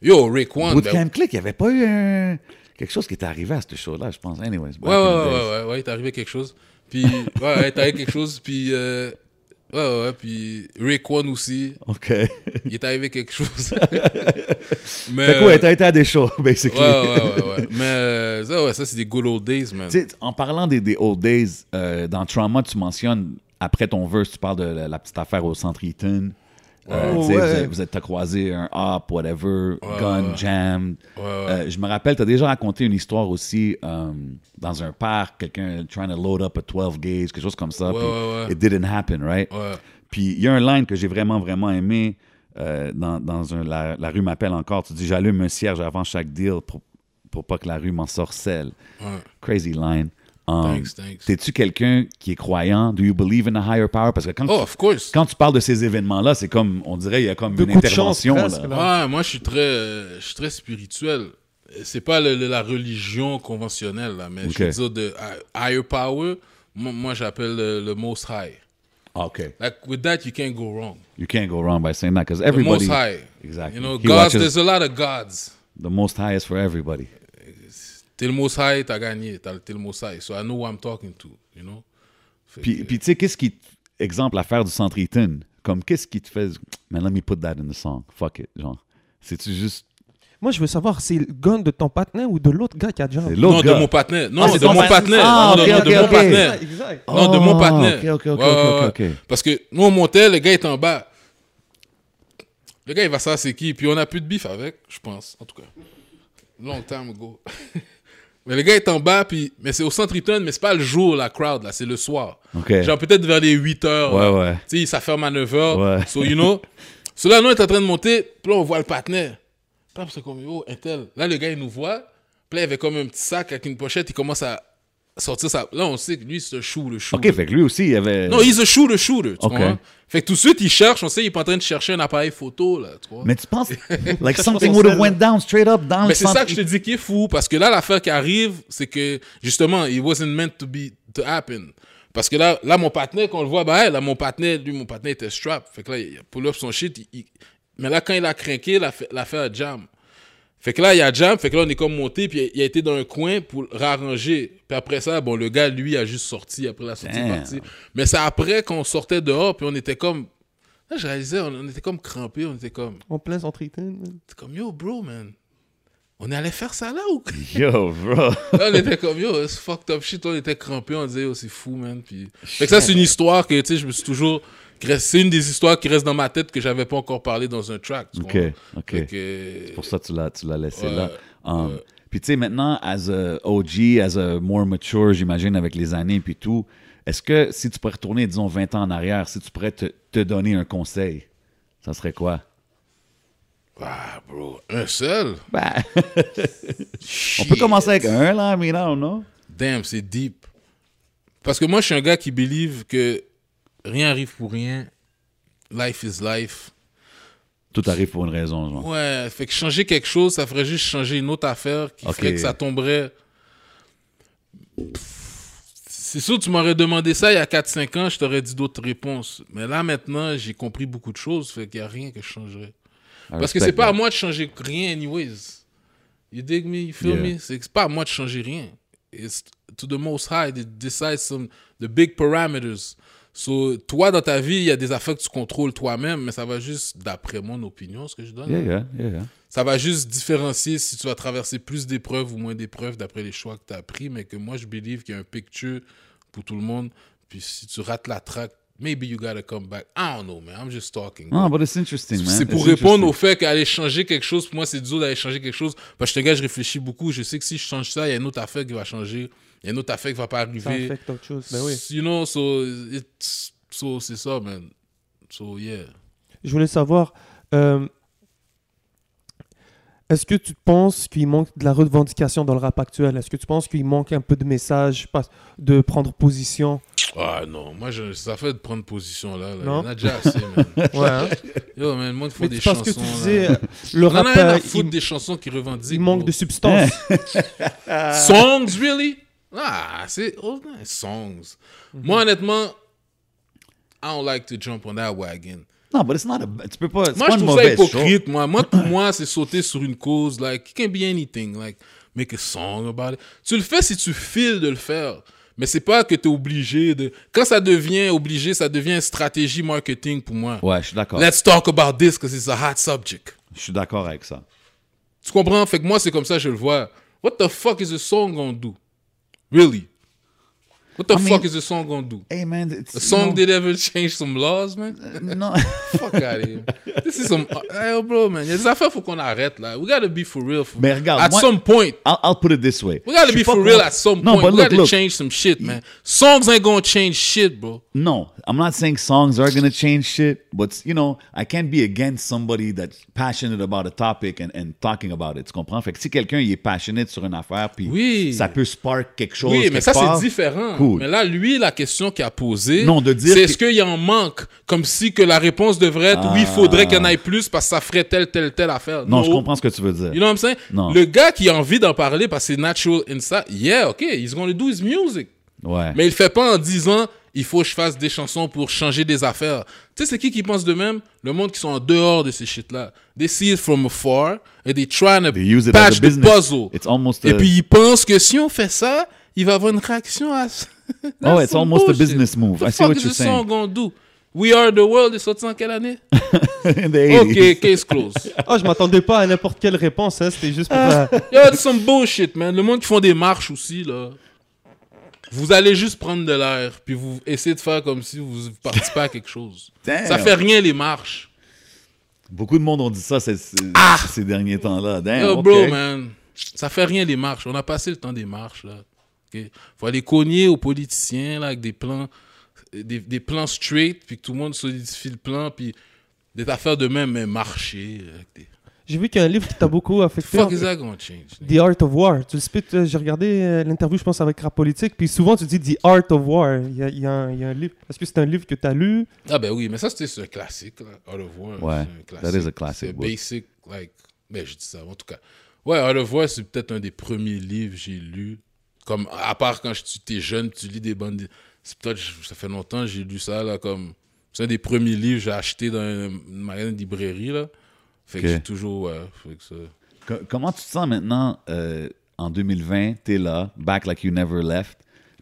S3: Yo, Raekwon. ben-
S2: Bootcamp Click, il n'y avait pas eu un- quelque chose qui était arrivé à ce show-là, je pense. Anyways. back
S3: ouais,
S2: in
S3: ouais,
S2: the
S3: ouais,
S2: days.
S3: ouais, ouais, ouais, il t'est arrivé quelque chose. Puis, ouais, ouais, il t'est arrivé quelque chose. Puis, euh, ouais, ouais, ouais, puis Raekwon aussi.
S2: OK.
S3: Il est arrivé quelque chose.
S2: Fait
S3: Mais.
S2: que ouais, t'as été à des shows, basically.
S3: Euh, ouais, ouais, ouais, ouais. Mais, euh, ça, ouais, ça, c'est des good old days, man.
S2: Tu sais, en parlant des, des old days, euh, dans Trauma, tu mentionnes, après ton verse, tu parles de la, la petite affaire au centre Eaton. Euh,
S1: Ouais.
S2: tu sais,
S1: Ouais.
S2: Vous êtes- vous êtes t'as croisé un hop, whatever, gun,
S3: ouais.
S2: jam. Euh,
S3: Ouais, ouais.
S2: je me rappelle, tu as déjà raconté une histoire aussi euh, dans un parc, quelqu'un trying to load up a 12 gauge, quelque chose comme ça. puis
S3: ouais, ouais.
S2: It didn't happen, right?
S3: Ouais.
S2: Puis il y a un line que j'ai vraiment, vraiment aimé euh, dans, dans un- la, la rue m'appelle encore. Tu dis J'allume un cierge avant chaque deal pour, pour pas que la rue m'ensorcelle.
S3: Ouais.
S2: Crazy line. Um,
S3: Thanks, thanks.
S2: T'es-tu quelqu'un qui est croyant? Do you believe in a higher power? Parce que quand,
S3: Oh, of course.
S2: tu, quand tu parles de ces événements-là, c'est comme, on dirait, il y a comme
S1: Deux
S2: une
S1: coups de chance,
S2: intervention.
S1: presque,
S2: là.
S1: là.
S3: Ouais, moi, je suis très, euh, je suis très spirituel. C'est pas le- le- la religion conventionnelle, là, mais
S2: Ok.
S3: je veux dire de hi- higher power, moi, moi, j'appelle le, le most high.
S2: Ah, OK.
S3: Like, with that, you can't go wrong.
S2: You can't go wrong by saying that because
S3: The
S2: everybody.
S3: most high.
S2: Exactly.
S3: You know,
S2: He
S3: gods,
S2: watches-
S3: there's a lot of gods.
S2: The most high is for everybody.
S3: T'es le most high, t'as gagné. T'as- T'es le most high. So I know who I'm talking to, you know? Fait
S2: Puis,
S3: que-
S2: puis tu sais, qu'est-ce qui. Exemple, l'affaire du centre Eaton. Comme, qu'est-ce qui te fait. Man, let me put that in the song. Fuck it. Genre, c'est-tu juste.
S1: Moi, je veux savoir, c'est le gun de ton partenaire ou de l'autre gars qui a déjà.
S2: C'est
S3: non,
S2: l'autre
S3: de
S2: gars.
S3: mon partenaire. Non,
S2: Ah, c'est
S3: de
S2: ton
S3: mon
S2: partenaire.
S3: partenaire.
S2: Ah,
S3: Non,
S2: ok,
S3: non,
S2: ok,
S3: de mon
S2: ok.
S3: partenaire.
S1: Exact, exact.
S3: Non, de mon
S2: Ah,
S3: partenaire.
S2: ok, ok, ok,
S3: Ouais, ouais,
S2: ok,
S3: ouais.
S2: ok.
S3: Parce que nous, on montait, le gars est en bas. Le gars, il va savoir c'est qui. Puis on a plus de bif avec, je pense, en tout cas. Long time ago. mais le gars est en bas, puis... Mais c'est au centre Eaton, mais c'est pas le jour, la crowd, là. C'est le soir.
S2: Ok.
S3: Genre peut-être vers les 8 heures.
S2: Ouais,
S3: là.
S2: ouais.
S3: Tu sais, ça ferme à 9 heures.
S2: Ouais.
S3: So, you know. Cela, nous, on est en train de monter. Puis là, on voit le partenaire. Puis là, c'est comme, oh, un tel. Là, le gars, il nous voit. Puis là, il avait comme un petit sac avec une pochette. Il commence à sortir sa. Là, on sait que lui, c'est un chou, le chou.
S2: Ok, fait que lui aussi, il y avait.
S3: Non, he's a shooter, shooter. Tu
S2: Ok.
S3: comprends? Fait que tout de suite, il cherche. On sait, il est pas en train de chercher un appareil photo, là. Tu vois?
S2: Mais tu penses. like
S1: pense
S2: something
S1: qu'on
S2: would
S1: sait,
S2: have
S1: là.
S2: went down straight up dans le
S3: Mais c'est
S2: centre
S3: ça que je te dis qui est fou, parce que là, l'affaire qui arrive, c'est que, justement, it wasn't meant to be, to happen. Parce que là, là mon partenaire, quand on le voit, bah, hey, là, mon partenaire, lui, mon partenaire était strap. Fait que là, il a pull up son shit. il- il- Mais là, quand il a craqué, l'affaire a jam. Fait que là, il y a Jam, fait que là, on est comme monté, puis il a été dans un coin pour réarranger. Puis après ça, bon, le gars, lui, a juste sorti, après la sortie, il est
S2: Damn.
S3: parti. Mais c'est après qu'on sortait dehors, puis on était comme. Là, je réalisais, on, on était comme crampés, on était comme.
S1: En plein centritaine. man.
S3: C'est comme yo, bro, man. On allait faire ça là ou quoi?
S2: Yo, bro.
S3: Là, on était comme yo, c'est fucked up shit. On était crampés, on disait yo, c'est fou, man. Puis... Fait que ça, c'est une histoire que, tu sais, je me suis toujours. C'est une des histoires qui reste dans ma tête que j'avais pas encore parlé dans un track. tu
S2: OK,
S3: comprends?
S2: OK.
S3: Fait que-
S2: C'est pour ça que tu l'as, tu l'as laissé
S3: Ouais,
S2: là. Um, Puis tu sais, maintenant, as a OG, as a more mature, j'imagine, avec les années puis tout, est-ce que si tu pourrais retourner, disons, 20 ans en arrière, si tu pourrais te, te donner un conseil, ça serait quoi?
S3: Ah, bro, un seul?
S2: Bah, on peut commencer avec un, là, mais là, non?
S3: Damn, c'est deep. Parce que moi, je suis un gars qui believe que rien arrive pour rien. Life is life.
S2: Tout arrive pour une raison, genre.
S3: Ouais, fait que changer quelque chose, ça ferait juste changer une autre affaire qui
S2: Ok.
S3: ferait que ça tomberait. Pff, C'est sûr, tu m'aurais demandé ça il y a 4-5 ans, je t'aurais dit d'autres réponses. Mais là, maintenant, j'ai compris beaucoup de choses, fait qu'il n'y a rien que je changerais. Parce que c'est pas à moi de changer rien, anyways. You dig me? You feel
S2: Yeah.
S3: me? C'est c'est pas à moi de changer rien. It's to the most high. It decides some the big parameters. So, toi, dans ta vie, il y a des affaires que tu contrôles toi-même, mais ça va juste, d'après mon opinion, ce que je donne,
S2: Yeah, yeah, yeah, yeah.
S3: ça va juste différencier si tu vas traverser plus d'épreuves ou moins d'épreuves d'après les choix que tu as pris, mais que moi, je believe qu'il y a un picture pour tout le monde. Puis si tu rates la track, maybe you gotta come back. I don't know, man. I'm just talking.
S2: Non, but it's interesting, man.
S3: C'est
S2: It's
S3: pour répondre au
S2: interesting.
S3: fait qu'aller changer quelque chose, pour moi, c'est dur d'aller changer quelque chose. Parce que je te gars, je réfléchis beaucoup. Je sais que si je change ça, il y a une autre affaire qui va changer. Il y a une autre affaire qui va pas
S1: Ça
S3: arriver.
S1: affecte autre chose. Ben oui.
S3: You know, so, it's- so c'est ça, man. So, yeah.
S1: Je voulais savoir, euh, est-ce que tu penses qu'il manque de la revendication dans le rap actuel Est-ce que tu penses qu'il manque un peu de message, pas- de prendre position
S3: Ah non, moi, je, ça fait de prendre position là. là. Il y
S1: Non.
S3: en a déjà assez, man.
S1: Ouais, hein.
S3: Yo, man, le monde faut
S1: Mais
S3: des
S1: c'est parce
S3: chansons.
S1: que tu
S3: là.
S1: disais, euh, le
S3: On en
S1: rap,
S3: a rien
S1: euh,
S3: à foutre
S1: il,
S3: des chansons qui revendiquent.
S1: il manque
S3: bro.
S1: de substance.
S3: Songs, really? Ah, c'est. Oh, man, songs.
S1: Mhm.
S3: Moi, honnêtement, I don't like to jump on that wagon.
S2: Non, but it's not a... Tu peux pas... c'est
S3: Moi,
S2: pas
S3: je
S2: une
S3: trouve ça
S2: mauvaise chose.
S3: hypocrite, moi. Moi, pour moi, c'est sauter sur une cause. Like, it can be anything. Like, make a song about it. Tu le fais si tu files de le faire. Mais c'est pas que tu es obligé de. Quand ça devient obligé, ça devient une stratégie marketing pour moi.
S2: Ouais, je suis d'accord.
S3: Let's talk about this because it's a hot subject.
S2: Je suis d'accord avec ça.
S3: Tu comprends? Fait que moi, c'est comme ça que je le vois. What the fuck is a song gonna do? Really? What the
S2: I mean-
S3: fuck is a song gonna do?
S2: Hey, man, it's...
S3: A song
S2: you
S3: did ever change some laws, man?
S2: know- Non...
S3: Fuck out of here. This is some. Hey, bro, man. Il y a des affaires, faut qu'on arrête, là. We gotta be for real. For...
S2: Mais regarde,
S3: At
S2: moi-
S3: some point.
S2: I'll, I'll put it this way.
S3: We gotta
S2: Je suis
S3: be
S2: pas
S3: for real
S2: contre-
S3: at some
S2: Non,
S3: point.
S2: but
S3: we
S2: look,
S3: gotta
S2: look.
S3: change some shit, man. Songs ain't gonna change shit, bro.
S2: No, I'm not saying songs are gonna change shit, but you know, I can't be against somebody that's passionate about a topic and, and talking about it. Tu comprends? Fait que si quelqu'un il est passionné sur une affaire, puis
S3: Oui.
S2: ça peut spark quelque chose.
S3: Oui, mais
S2: quelque
S3: ça,
S2: part,
S3: c'est différent.
S2: Cool.
S3: Mais là, lui, la question qu'il a posée,
S2: Non, de dire
S3: c'est
S2: que- Ah.
S3: est-ce qu'il y en manque Comme si que la réponse devrait être oui, il faudrait qu'il y en ait plus parce que ça ferait telle, telle, telle affaire.
S2: non,
S3: No.
S2: je comprends ce que tu veux dire.
S3: You know what I'm saying
S2: Non.
S3: Le gars qui a envie d'en parler parce que c'est natural insight, yeah, OK, he's gonna do his music.
S2: ouais.
S3: Mais il fait pas en disant il faut que je fasse des chansons pour changer des affaires. Tu sais, c'est qui qui pense de même Le monde qui sont en dehors de ces shit-là. They see it from afar and they trying to
S2: They use it as
S3: patch
S2: a
S3: the
S2: business.
S3: puzzle.
S2: It's almost.
S3: Et
S2: a-
S3: puis ils pensent que si on fait ça, il va avoir une réaction à ça.
S2: oh, it's almost a business move. I see what
S3: is
S2: you're
S3: this song
S2: saying.
S3: gonna do? We Are the World est sorti en quelle année?
S2: In the 80s.
S3: Ok, case close.
S1: Ah, je m'attendais pas à n'importe quelle réponse, hein, c'était juste pour...
S3: Ah.
S1: euh,
S3: Yo, it's some bullshit, man. Le monde qui font des marches aussi, là. Vous allez juste prendre de l'air, puis vous essayez de faire comme si vous participez à quelque chose.
S2: Damn.
S3: Ça fait rien, les marches.
S2: Beaucoup de monde ont dit ça ces, ces- ces derniers temps-là. Damn,
S3: Ah! Yo,
S2: Eh, ok.
S3: Oh, bro, man. Ça fait rien, les marches. On a passé le temps des marches, là. Ok? Faut aller cogner aux politiciens, là, avec des plans, des, des plans straight, puis que tout le monde solidifie le plan, puis des affaires de même, mais marcher. avec des-
S1: J'ai vu qu'il y a un livre qui t'a beaucoup affecté.
S3: Fuck is that gonna change? nigga?
S1: The Art of War. Tu le spit, euh, j'ai regardé euh, l'interview, je pense, avec Rap Politique, puis souvent tu dis The Art of War. Il y a, il y a un, il y a un livre. Est-ce que c'est un livre que tu as lu
S3: Ah ben oui, mais ça c'était c'est un classique, là. Out of War.
S2: Ouais,
S3: c'est un
S2: that is a classic
S3: C'est
S2: book.
S3: basic, like. Ben je dis ça, en tout cas. Ouais, Out of War, c'est peut-être un des premiers livres que j'ai lu. Comme, à part quand je- tu es jeune, tu lis des bandes. C'est peut-être, je- ça fait longtemps que j'ai lu ça, là, comme. C'est un des premiers livres que j'ai acheté dans une, une magasin de librairie, là. Fait que
S2: Ok.
S3: j'ai toujours. ouais, fait que ça.
S2: Co- Comment tu te sens maintenant euh, en 2020? T'es là, back like you never left,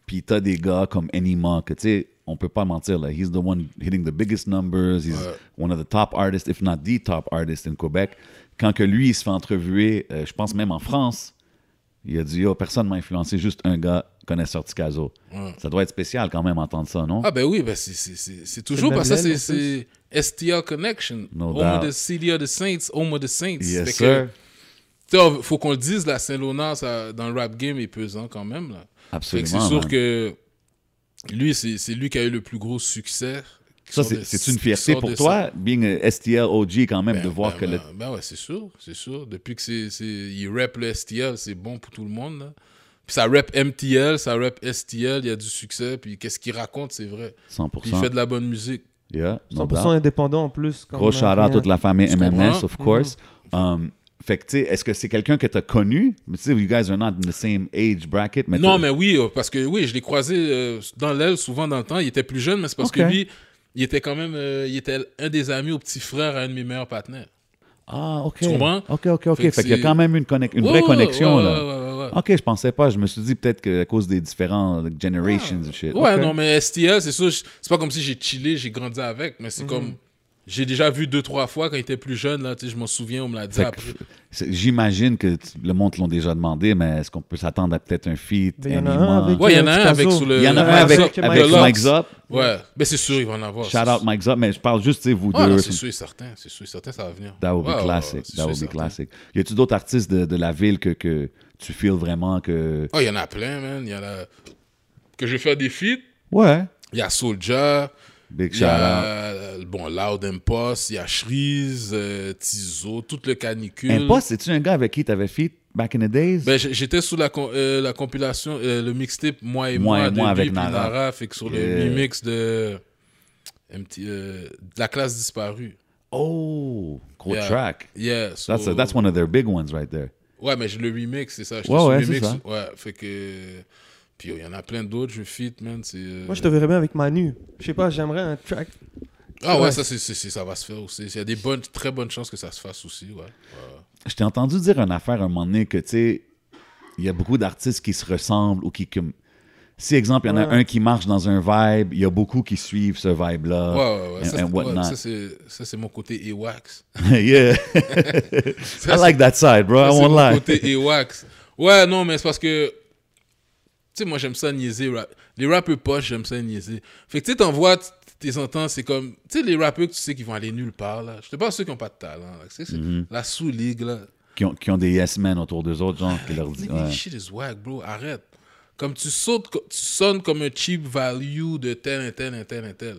S2: puis t'as des gars comme Enima que tu sais, on peut pas mentir là. He's the one hitting the biggest numbers. He's one of the top artists, if not the top artist in Quebec. Quand que lui, il se fait entrevuer, euh, je pense même en France, il a dit Yo, personne m'a influencé, juste un gars connaisseur de Ticazo. Ça doit être spécial quand même entendre ça, non?
S3: Ah ben oui, ben c'est- c'est- c'est c'est toujours
S1: la
S3: parce que ça,
S1: même,
S3: c'est
S1: en plus.
S3: c'est STR Connection.
S2: No
S3: home
S2: doubt.
S3: of the City of the Saints, home of the Saints.
S2: yes,
S3: Fait que,
S2: sir.
S3: tu sais, on- faut qu'on le dise, la Saint-Laurent, ça, dans le rap game, est pesant quand même. Là. Fait que
S2: Absolument.
S3: c'est sûr
S2: man.
S3: que lui, c'est c'est lui qui a eu le plus gros succès. qui
S2: Ça,
S3: sort de-
S2: c'est c'est une
S3: qui
S2: fierté
S3: sort
S2: pour
S3: de
S2: toi, being euh, a STL OG quand même,
S3: Ben,
S2: de voir
S3: ben,
S2: que le.
S3: ben, ben ouais, c'est sûr, c'est sûr. Depuis que c'est, c'est, il rap le STL, c'est bon pour tout le monde. là. Puis ça rap MTL, ça rap STL, il y a du succès. Puis qu'est-ce qu'il raconte, c'est vrai. Puis il
S2: 100%.
S3: fait de la bonne musique.
S2: Yeah, no
S1: 100%
S2: doubt.
S1: indépendant en plus. quand
S2: Gros
S1: on a
S2: shout
S1: rien-
S2: toute la famille
S3: Tu
S2: MMS,
S3: comprends? Mm-hmm.
S2: of course. Um, fait que, tu sais, est-ce que c'est quelqu'un que t'as connu? Mais tu sais, you guys are not in the same age bracket. Mais
S3: non,
S2: t'as-
S3: mais oui, euh, parce que oui, je l'ai croisé euh, dans l'aile souvent dans le temps. Il était plus jeune, mais c'est parce
S1: Ok.
S3: que lui, il était quand même, euh, il était un des amis au petit frère à un de mes meilleurs partenaires.
S2: Ah, OK.
S3: Tu comprends?
S2: OK, OK, OK. Fait,
S3: Fait que
S2: qu'il y a
S3: c'est-
S2: quand même une, connec- une
S3: Ouais,
S2: vraie
S3: ouais,
S2: connexion,
S3: ouais,
S2: là. Ah,
S3: ouais, ouais, ouais.
S2: OK, je pensais pas. Je me suis dit peut-être qu'à cause des différents like, generations and shit.
S3: Ah, Ouais,
S1: Ok.
S3: non, mais STL, c'est sûr, je- c'est pas comme si j'ai chillé, j'ai grandi avec, mais c'est
S2: Mhm.
S3: comme. J'ai déjà vu deux, trois fois quand il était plus jeune, là, tu sais, je m'en souviens, on me l'a dit
S2: Fait que-
S3: après.
S2: C'est- J'imagine que tu- le monde te l'ont déjà demandé, mais est-ce qu'on peut s'attendre à peut-être un feat?
S1: Ben, il y en a
S2: Anima?
S1: un avec-
S3: Ouais, il y en a
S1: Picasso.
S3: un avec sur le.
S2: Il y en a
S1: Euh,
S2: un avec,
S1: Mike
S2: avec,
S1: Zop. Deluxe.
S2: Mike Zop.
S3: Ouais, mais c'est sûr, il va en avoir.
S2: Shout out Mike Zop, mais je parle juste, tu sais, vous
S3: Ouais, non,
S2: deux.
S3: c'est sûr et certain, c'est sûr et certain, ça va venir.
S2: That would be
S3: Ouais, ouais,
S2: classic.
S3: c'est
S2: That
S3: sûr et
S2: would be
S3: certain.
S2: classic. Y a-tu d'autres artistes de, de la ville que, que tu feels vraiment que.
S3: Oh, il y en a plein, man. Il y en a. Que je vais faire des feats.
S2: Ouais.
S3: Il y a Soulja,
S2: Big
S3: il y
S2: shout out.
S3: a. euh, Bon, Loud Impost, il y a Shreeze, euh, Tizo, tout le canicule.
S2: Impost, c'est-tu un gars avec qui t'avais feat back in the days?
S3: Mm. Ben, j- j'étais sous la, com- euh, la compilation, euh, le mixtape Moi et
S2: Moi
S3: Moi,
S2: et
S3: de
S2: Moi
S3: lui
S2: avec
S3: puis
S2: Nara.
S3: Fait que sur
S2: Yeah.
S3: le remix de, MT, euh, de La classe disparue.
S2: oh, gros
S3: Yeah.
S2: track.
S3: Yeah, so-
S2: That's, a- that's one of their big ones right there.
S3: Ouais, mais je le remix, c'est ça. j'étais
S2: Ouais,
S3: sur
S2: ouais,
S3: le
S2: c'est
S3: remix.
S2: ça.
S3: Ouais, fait que. Puis il y en a plein d'autres, je fit, man. c'est, euh,
S1: Moi, je te verrais bien avec Manu. Je sais pas, j'aimerais un track.
S3: Ah
S1: ouais.
S3: ouais, ça, c'est c'est- c'est- ça va se faire aussi. Il y a des bonnes, très bonnes chances que ça se fasse aussi, ouais.
S2: Je t'ai entendu dire une affaire un moment donné que, tu sais, il y a beaucoup d'artistes qui se ressemblent ou qui. comme- si, exemple, il y en
S1: Ouais.
S2: a un qui marche dans un vibe, il y a beaucoup qui suivent ce vibe-là.
S3: Ouais, ouais, ouais.
S2: and-
S3: Ça, c'est-
S2: and
S3: ouais,
S2: whatnot.
S3: ça, c'est ça, c'est mon côté Ewax.
S2: yeah.
S3: Ça,
S2: I like that side, bro. I
S3: Ça, c'est
S2: won't
S3: mon
S2: lie.
S3: côté Ewax. Ouais, non, mais c'est parce que. Tu sais, moi, j'aime ça niaiser. rap- Les rappeurs poches, j'aime ça niaiser. Fait que tu sais, t'en vois, t- t'es entends, c'est comme. Tu sais, les rappeurs que tu sais qu'ils vont aller nulle part, là. Je te parle de ceux qui n'ont pas de talent, là. Tu sais, c'est
S2: Mm-hmm.
S3: La sous-ligue, là.
S2: qui, ont, qui ont des yes men autour d'eux autres, genre, qui leur disent.
S3: Nigga, Shit is whack, bro. Arrête. Comme tu sautes, co- tu sonnes comme un cheap value de tel, un tel, un tel, un tel.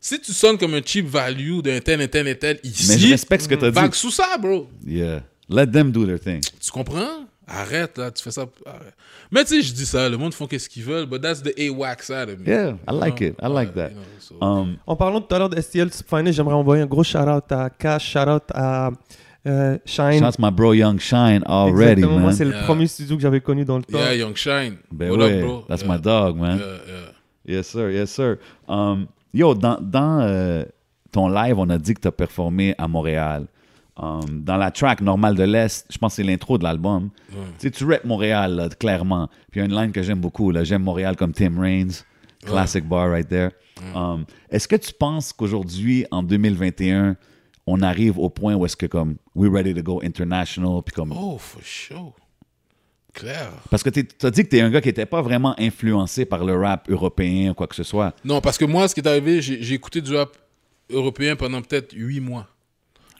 S3: Si tu sonnes comme un cheap value d'un tel, un tel, un tel ici,
S2: Mais je respecte ce que t'as
S3: vague
S2: dit.
S3: sous ça, bro.
S2: Yeah. Let them do their thing.
S3: Tu comprends? Arrête, là, tu fais ça. arrête. Mais tu sais, je dis ça, le monde font qu'est-ce qu'ils veulent, but that's the A-wax side of me.
S2: Yeah, I like
S3: You
S2: it. I
S3: know?
S2: like
S3: Ouais,
S2: that.
S3: you know, so-
S2: Oh. Um,
S1: En parlant tout à l'heure de STL Finest, j'aimerais envoyer un gros shout-out à Cash, shout-out à euh, Shine.
S2: shout out to my bro Young Shine already,
S1: Exactement, Moi,
S2: man.
S1: c'est le
S3: Yeah.
S1: premier studio que j'avais connu dans le temps.
S3: Yeah, Young Shine.
S2: Ben
S3: What
S2: ouais,
S3: up, bro?
S2: that's
S3: Yeah,
S2: my dog, man.
S3: yeah, yeah.
S2: Yes, sir. Yes, sir. Um, yo, dans, dans euh, ton live, on a dit que tu as performé à Montréal. Um, dans la track Normale de l'Est, je pense que c'est l'intro de l'album. Tu sais, tu rap Montréal, là, clairement. Puis il y a une line que j'aime beaucoup. là. J'aime Montréal comme Tim Raines. Classic bar right there. Um, est-ce que tu penses qu'aujourd'hui, en 2021, on arrive au point où est-ce que comme we're ready to go international puis comme
S3: Oh, for sure. Clair.
S2: parce que tu as dit que tu es un gars qui n'était pas vraiment influencé par le rap européen ou quoi que ce soit
S3: Non, parce que moi, ce qui est arrivé, j'ai j'ai écouté du rap européen pendant peut-être huit mois.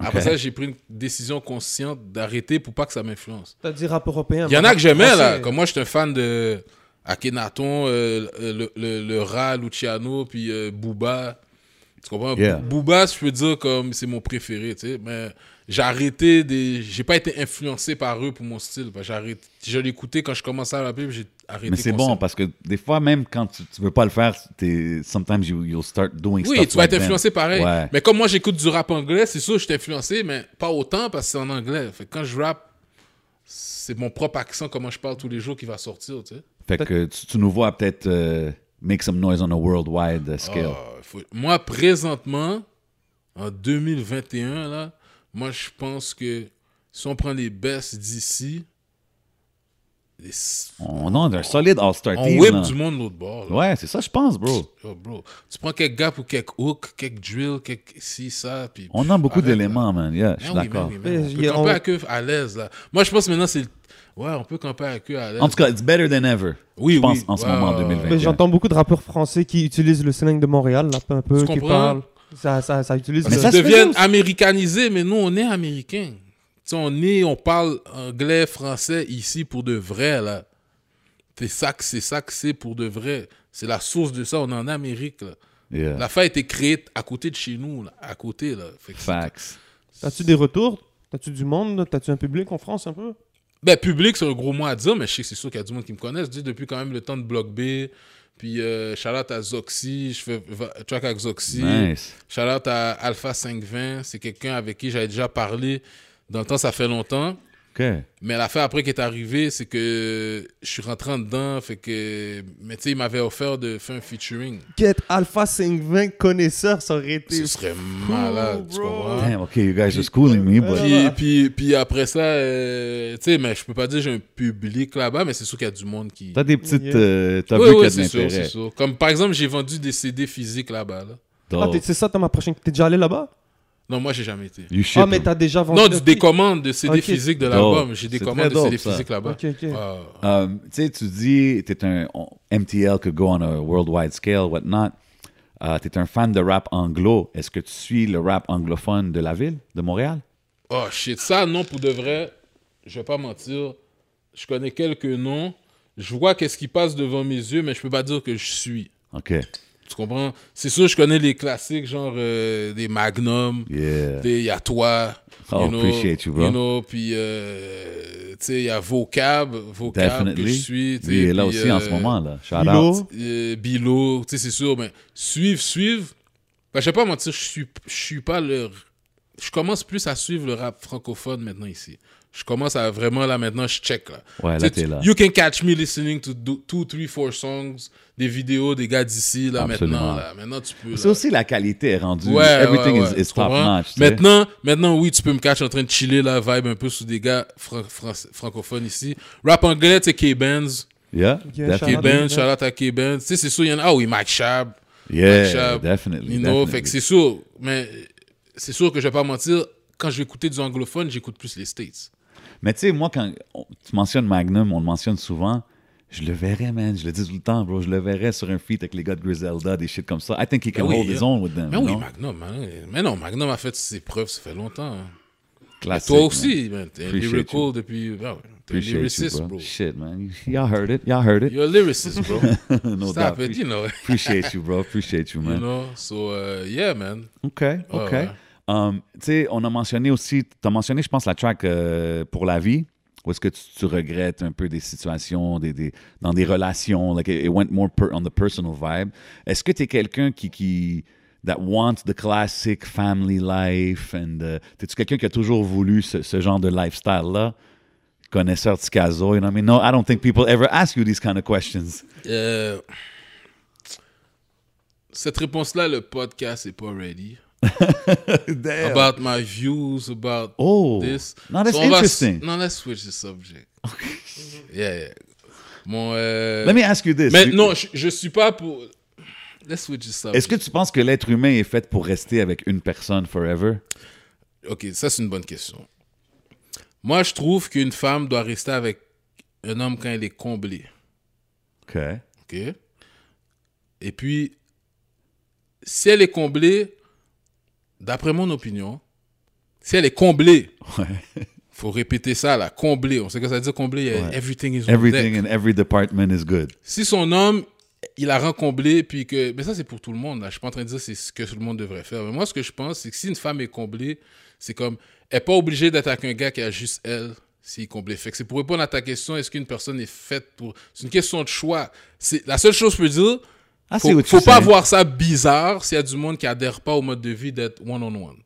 S3: Après
S2: Ok.
S3: ça, j'ai pris une décision consciente d'arrêter pour pas que ça m'influence.
S1: T'as dit rap européen.
S3: Il y en
S1: mais
S3: a que j'aimais, là.
S1: français.
S3: Comme moi, j'étais un fan de Akhenaton, euh, euh, le, le, le Ra, Luciano, puis euh, Booba. Tu comprends?
S2: Yeah.
S3: Booba, je peux dire comme c'est mon préféré, tu sais. Mais j'ai arrêté des. J'ai pas été influencé par eux pour mon style. Parce que j'ai arrêté- Je l'écoutais quand je commençais à rapper, puis j'ai arrêté.
S2: Mais c'est bon
S3: consciemment.
S2: parce que des fois, même quand tu, tu veux pas le faire, t'es, sometimes you, you'll start doing stuff.
S3: Oui, tu vas
S2: like
S3: être
S2: that.
S3: influencé pareil.
S2: Ouais.
S3: Mais comme moi, j'écoute du rap anglais, c'est sûr, je suis influencé, mais pas autant parce que c'est en anglais. Fait que quand je rappe, c'est mon propre accent, comment je parle tous les jours qui va sortir, tu sais.
S2: Fait que tu, tu nous vois peut-être euh, make some noise on a worldwide euh, scale.
S3: Ah, faut- Moi, présentement, en 2021, là, moi, je pense que si on prend les best d'ici, les-
S2: On a un solide All-Star
S3: Ah. on
S2: team.
S3: whip
S2: là.
S3: du monde de l'autre bord. là.
S2: Ouais, c'est ça, je pense, bro.
S3: Yo, bro. Tu prends quelques gaps ou quelques hooks, quelques drills, quelques ci, ça. Puis,
S2: On a beaucoup
S3: Arrête, là.
S2: d'éléments, man. Yeah, je
S3: Ah
S2: suis
S3: oui,
S2: d'accord.
S3: man, oui, man.
S1: Euh,
S3: On
S1: y
S3: peut
S1: a-
S3: camper
S1: on-
S3: à queue à l'aise, là. Moi, je pense maintenant, c'est... le- Ouais, on peut camper à queue à l'aise.
S2: En tout cas, it's better than ever.
S3: Oui,
S2: je pense
S3: oui.
S2: en ce
S3: Ouais,
S2: moment, en
S3: ouais, ouais.
S2: 2020.
S3: Ok.
S1: Mais J'entends beaucoup de rappeurs français qui utilisent le slang de Montréal, là, un peu,
S3: Tu
S1: qui
S3: comprends?
S1: parlent. Ça, ça, ça utilise
S2: Mais
S1: le-
S2: ça,
S3: Ils
S2: se fait
S3: deviennent
S2: juste.
S3: américanisés, mais nous, on est américains. Tu sais, on est, on parle anglais, français ici pour de vrai, là. C'est ça que c'est, ça que c'est pour de vrai. C'est la source de ça, on est en Amérique, là.
S2: Yeah.
S3: La fête a été créée à côté de chez nous, là, à côté, là. Fait que c'est-
S2: Facts.
S1: T'as-tu des retours T'as-tu du monde T'as-tu un public en France un peu
S3: Ben, public, c'est un gros mot à dire, mais je sais que c'est sûr qu'il y a du monde qui me connaît. Je dis depuis quand même le temps de Block B, puis euh, shout-out à Zoxy, je fais va- track avec Zoxy.
S2: Nice.
S3: Shout-out à Alpha 520, c'est quelqu'un avec qui j'avais déjà parlé dans le temps, ça fait longtemps.
S2: OK.
S3: Mais l'affaire après qui est arrivée, c'est que je suis rentré dedans, fait que... Mais tu sais, il m'avait offert de faire un featuring.
S1: Get Alpha 520 connaisseur, ça aurait été.
S3: Ce serait malade, tu
S1: bro.
S3: comprends?
S2: Damn, OK, you guys are schooling me, but...
S3: Puis, puis, puis après ça, euh, tu sais, mais je peux pas dire que j'ai un public là-bas, mais c'est sûr qu'il y a du monde qui...
S2: T'as des petites...
S1: Yeah.
S2: euh, T'as
S3: Ah. oui,
S2: vu qu'il
S3: oui,
S2: y
S3: c'est
S2: a de
S3: sûr, c'est
S2: l'intérêt.
S3: sûr. Comme par exemple, j'ai vendu des CD physiques là-bas. Là.
S1: Ah, t'es-
S2: Dope.
S1: c'est ça, t'as ma prochaine. T'es déjà allé là-bas
S3: Non, moi, j'ai jamais été.
S2: You
S1: Ah,
S2: ship
S1: mais
S2: him.
S1: t'as déjà vendu.
S3: Non,
S1: le
S3: du
S1: prix.
S3: décommande de CD
S1: Ok.
S3: physiques de l'album.
S2: Dope. C'est
S3: J'ai décommande
S2: très
S3: de CD
S2: dope, ça.
S3: physiques là-bas.
S1: Ok, ok.
S3: Ah.
S2: Um, tu sais, tu dis, t'es un on- MTL could go on a worldwide scale, whatnot. Uh, t'es un fan de rap anglo. Est-ce que tu suis le rap anglophone de la ville, de Montréal?
S3: Oh shit, ça non pour de vrai, je vais pas mentir, je connais quelques noms, je vois qu'est-ce qui passe devant mes yeux, mais je peux pas dire que je suis.
S2: OK.
S3: Tu comprends? C'est sûr, je connais les classiques, genre euh, des Magnum,
S2: Yeah.
S3: des Y'a toi,
S2: Oh, appreciate you, bro.
S3: you know, puis euh, tu sais, il y a Vocab, Vocab que
S2: Definitely.
S3: je suis. tu sais,
S2: Lui est là
S3: puis,
S2: aussi en ce
S3: euh,
S2: moment, là. Shout out.
S1: Bilo.
S3: euh, Bilo, tu sais, c'est sûr, mais suivre, suivre. Ben, je vais pas mentir, je suis, je suis pas le. Je commence plus à suivre le rap francophone maintenant ici. Je commence à vraiment là maintenant, je check là.
S2: Ouais,
S3: Tu
S2: Ah, là,
S3: sais,
S2: t'es là.
S3: You can catch me listening to do- two, three, four songs, des vidéos des gars d'ici là
S2: Absolument.
S3: maintenant. Là. Maintenant tu peux.
S2: C'est
S3: là.
S2: aussi la qualité est rendue.
S3: Ouais,
S2: Everything
S3: ouais, ouais,
S2: is, is
S3: tu
S2: top
S3: comprends?
S2: notch. tu sais.
S3: Maintenant, maintenant, oui, tu peux me catch en train de chiller la vibe un peu sous des gars fran- fran- francophones ici. Rap anglais, tu sais, K-Benz.
S2: Yeah,
S1: Yeah,
S2: definitely.
S1: shout out.
S3: K-Benz, Ben, shout out à K-Benz. Tu sais, c'est sûr, il y en a. Ah oui, Mike Shab.
S2: Yeah,
S3: Shab,
S2: definitely.
S3: You know,
S2: definitely.
S3: fait que c'est sûr, mais c'est sûr que je vais pas mentir, quand je vais écouter du anglophone, j'écoute plus les States.
S2: Mais tu sais, moi, quand on- tu mentionnes Magnum, on le mentionne souvent, je le verrais, man. Je le dis tout le temps, bro. Je le verrais sur un feat avec les gars de Griselda, des shit comme ça. I think he can
S3: Ben oui,
S2: hold
S3: yeah.
S2: his own with them.
S3: Mais
S2: you
S3: oui,
S2: know?
S3: Magnum, hein. mais non, Magnum a fait ses preuves, ça fait longtemps. hein. Et
S2: Classique,
S3: toi
S2: man.
S3: aussi, man, t'es un
S2: Appreciate
S3: lyrical depuis. ben ouais, T'es un
S2: Appreciate you,
S3: lyricist,
S2: bro.
S3: bro.
S2: Shit, man. Y'all heard it. Y'all heard it.
S3: You're a lyricist, bro.
S2: no
S3: Stop
S2: doubt.
S3: it, you know.
S2: Appreciate you, bro. Appreciate you,
S3: You
S2: man.
S3: know, so euh, yeah, man.
S2: OK, OK.
S3: ouais.
S2: Um, tu sais, on a mentionné aussi, tu as mentionné, je pense, la track euh, pour la vie. Où est-ce que tu, tu regrettes un peu des situations, des, des- dans des relations? Like, it, it went more per- on the personal vibe. Est-ce que tu es quelqu'un qui, qui. That wants the classic family life? And. euh, T'es-tu quelqu'un qui a toujours voulu ce, ce genre de lifestyle-là? Connaisseur de Scazo, you know what I mean? No, I don't think people ever ask you these kind of questions.
S3: Euh, cette réponse-là, le podcast est pas ready.
S2: Damn.
S3: About my views, about
S2: oh!
S3: this.
S2: No, that's
S3: So on va s-
S2: interesting.
S3: no, let's switch the subject. yeah, yeah. Mon, euh,
S2: Let me ask you this.
S3: mais
S2: You-
S3: non, je, je suis pas pour. Let's switch the subject.
S2: Est-ce que tu penses que l'être humain est fait pour rester avec une personne forever?
S3: Ok, ça c'est une bonne question. Moi, je trouve qu'une femme doit rester avec un homme quand elle est comblée.
S2: OK.
S3: Ok. Et puis, si elle est comblée, d'après mon opinion, si elle est comblée, faut répéter ça là, comblée. On sait que ça veut dire comblée. il y a Everything is on deck.
S2: Everything in every department is good.
S3: si son homme, il a comblé, puis que. Mais ça, c'est pour tout le monde. Là. Je suis pas en train de dire c'est ce que tout le monde devrait faire. Mais moi, ce que je pense, c'est que si une femme est comblée, c'est comme. Elle n'est pas obligée d'être avec un gars qui a juste elle, s'il est comblé. Fait que c'est pour répondre à ta question, est-ce qu'une personne est faite pour. C'est une question de choix. C'est... La seule chose que je peux dire,
S2: Ah, c'est
S3: faut,
S2: what you're
S3: faut pas
S2: saying.
S3: voir ça bizarre s'il y a du monde qui adhère pas au mode de vie d'être one-on-one.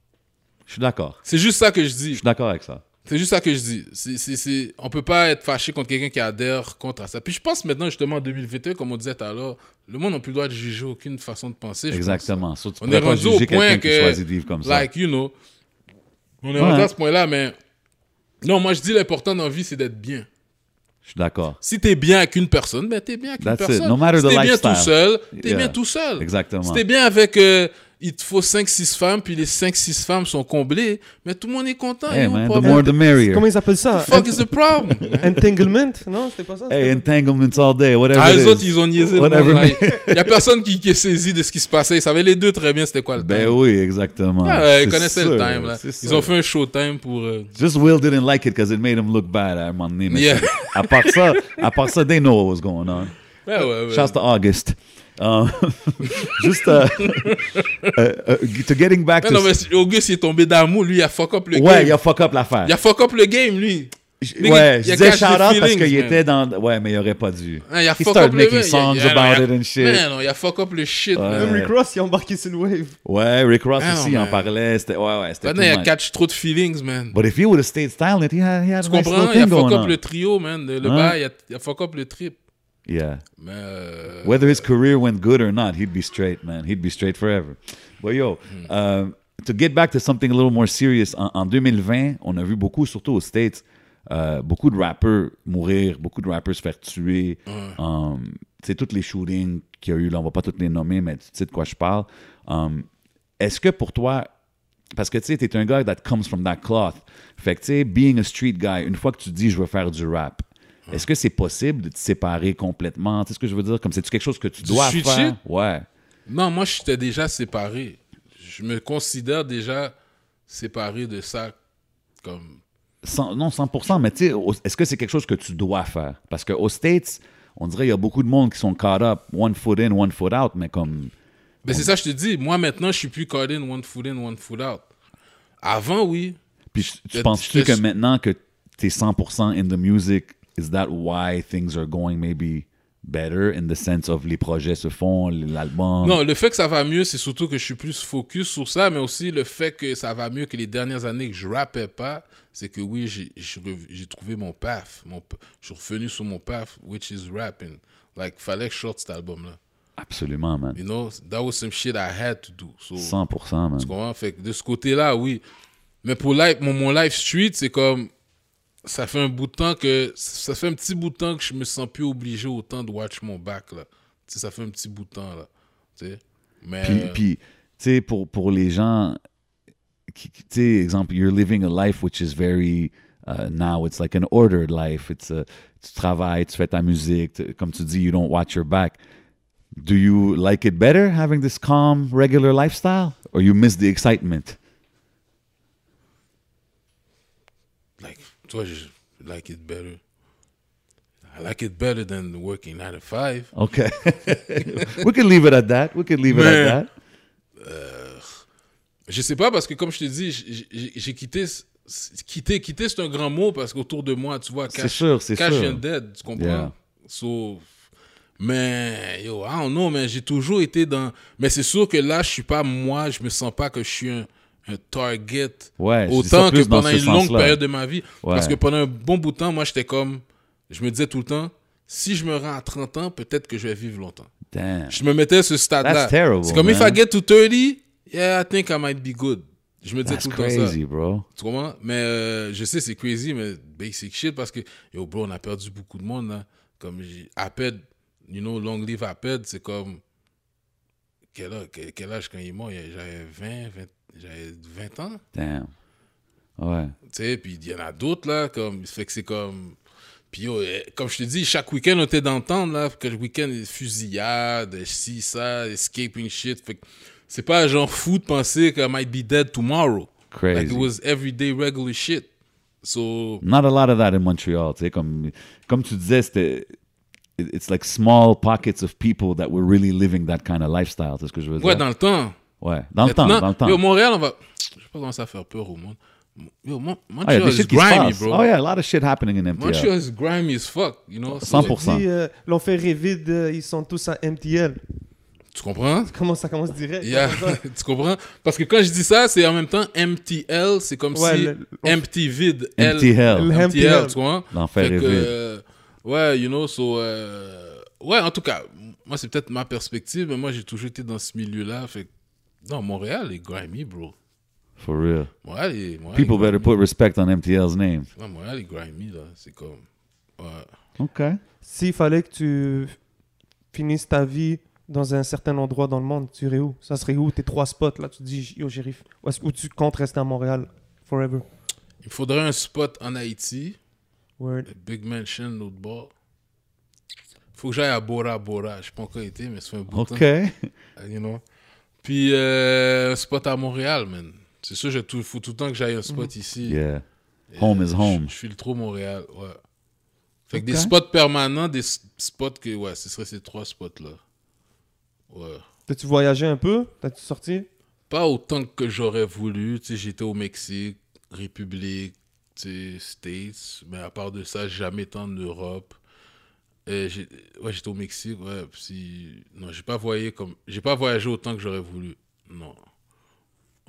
S2: Je suis d'accord.
S3: C'est juste ça que je dis.
S2: Je suis d'accord avec ça.
S3: C'est juste ça que je dis. C'est, c'est, c'est- On peut pas être fâché contre quelqu'un qui adhère contre à ça. Puis je pense maintenant, justement, en 2021, comme on disait tout à l'heure, le monde n'a plus le droit de juger aucune façon de penser. je
S2: Exactement. So, tu
S3: On
S2: pourrais
S3: est
S2: pas
S3: rendu au
S2: juger
S3: point
S2: quelqu'un qui
S3: que-
S2: choisit de vivre comme
S3: pense.
S2: ça.
S3: Like, you know. On est rendu à ce point-là, mais Non, moi, je dis l'important dans la vie, c'est d'être bien.
S2: Je suis d'accord.
S3: Si t'es bien avec une personne, ben t'es bien avec
S2: That's
S3: une
S2: it.
S3: personne.
S2: No matter
S3: si
S2: the
S3: t'es bien
S2: lifestyle.
S3: tout seul, t'es
S2: Yeah.
S3: bien tout seul.
S2: Exactement.
S3: Si t'es bien avec, euh, il te faut 5-6 femmes, puis les 5-6 femmes sont comblées, mais tout le monde est content.
S2: Hey,
S3: yo,
S2: man, the
S3: problème.
S2: more the merrier.
S1: Comment ils appellent ça
S3: Fuck is the problem?
S1: Entanglement Non, c'était pas ça.
S2: Hey,
S1: c'était-
S2: entanglements all day, whatever
S3: Ah,
S2: it
S3: les
S2: is.
S3: autres, ils ont niaisé.
S2: Whatever,
S3: Il n'y a personne qui, qui est saisi de ce qui se passait. Ils savaient les deux très bien c'était quoi le
S2: Ben
S3: time.
S2: oui, exactement.
S3: Ah, ouais, ils
S2: C'est
S3: connaissaient
S2: sûr,
S3: le time. Là.
S2: c'est
S3: Ils
S2: sûr.
S3: ont fait un showtime pour. euh,
S2: Just Will didn't like it because it made him look bad à un moment donné. mais
S3: Yeah.
S2: c'est- à part ça, à part ça, they know what was going on.
S3: Ouais, ouais, ouais.
S2: Shouts to August. Um, just uh, uh, uh, to getting back
S3: Ouais,
S2: to
S3: non, mais Auguste, il est tombé d'amour. Lui, il a fuck up le
S2: ouais, il
S3: game.
S2: a fuck up l'affaire.
S3: Il a fuck up le game, lui.
S2: J-
S3: Nigga,
S2: ouais,
S3: il
S2: je
S3: a
S2: disais
S3: caché
S2: shout
S3: les
S2: out parce
S3: feelings,
S2: qu'il
S3: man.
S2: était dans. Ouais, mais il aurait pas dû.
S3: Hein, il a
S2: He
S3: fuck
S2: started
S3: up le
S2: making
S3: game.
S2: songs
S3: Il a-
S2: about
S3: il a-
S2: it and shit.
S3: Man, non, il a fuck up le shit. man.
S1: Même Rick Ross, il a embarqué sur le wave.
S2: Ouais, Rick Ross
S3: Ah, non,
S2: aussi il en
S3: mais-
S2: parlait. C'était ouais, ouais, c'était.
S3: Maintenant, il a
S2: too much.
S3: catch trop de feelings, man.
S2: But if he would have stayed silent, he had, he had a nice
S3: Tu comprends?
S2: little
S3: Il a
S2: thing
S3: fuck
S2: going
S3: up
S2: on.
S3: le trio, man. Le, le
S2: Hein?
S3: bail, il a, il a fuck up le trip.
S2: Yeah.
S3: Mais. euh,
S2: Whether his career went good or not, he'd be straight, man. He'd be straight forever. But yo, um, to get back to something a little more serious, en, en 2020, on a vu beaucoup, surtout aux States, euh, beaucoup de rappers mourir, beaucoup de rappers se faire tuer. Um, tu sais, toutes les shootings qu'il y a eu, là, on va pas toutes les nommer, mais tu sais de quoi je parle. Um, Est-ce que pour toi, parce que tu sais, t'es un gars that comes from that cloth. Fait que tu sais, being a street guy, une fois que tu dis je veux faire du rap, est-ce que c'est possible de te séparer complètement? Tu sais ce que je veux dire? Comme c'est-tu quelque chose que tu
S3: Du
S2: dois
S3: street
S2: faire?
S3: shit?
S2: Ouais.
S3: Non, moi, j'étais déjà séparé. Je me considère déjà séparé de ça. Comme.
S2: Cent- non, 100%, mais tu sais, au- est-ce que c'est quelque chose que tu dois faire? Parce qu'aux States, on dirait qu'il y a beaucoup de monde qui sont caught up, one foot in, one foot out, mais comme.
S3: Mais Ben, c'est ça, je te dis. Moi, maintenant, je suis plus caught in, one foot in, one foot out. Avant, oui.
S2: Puis tu
S3: Je-
S2: penses-tu
S3: je-
S2: que maintenant que t'es 100% in the music, is that why things are going maybe better in the sense of les projets se font, l'album?
S3: Non, le fait que ça va mieux, c'est surtout que je suis plus focus sur ça, mais aussi le fait que ça va mieux que les dernières années que je rappais pas, c'est que oui, j'ai- j'ai rev- j'ai trouvé mon path. Mon, p- je suis revenu sur mon path, which is rapping. Like, fallait que je sorte cet album-là.
S2: Absolument, man.
S3: You know, that was some shit I had to do. So,
S2: 100%, man.
S3: Tu comprends? Fait que de ce côté-là, oui. Mais pour live, mon, mon live street, c'est comme. Ça fait un bout de temps que. Ça fait un petit bout de temps que je me sens plus obligé autant de watch mon back, là. Tu sais, ça fait un petit bout de temps, là. Tu sais? Mais.
S2: Puis, puis, tu sais, pour, pour les gens, qui, qui- tu sais, exemple, you're living a life which is very, uh, now it's like an ordered life. It's a- tu travailles, tu fais ta musique, tu- comme tu dis, you don't watch your back. Do you like it better having this calm, regular lifestyle? Or you miss the excitement?
S3: euh, like, toi, je like it better. I like it better than working 9 to 5.
S2: Okay. we could leave it at that. We could leave it at
S3: Mais-
S2: that.
S3: Je sais pas, parce que comme je te dis, j- j- j'ai quitté. c- c- Quitter, quitter, c'est un grand mot parce qu'autour de moi, tu vois,
S2: C'est
S3: cash-
S2: sûr, c'est
S3: cash
S2: sûr.
S3: and dead, tu comprends?
S2: Yeah.
S3: So, mais, yo, I don't know, mais j'ai toujours été dans. Mais c'est sûr que là, je suis pas moi, je me sens pas que je suis un, un target
S2: Ouais, je dis ça
S3: autant que
S2: plus dans
S3: pendant
S2: ce
S3: une longue
S2: sens-là.
S3: période de ma vie.
S2: Ouais.
S3: Parce que pendant un bon bout de temps, moi, j'étais comme. Je me disais tout le temps, si je me rends à 30 ans, peut-être que je vais vivre longtemps.
S2: Damn.
S3: Je me mettais à ce stade-là.
S2: That's terrible,
S3: C'est comme, if
S2: man.
S3: I get to 30, yeah, I think I might be good. Je me disais
S2: That's
S3: tout le temps ça.
S2: crazy, bro.
S3: Tu comprends? Mais euh, je sais, c'est crazy, mais basic shit parce que, yo, bro, on a perdu beaucoup de monde, là. Comme, j'ai- Aped, you know, long live Aped, c'est comme. Quel âge, quel, quel âge quand il est mort? Il y a- J'avais 20, 20 j'avais 20 ans.
S2: Damn. Ouais.
S3: Tu sais, puis il y en a d'autres, là. Comme, fait que c'est comme. Puis, yo, eh, comme je te dis, chaque week-end, on était d'entendre, là. Que le week-end, fusillade, si, ça, escaping shit. Fait que c'est pas genre fou de penser que I might be dead tomorrow. Like,
S2: Crazy.
S3: it was everyday regular shit. So,
S2: Not a lot of that in Montreal. Tu sais, comme, comme tu disais, c'était. it- It's like small pockets of people that were really living that kind of lifestyle. C'est ce que je veux
S3: ouais,
S2: dire.
S3: dans le temps.
S2: ouais, dans le temps,
S3: Maintenant,
S2: dans le temps.
S3: Yo, Montréal, on va. Je sais pas comment ça faire peur au monde. Yo, Mon-
S2: Ah, il y a
S3: Montreal
S2: des
S3: is
S2: shit qui se
S3: grimy,
S2: passent.
S3: bro.
S2: Oh yeah, a lot of shit happening in MTL.
S3: Montreal is grimy as fuck, you know. So,
S2: 100%.
S1: Dis, euh, l'on fait rêver de- euh, ils sont tous à MTL.
S3: tu comprends?
S1: Comment ça commence direct
S3: Yeah, tu comprends? Parce que quand je dis ça, c'est en même temps MTL, c'est comme
S1: Ouais,
S3: si
S1: le-
S3: empty vide. L-
S2: Empty hell.
S1: Le-
S3: MTL,
S1: MTL.
S3: tu comprends?
S2: L'enfer
S3: Fait
S2: est
S3: que,
S2: vide.
S3: euh, ouais, you know, so. euh, ouais, en tout cas, moi, c'est peut-être ma perspective, mais moi, j'ai toujours été dans ce milieu-là. Fait que, non, Montréal est grimy, bro.
S2: For real.
S3: Montréal est. Montréal
S2: People
S3: est
S2: better put respect on MTL's name.
S3: grimy. Ouais, Montréal est grimy, là. C'est comme. Ouais.
S2: OK.
S1: S'il fallait que tu finisses ta vie dans un certain endroit dans le monde, tu irais où Ça serait où tes trois spots Là, tu te dis, yo, shérif. Ou, est-ce- ou tu comptes rester à Montréal forever
S3: Il me faudrait un spot en Haïti.
S1: Word.
S3: Le Big Mansion, l'autre bord. Faut que j'aille à Bora Bora. Je sais pas encore été, mais c'est un bout
S2: OK.
S3: de temps, Euh, you know. Puis euh, un spot à Montréal, man. C'est sûr, je tout, faut tout le temps que j'aille un spot ici.
S2: Mm-hmm.
S3: euh,
S2: Yeah. Home is
S3: Je-
S2: home.
S3: Je suis le trop Montréal, ouais. Fait que
S2: Ok.
S3: des spots permanents, des s- spots que, ouais, ce serait ces trois spots-là. Ouais.
S1: T'as-tu voyagé un peu T'as-tu sorti
S2: Euh,
S3: Pas autant que j'aurais voulu. Tu sais, j'étais au Mexique, République, tu sais, States. Mais à part de ça, j'ai jamais été en Europe. Euh, j'ai- ouais, j'étais au Mexique, ouais. Puis, non, j'ai pas voyagé comme... J'ai pas voyagé autant que j'aurais voulu. Non.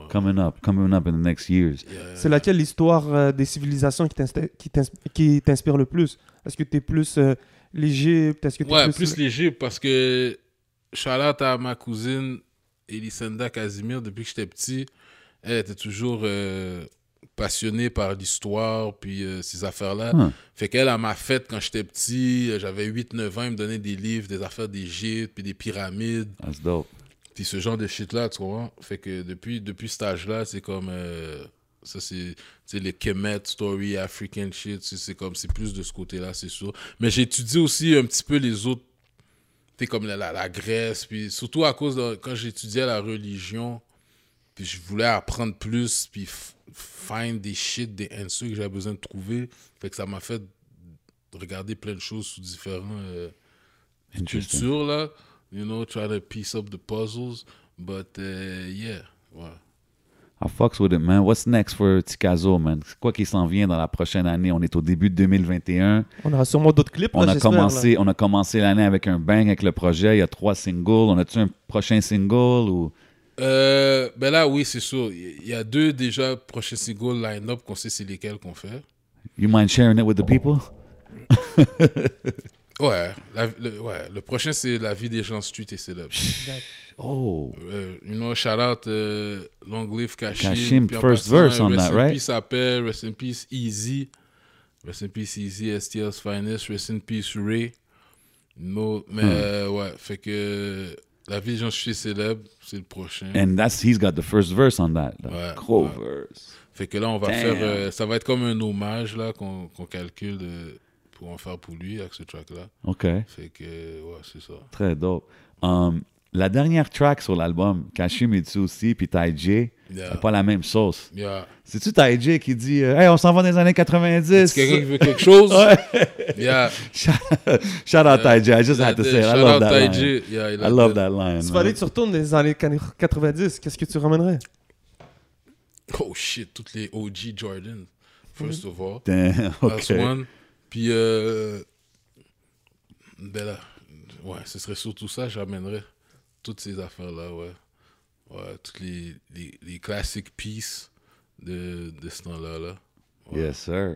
S2: Coming up. Coming up in the next years.
S3: Yeah.
S1: C'est laquelle l'histoire euh, des civilisations qui t'insta- qui t'ins- qui t'inspire le plus Est-ce que t'es plus euh, l'Égypte Est-ce que t'es
S3: Ouais, plus,
S1: plus...
S3: léger parce que Charlotte à ma cousine Elisenda Casimir, depuis que j'étais petit, elle était toujours euh, passionnée par l'histoire puis euh, ces affaires-là.
S2: Huh.
S3: Fait qu'elle, à ma fête, quand j'étais petit, euh, j'avais 8-9 ans, elle me donnait des livres, des affaires d'Égypte, puis des pyramides,
S2: That's dope.
S3: puis ce genre de shit-là, tu comprends? Fait que depuis, depuis cet âge-là, c'est comme... euh, ça, c'est tu sais, les Kemet Story, African shit, c'est- c'est comme, c'est plus de ce côté-là, c'est sûr. Mais j'étudie aussi un petit peu les autres, tu sais, comme la, la, la Grèce, puis surtout à cause de, quand j'étudiais la religion, puis je voulais apprendre plus, puis f- find des shit, des answers que j'avais besoin de trouver. Fait que ça m'a fait regarder plein de choses sous différents euh,
S2: Interesting.
S3: cultures, là. You know, try to piece up the puzzles, but euh, yeah, ouais.
S2: I fucks with it, man. What's next for Tikazo, man? C'est quoi qui s'en vient dans la prochaine année? On est au début de 2021.
S1: On aura sûrement d'autres clips.
S2: On
S1: là,
S2: a
S1: j'espère, là.
S2: commencé, on a commencé l'année avec un bang avec le projet. Il y a trois singles. On a-tu un prochain single ou
S3: Euh, ben là, oui, c'est sûr. Il y a deux déjà prochains singles line-up qu'on sait c'est lesquels qu'on fait.
S2: you mind sharing it with the people?
S3: Ouais, la- le, ouais, le prochain, c'est La vie des gens street et célèbres.
S2: Oh,
S3: Euh, you know, shout out euh, Long Live Kashim.
S2: Kashim,
S3: Puis en
S2: first
S3: passant,
S2: verse on
S3: rest
S2: that,
S3: in
S2: right?
S3: Peace Appel, Rest in Peace Easy, Rest in Peace Easy, STL's Finest, Rest in Peace Ray. No, mais euh,
S2: Hmm.
S3: ouais, fait que La vie des gens street et célèbres, c'est le prochain.
S2: and that's he's got the first verse on that. The
S3: Ouais,
S2: gros
S3: ouais.
S2: verse.
S3: Fait que là, on va
S2: Damn.
S3: faire. euh, ça va être comme un hommage là qu'on qu'on calcule euh, pour en faire pour lui avec ce track-là.
S2: Ok,
S3: Fait que, euh, ouais, c'est ça.
S2: très dope. Um, la dernière track sur l'album, Kashim et aussi, puis Ty J,
S3: Yeah.
S2: c'est pas la même sauce.
S3: Yeah.
S2: C'est-tu Ty J qui dit euh, Hey, on s'en va dans les années 90
S3: Est-ce quelqu'un qui veut quelque chose? Yeah.
S2: Shout shout out Ty J, I just had to say it. I
S3: Shout
S2: love
S3: out
S2: that
S3: Ty
S2: line.
S3: J. Yeah, il a
S2: I love
S3: fait-
S2: that line.
S1: S'il
S2: man.
S1: fallait que tu retournes dans les années 90, qu'est-ce que tu ramènerais
S3: Oh shit, toutes les OG Jordan. First
S2: Mm-hmm.
S3: of all.
S2: Damn,
S3: That's
S2: ok.
S3: one. Puis, euh, ben là, ouais, ce serait surtout ça, j'amènerais toutes ces affaires-là, ouais. Ouais, toutes les, les, les classic pieces de, de ce temps-là, là. Ouais.
S2: Yes, sir.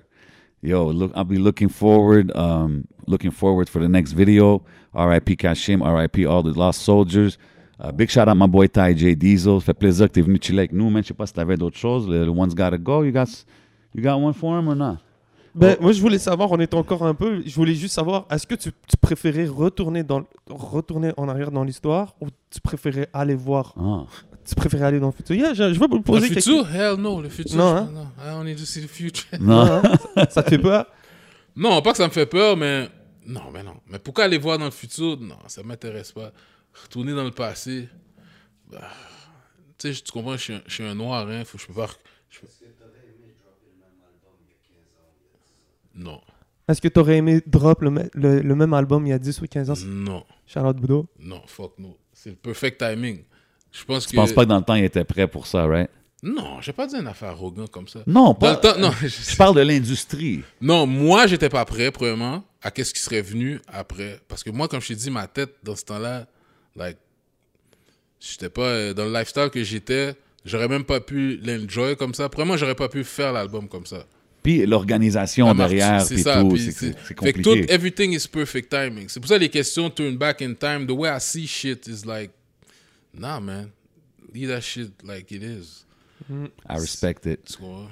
S2: Yo, look, I'll be looking forward, um, looking forward for the next video. R.I.P. Kashim, R.I.P. All the Lost Soldiers. Uh, big shout out my boy Ty J Diesel. Fait plaisir que t'es venu chiller avec nous, man. Je sais pas si t'avais d'autres choses. Le, le One's Gotta Go, you got, s- you got one for him or not?
S1: Ben, moi, je voulais savoir, on est encore un peu, je voulais juste savoir, est-ce que tu, tu préférais retourner, dans, retourner en arrière dans l'histoire ou tu préférais aller voir,
S2: Ah,
S1: tu préférais aller dans le futur Yeah, je, je veux vous
S3: Le
S1: poser quelques-
S3: futur? Hell no, le futur.
S1: Non,
S3: je-
S1: hein?
S3: non. Ah, I don't need to see the future.
S2: Non.
S1: Non, hein, ça te fait peur
S3: Non, pas que ça me fait peur, mais. Non, mais non. Mais pourquoi aller voir dans le futur Non, ça m'intéresse pas. Retourner dans le passé. bah, tu sais, je- tu comprends, je suis un, je suis un noir, hein. Faut que je peux pas. je peux- Non,
S1: Est-ce que t'aurais aimé drop le, me- le- le même album il y a 10 ou 15 ans
S3: non,
S1: Charlotte Boudot
S3: non, fuck no. C'est le perfect timing. Je pense
S2: Je pense
S3: que.
S2: pas que dans le temps, il était prêt pour ça, right?
S3: Non, j'ai pas dit une affaire arrogant comme ça.
S2: Non,
S3: Dans
S2: pas.
S3: le temps, non,
S2: Je parle de l'industrie.
S3: Non, moi, j'étais pas prêt, premièrement, à qu'est-ce qui serait venu après. Parce que moi, comme je t'ai dit, ma tête, dans ce temps-là, like, j'étais pas euh, dans le lifestyle que j'étais, j'aurais même pas pu l'enjoy comme ça. Premièrement, j'aurais pas pu faire l'album comme ça.
S2: Puis l'organisation
S3: La marche,
S2: derrière, puis tout.
S3: puis
S2: c'est- C'est c'est
S3: Fait que tout,
S2: compliqué.
S3: everything is perfect timing. C'est pour ça les questions turn back in time. The way I see shit is like, nah, man, leave that shit like it is.
S2: I respect it.
S3: Tu comprends?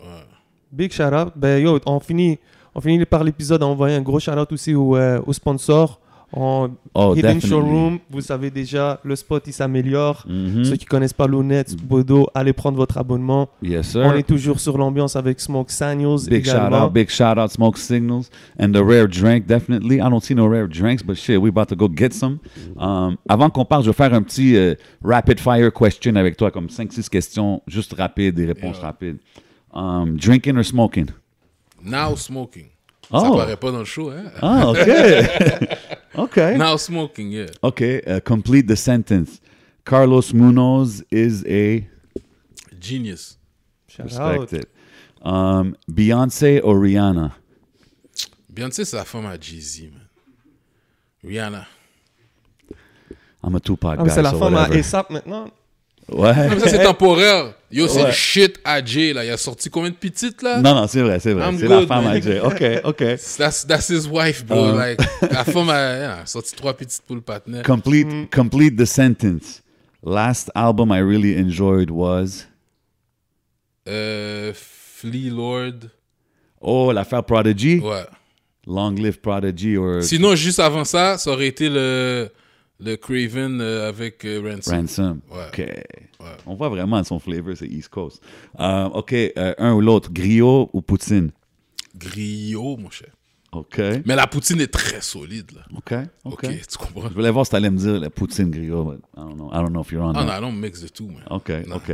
S3: Ouais.
S1: Big shout out. Ben, yo, on finit, on finit par l'épisode. On envoie un gros shout out aussi aux euh, aux sponsors. En
S2: Oh,
S1: Hidden
S2: definitely.
S1: Showroom, vous savez déjà, le spot il s'améliore.
S2: Mhm.
S1: Ceux qui connaissent pas Lunette, Bodo, allez prendre votre abonnement.
S2: Yes,
S1: On
S2: sir.
S1: est toujours sur l'ambiance avec Smoke Sanios
S2: Big
S1: également.
S2: shout out, big shout out, Smoke Signals, and the rare drink, definitely. I don't see no rare drinks, but shit, we about to go get some. Um, avant qu'on parte, je vais faire un petit euh, rapid fire question avec toi, comme 5-6 questions, juste rapides, des réponses
S3: Yeah.
S2: rapides. Um, drinking or smoking?
S3: Now smoking. Ça
S2: Oh,
S3: paraît pas dans le show, hein?
S2: ah, ok. ok.
S3: Now smoking, yeah.
S2: Okay, uh, complete the sentence. Carlos Munoz is a.
S3: Genius.
S1: Shout out.
S2: Respect it. Um, Beyonce or Rihanna?
S3: Beyoncé, c'est la femme à Jay-Z, man. Rihanna.
S2: I'm a Tupac
S1: Ah, mais
S2: guy,
S1: c'est la
S2: so
S1: femme à
S2: whatever.
S1: ASAP maintenant.
S3: Non,
S2: Ouais.
S3: mais ça, c'est temporaire. Yo, c'est
S2: Ouais.
S3: le shit à Jay, là. Il a sorti combien de petites, là?
S2: Non, non, c'est vrai, c'est vrai.
S3: I'm
S2: C'est la
S3: good,
S2: femme
S3: man.
S2: à Jay. OK, OK.
S3: That's, that's his wife, bro.
S2: Ah.
S3: Like, la femme a yeah, sorti trois petites pour le partenaire.
S2: Complete, complete the sentence. Last album I really enjoyed was...
S3: Euh, Flea Lord.
S2: Oh, l'affaire Prodigy?
S3: Ouais.
S2: Euh, Long Live Prodigy or
S3: Sinon, juste avant ça, ça aurait été le, le Craven euh, avec euh, Ransom.
S2: Ransom.
S3: Ouais.
S2: OK. On voit vraiment son flavor, c'est East Coast. Um, OK, euh, un ou l'autre, griot ou poutine?
S3: Griot, mon cher.
S2: OK,
S3: Mais la poutine est très solide, là.
S2: OK, OK.
S3: OK, tu comprends?
S2: Je voulais voir si t'allais me dire la poutine griot, but I don't know, I don't know if you're on
S3: Ah
S2: that.
S3: non, I don't mix the two, man.
S2: OK,
S3: Non.
S2: OK.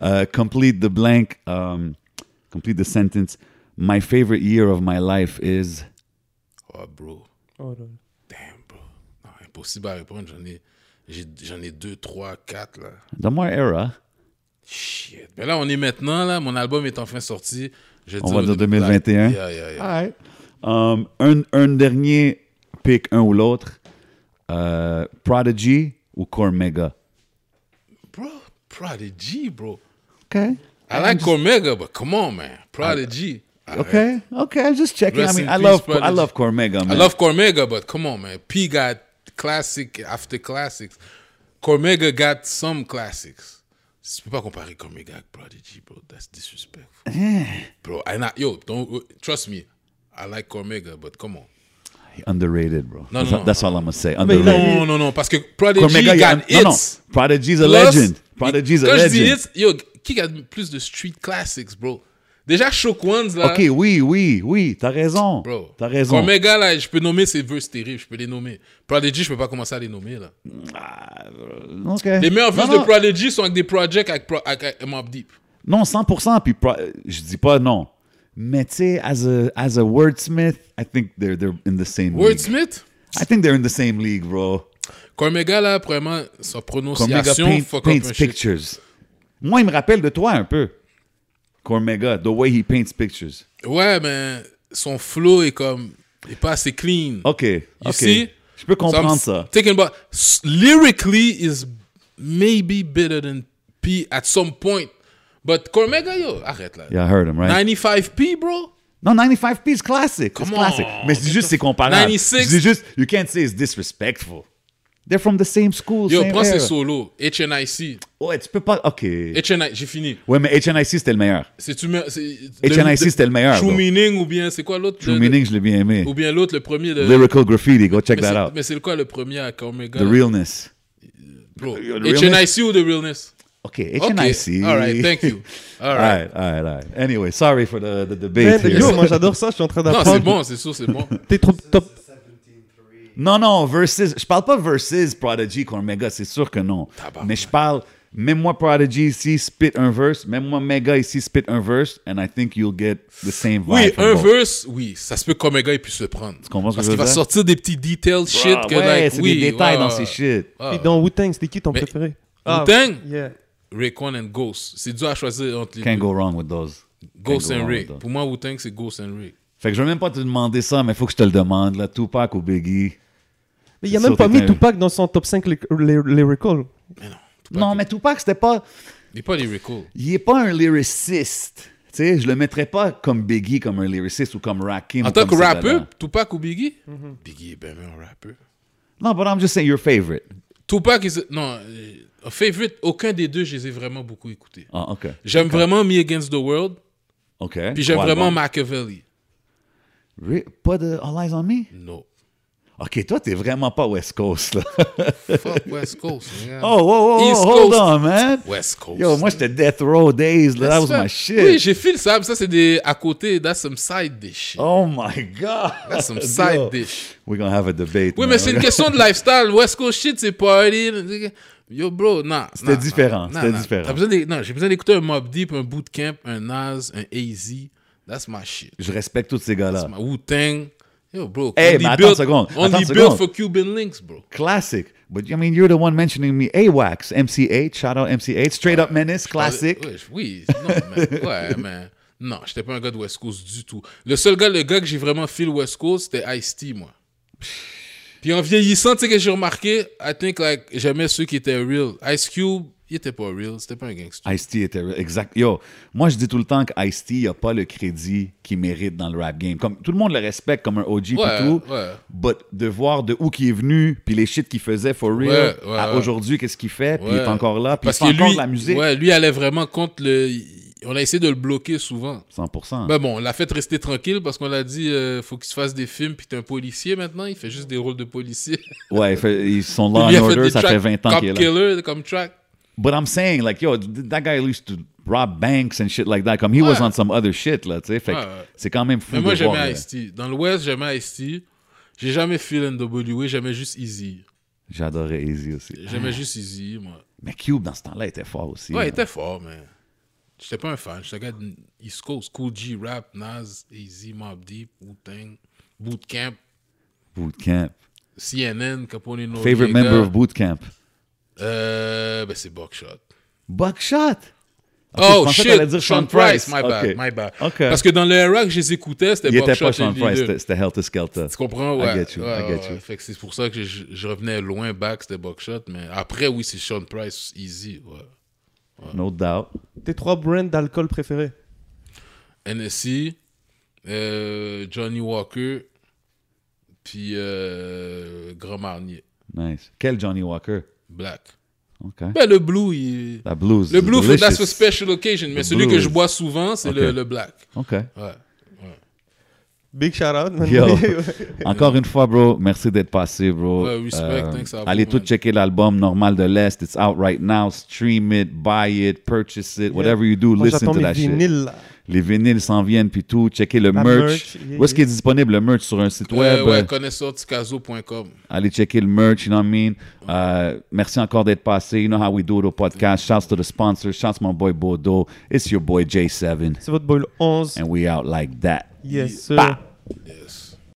S2: Uh, complete the blank, um, complete the sentence. My favorite year of my life is...
S3: Oh, bro.
S1: Oh, non.
S3: Damn, bro. Non, impossible à répondre. J'en ai, j'ai- j'en ai deux, trois, quatre, là.
S2: Donne-moi un era.
S3: Shit. Mais là, on est maintenant, là. Mon album est enfin sorti. Je
S2: On va dire 2021.
S3: Yeah, yeah, yeah.
S2: All right. Um, un, un dernier pick, un ou l'autre. Euh, Prodigy ou Core Mega?
S3: Bro, Prodigy, bro.
S2: OK.
S3: I like Cormega, but come on, man. Prodigy. I,
S2: Ah, Okay, okay, I'm just checking. I
S3: Rest
S2: mean,
S3: in
S2: I
S3: peace,
S2: love,
S3: Prodigy.
S2: I love Cormega, man.
S3: I love Cormega, but come on, man. P got classic after classics. Cormega got some classics. Tu peux pas comparer Cormega avec Prodigy, bro. That's disrespectful.
S2: Eh.
S3: bro, I not, yo, don't, trust me. I like Cormega, but come on.
S2: underrated, bro.
S3: No,
S2: that's,
S3: no, no.
S2: that's all I'm gonna say.
S1: il
S2: Underrated.
S1: a-
S3: Non, non, non, parce que Prodigy
S2: Cormega,
S3: got
S2: il y a-
S3: hits.
S2: non, non. Prodigy's a
S3: Plus,
S2: legend. Prodigy's a
S3: quand
S2: legend.
S3: je dis hits, yo, qui a plus de street classics, bro? Déjà, Shook Ones, là.
S2: Ok, oui, oui, oui. T'as raison.
S3: uh, Bro.
S2: T'as raison.
S3: Cormega, là, je peux nommer ses vœux terribles, je peux les nommer. Prodigy, je peux pas commencer à les nommer, là.
S2: Ok.
S3: Les meilleurs vœux
S2: non,
S3: de
S2: non.
S3: Prodigy sont avec des projects avec, Pro- avec, avec Mobb Deep.
S2: non, 100%. Puis Pro- je dis pas non. Mais tu sais, as a as a wordsmith, I think they're they're in the same league.
S3: Wordsmith,
S2: I think they're in the same league, bro.
S3: Cormega, là, vraiment, sa
S2: Cormega
S3: prononciation,
S2: paint,
S3: fuck up
S2: paints
S3: un shit.
S2: pictures. Moi, il me rappelle de toi un peu. Cormega, the way he paints pictures.
S3: Ouais, mais son flow est comme, est pas assez clean.
S2: OK. OK.
S3: see?
S2: Je peux
S3: So I'm
S2: comprendre
S3: s-
S2: ça.
S3: Thinking about s- lyrically is maybe better than P at some point, but Cormega yo arrête là.
S2: Yeah, I heard him, right?
S3: 95 P bro.
S2: Non, 95P is classic. It's
S3: Come
S2: classic.
S3: on,
S2: Mais je dis
S3: get
S2: juste
S3: the-
S2: c'est comparable.
S3: 96.
S2: Je dis juste, you can't say it's disrespectful. They're from the same school,
S3: Yo
S2: same
S3: prends ses
S2: era.
S3: solos. HNIC.
S2: Ouais, tu peux pas... OK.
S3: HNIC j'ai fini.
S2: Ouais, mais HNIC, c'était le meilleur.
S3: C'est tu me- c'est-
S2: HNIC,
S3: le-
S2: c'était le meilleur,
S3: True
S2: bro.
S3: Meaning ou bien c'est quoi l'autre?
S2: True
S3: Le-
S2: Meaning, je l'ai bien aimé.
S3: le- Ou euh, bien l'autre le premier de.
S2: Lyrical Graffiti, go check
S3: mais c'est-
S2: that out.
S3: mais c'est le quoi le premier à Cormega?
S2: The Realness.
S3: bro?
S2: Realness.
S3: HNIC ou The Realness?
S2: OK,
S3: Ok.
S2: HNIC.
S3: All right, thank you. All
S2: All
S3: right.
S2: right, all right, all right. Anyway, sorry for the, the
S1: Ben,
S2: debate here.
S1: yo, moi j'adore ça, je suis en train
S3: Non
S1: d'apprendre.
S3: c'est bon, c'est sûr c'est bon.
S1: T'es trop top.
S2: Non, non, versus. Je parle pas versus Prodigy contre Mega, c'est sûr que non.
S3: Tabarnak.
S2: Mais je parle. Même moi, Prodigy ici, spit un verse. Même moi, Mega ici, spit un verse. And I think you'll get the same vibe.
S3: Oui,
S2: from
S3: un
S2: both.
S3: verse, oui, ça se peut comme un gars il puisse se prendre.
S2: comprends ce que
S3: Parce
S2: je
S3: qu'il
S2: veux
S3: va
S2: dire?
S3: sortir des petits details shit
S2: Ah,
S3: que
S2: ouais,
S3: like,
S2: c'est
S3: oui,
S2: des détails
S3: ouais,
S2: dans
S3: ouais,
S2: ces
S3: ouais.
S2: shit.
S1: Puis dans Wu-Tang, c'était qui ton
S3: Mais-
S1: préféré Ah,
S3: Wu-Tang?
S1: yeah.
S3: Raycon and Ghost, c'est dur à choisir entre les
S2: Can't
S3: deux.
S2: go wrong with those.
S3: Ghost
S2: can't go
S3: and
S2: wrong
S3: Ray.
S2: with those.
S3: Pour moi Wu-Tang c'est Ghost and Ray.
S2: Fait que je vais même pas te demander ça, mais faut que je te le demande. Là, Tupac ou Biggie.
S1: Mais il a
S2: C'est
S1: même
S2: sûr
S1: pas
S2: que
S1: mis
S2: t'as-
S1: Tupac dans son top 5 lyric- lyrical.
S2: Non, mais Tupac, c'était pas.
S3: Il est pas lyrical.
S2: Il est pas un lyriciste. Tu sais, je le mettrais pas comme Biggie, comme un lyriciste ou comme Rakim.
S3: En
S2: ou
S3: tant que
S2: comme ces
S3: rappeur,
S2: gars-là.
S3: Tupac ou Biggie
S2: Mhm.
S3: Biggie est bien un rappeur.
S2: Non, but I'm just saying your favorite.
S3: Tupac is non, euh, Favorite, aucun des deux, je les ai vraiment beaucoup écoutés.
S2: Ah, OK.
S3: J'aime vraiment Me Against the World,
S2: OK.
S3: puis j'aime
S2: Ouais,
S3: vraiment
S2: bon.
S3: Machiavelli.
S2: Ri- Pas de All Eyes on Me?
S3: No.
S2: OK, toi, t'es vraiment pas West Coast, là.
S3: Fuck West Coast, man.
S2: Oh, oh, oh,
S3: East
S2: hold
S3: Coast.
S2: on, man.
S3: West Coast.
S2: Yo, moi, j'étais Death Row Days, là. That was
S3: Ça-
S2: my shit.
S3: Oui, j'ai feel ça, mais ça c'est des à côté, that's some side dish.
S2: Oh my God!
S3: That's some
S2: Yo,
S3: side dish.
S2: We're gonna have a debate.
S3: Oui,
S2: man.
S3: mais c'est une question de lifestyle. West Coast shit, c'est party. Yo, bro, non.
S2: C'était
S3: non,
S2: différent,
S3: non,
S2: c'était
S3: non.
S2: différent.
S3: T'as besoin d'é- Non, j'ai besoin d'écouter un Mob Deep, un Bootcamp, un Nas, un AZ. That's my shit.
S2: Je respecte tous ces gars-là.
S3: That's my Wu-Tang. Yo, bro.
S2: Hey,
S3: only
S2: mais attends
S3: built-
S2: une seconde, attends
S3: Only
S2: une
S3: built
S2: seconde.
S3: for Cuban links, bro.
S2: Classic. But I mean, you're the one mentioning me. AWAX, MC8, shout out MC8, Straight Up Menace, classic.
S3: Ah, Ouais, Oui, non, mais, ouais, mais non, j'étais pas un gars de West Coast du tout. Le seul gars, le gars que j'ai vraiment feel West Coast, c'était Ice-T, moi. Puis en vieillissant, tu sais que j'ai remarqué, I think, like, j'aimais ceux qui étaient real. Ice Cube, il était pas real, c'était pas un gangster.
S2: Ice-T était exact. Yo, moi, je dis tout le temps que Ice-T, il a pas le crédit qu'il mérite dans le rap game. Comme, tout le monde le respecte comme un OG Ah, et
S3: Ouais,
S2: tout.
S3: ouais.
S2: But de voir de où qu'il est venu, puis les shit qu'il faisait for real,
S3: Ouais, ouais,
S2: à
S3: ouais.
S2: aujourd'hui, qu'est-ce qu'il fait, puis il est
S3: Ouais.
S2: encore là, puis il
S3: Parce
S2: fait
S3: que
S2: encore
S3: lui,
S2: de la musique.
S3: ouais, lui allait vraiment contre le. On a essayé de le bloquer souvent.
S2: 100%.
S3: Ben bon, on l'a fait rester tranquille parce qu'on l'a dit, euh, faut qu'il se fasse des films, puis t'es un policier maintenant, il fait juste des rôles de policier.
S2: Ouais, il fait- ils sont là
S3: Lui a
S2: en
S3: des
S2: order, ça fait
S3: tracks
S2: 20 ans
S3: Cop
S2: qu'il est là.
S3: Killer comme track.
S2: But I'm saying, like, yo, th- that guy used to rob banks and shit like that. Comme he was
S3: Ouais.
S2: on some other shit, là, tu sais. Fait que
S3: Ouais, ouais.
S2: c'est quand même fou
S3: Mais moi,
S2: de voir. euh, là.
S3: j'aimais Ice-T. Dans l'Ouest, j'aimais Ice-T. J'ai jamais Phil NWA, j'aimais juste Easy.
S2: J'adorais Easy aussi.
S3: J'aimais juste Easy, moi.
S2: Mais Cube, dans ce temps-là, était fort aussi.
S3: Ouais,
S2: là.
S3: il était fort, mais. J'étais pas un fan. J'étais un gars de East Coast, Cool G, Rap, Nas, Easy, Mob Deep, Wu-Tang, Bootcamp,
S2: Bootcamp.
S3: CNN, Capone Noriega.
S2: Favorite member of Bootcamp.
S3: Euh, ben c'est Buckshot.
S2: Buckshot. Ok, je
S3: oh
S2: pensais que
S3: shit,
S2: t'allais dire
S3: Sean Price, my bad,
S2: Ok.
S3: my bad.
S2: Ok.
S3: Parce que dans le rock, je les écoutais, c'était
S2: il était
S3: Buckshot
S2: pas
S3: et
S2: Sean Price,
S3: Leader.
S2: c'était- c'était Helter Skelter.
S3: Tu comprends?
S2: I
S3: Ouais.
S2: get you, I
S3: ouais,
S2: get
S3: ouais,
S2: you.
S3: ouais. Fait que c'est pour ça que je, je revenais loin back, c'était Buckshot. Mais après, oui, c'est Sean Price, easy. Ouais.
S2: No doubt.
S1: Tes trois brands d'alcool préférés
S3: NSC, euh, Johnny Walker, puis euh, Grand Marnier,
S2: Nice. Quel Johnny Walker?
S3: Black.
S2: Ok.
S3: Ben, le Blue, il...
S2: La blues.
S3: Le
S2: is
S3: Blue,
S2: delicious.
S3: that's a special occasion. Mais
S2: The
S3: celui
S2: Blue
S3: que je
S2: is-
S3: bois souvent, c'est le,
S2: Ok.
S3: le Black.
S2: Ok.
S3: Ouais.
S1: Big shout out. man.
S2: Yo. Encore une fois, bro, merci d'être passé, bro. Euh,
S3: Ouais, respect, thanks à vous,
S2: allez tout
S3: man.
S2: checker l'album Normal de l'Est. It's out right now. Stream it, buy it, purchase it, whatever you do,
S1: Moi,
S2: listen
S1: j'attends
S2: to
S1: mes
S2: that shit.
S1: vinyles, là.
S2: Les vinyles s'en viennent, puis tout. Checker le
S1: La
S2: merch.
S1: merch, yeah,
S2: Où est-ce
S1: yeah.
S2: qu'il est disponible, le merch, sur un site
S3: Ouais,
S2: web?
S3: Euh, ouais, connaisseurticazo.com.
S2: Allez checker le merch, you know what I mean? Uh, merci encore d'être passé. You know how we do it au podcast. Shouts to the sponsors. Shouts my boy Bordeaux. It's your boy J7.
S1: C'est votre boy le 11.
S2: And we out like that.
S1: Yes, sir.
S2: Bah!
S3: Yes.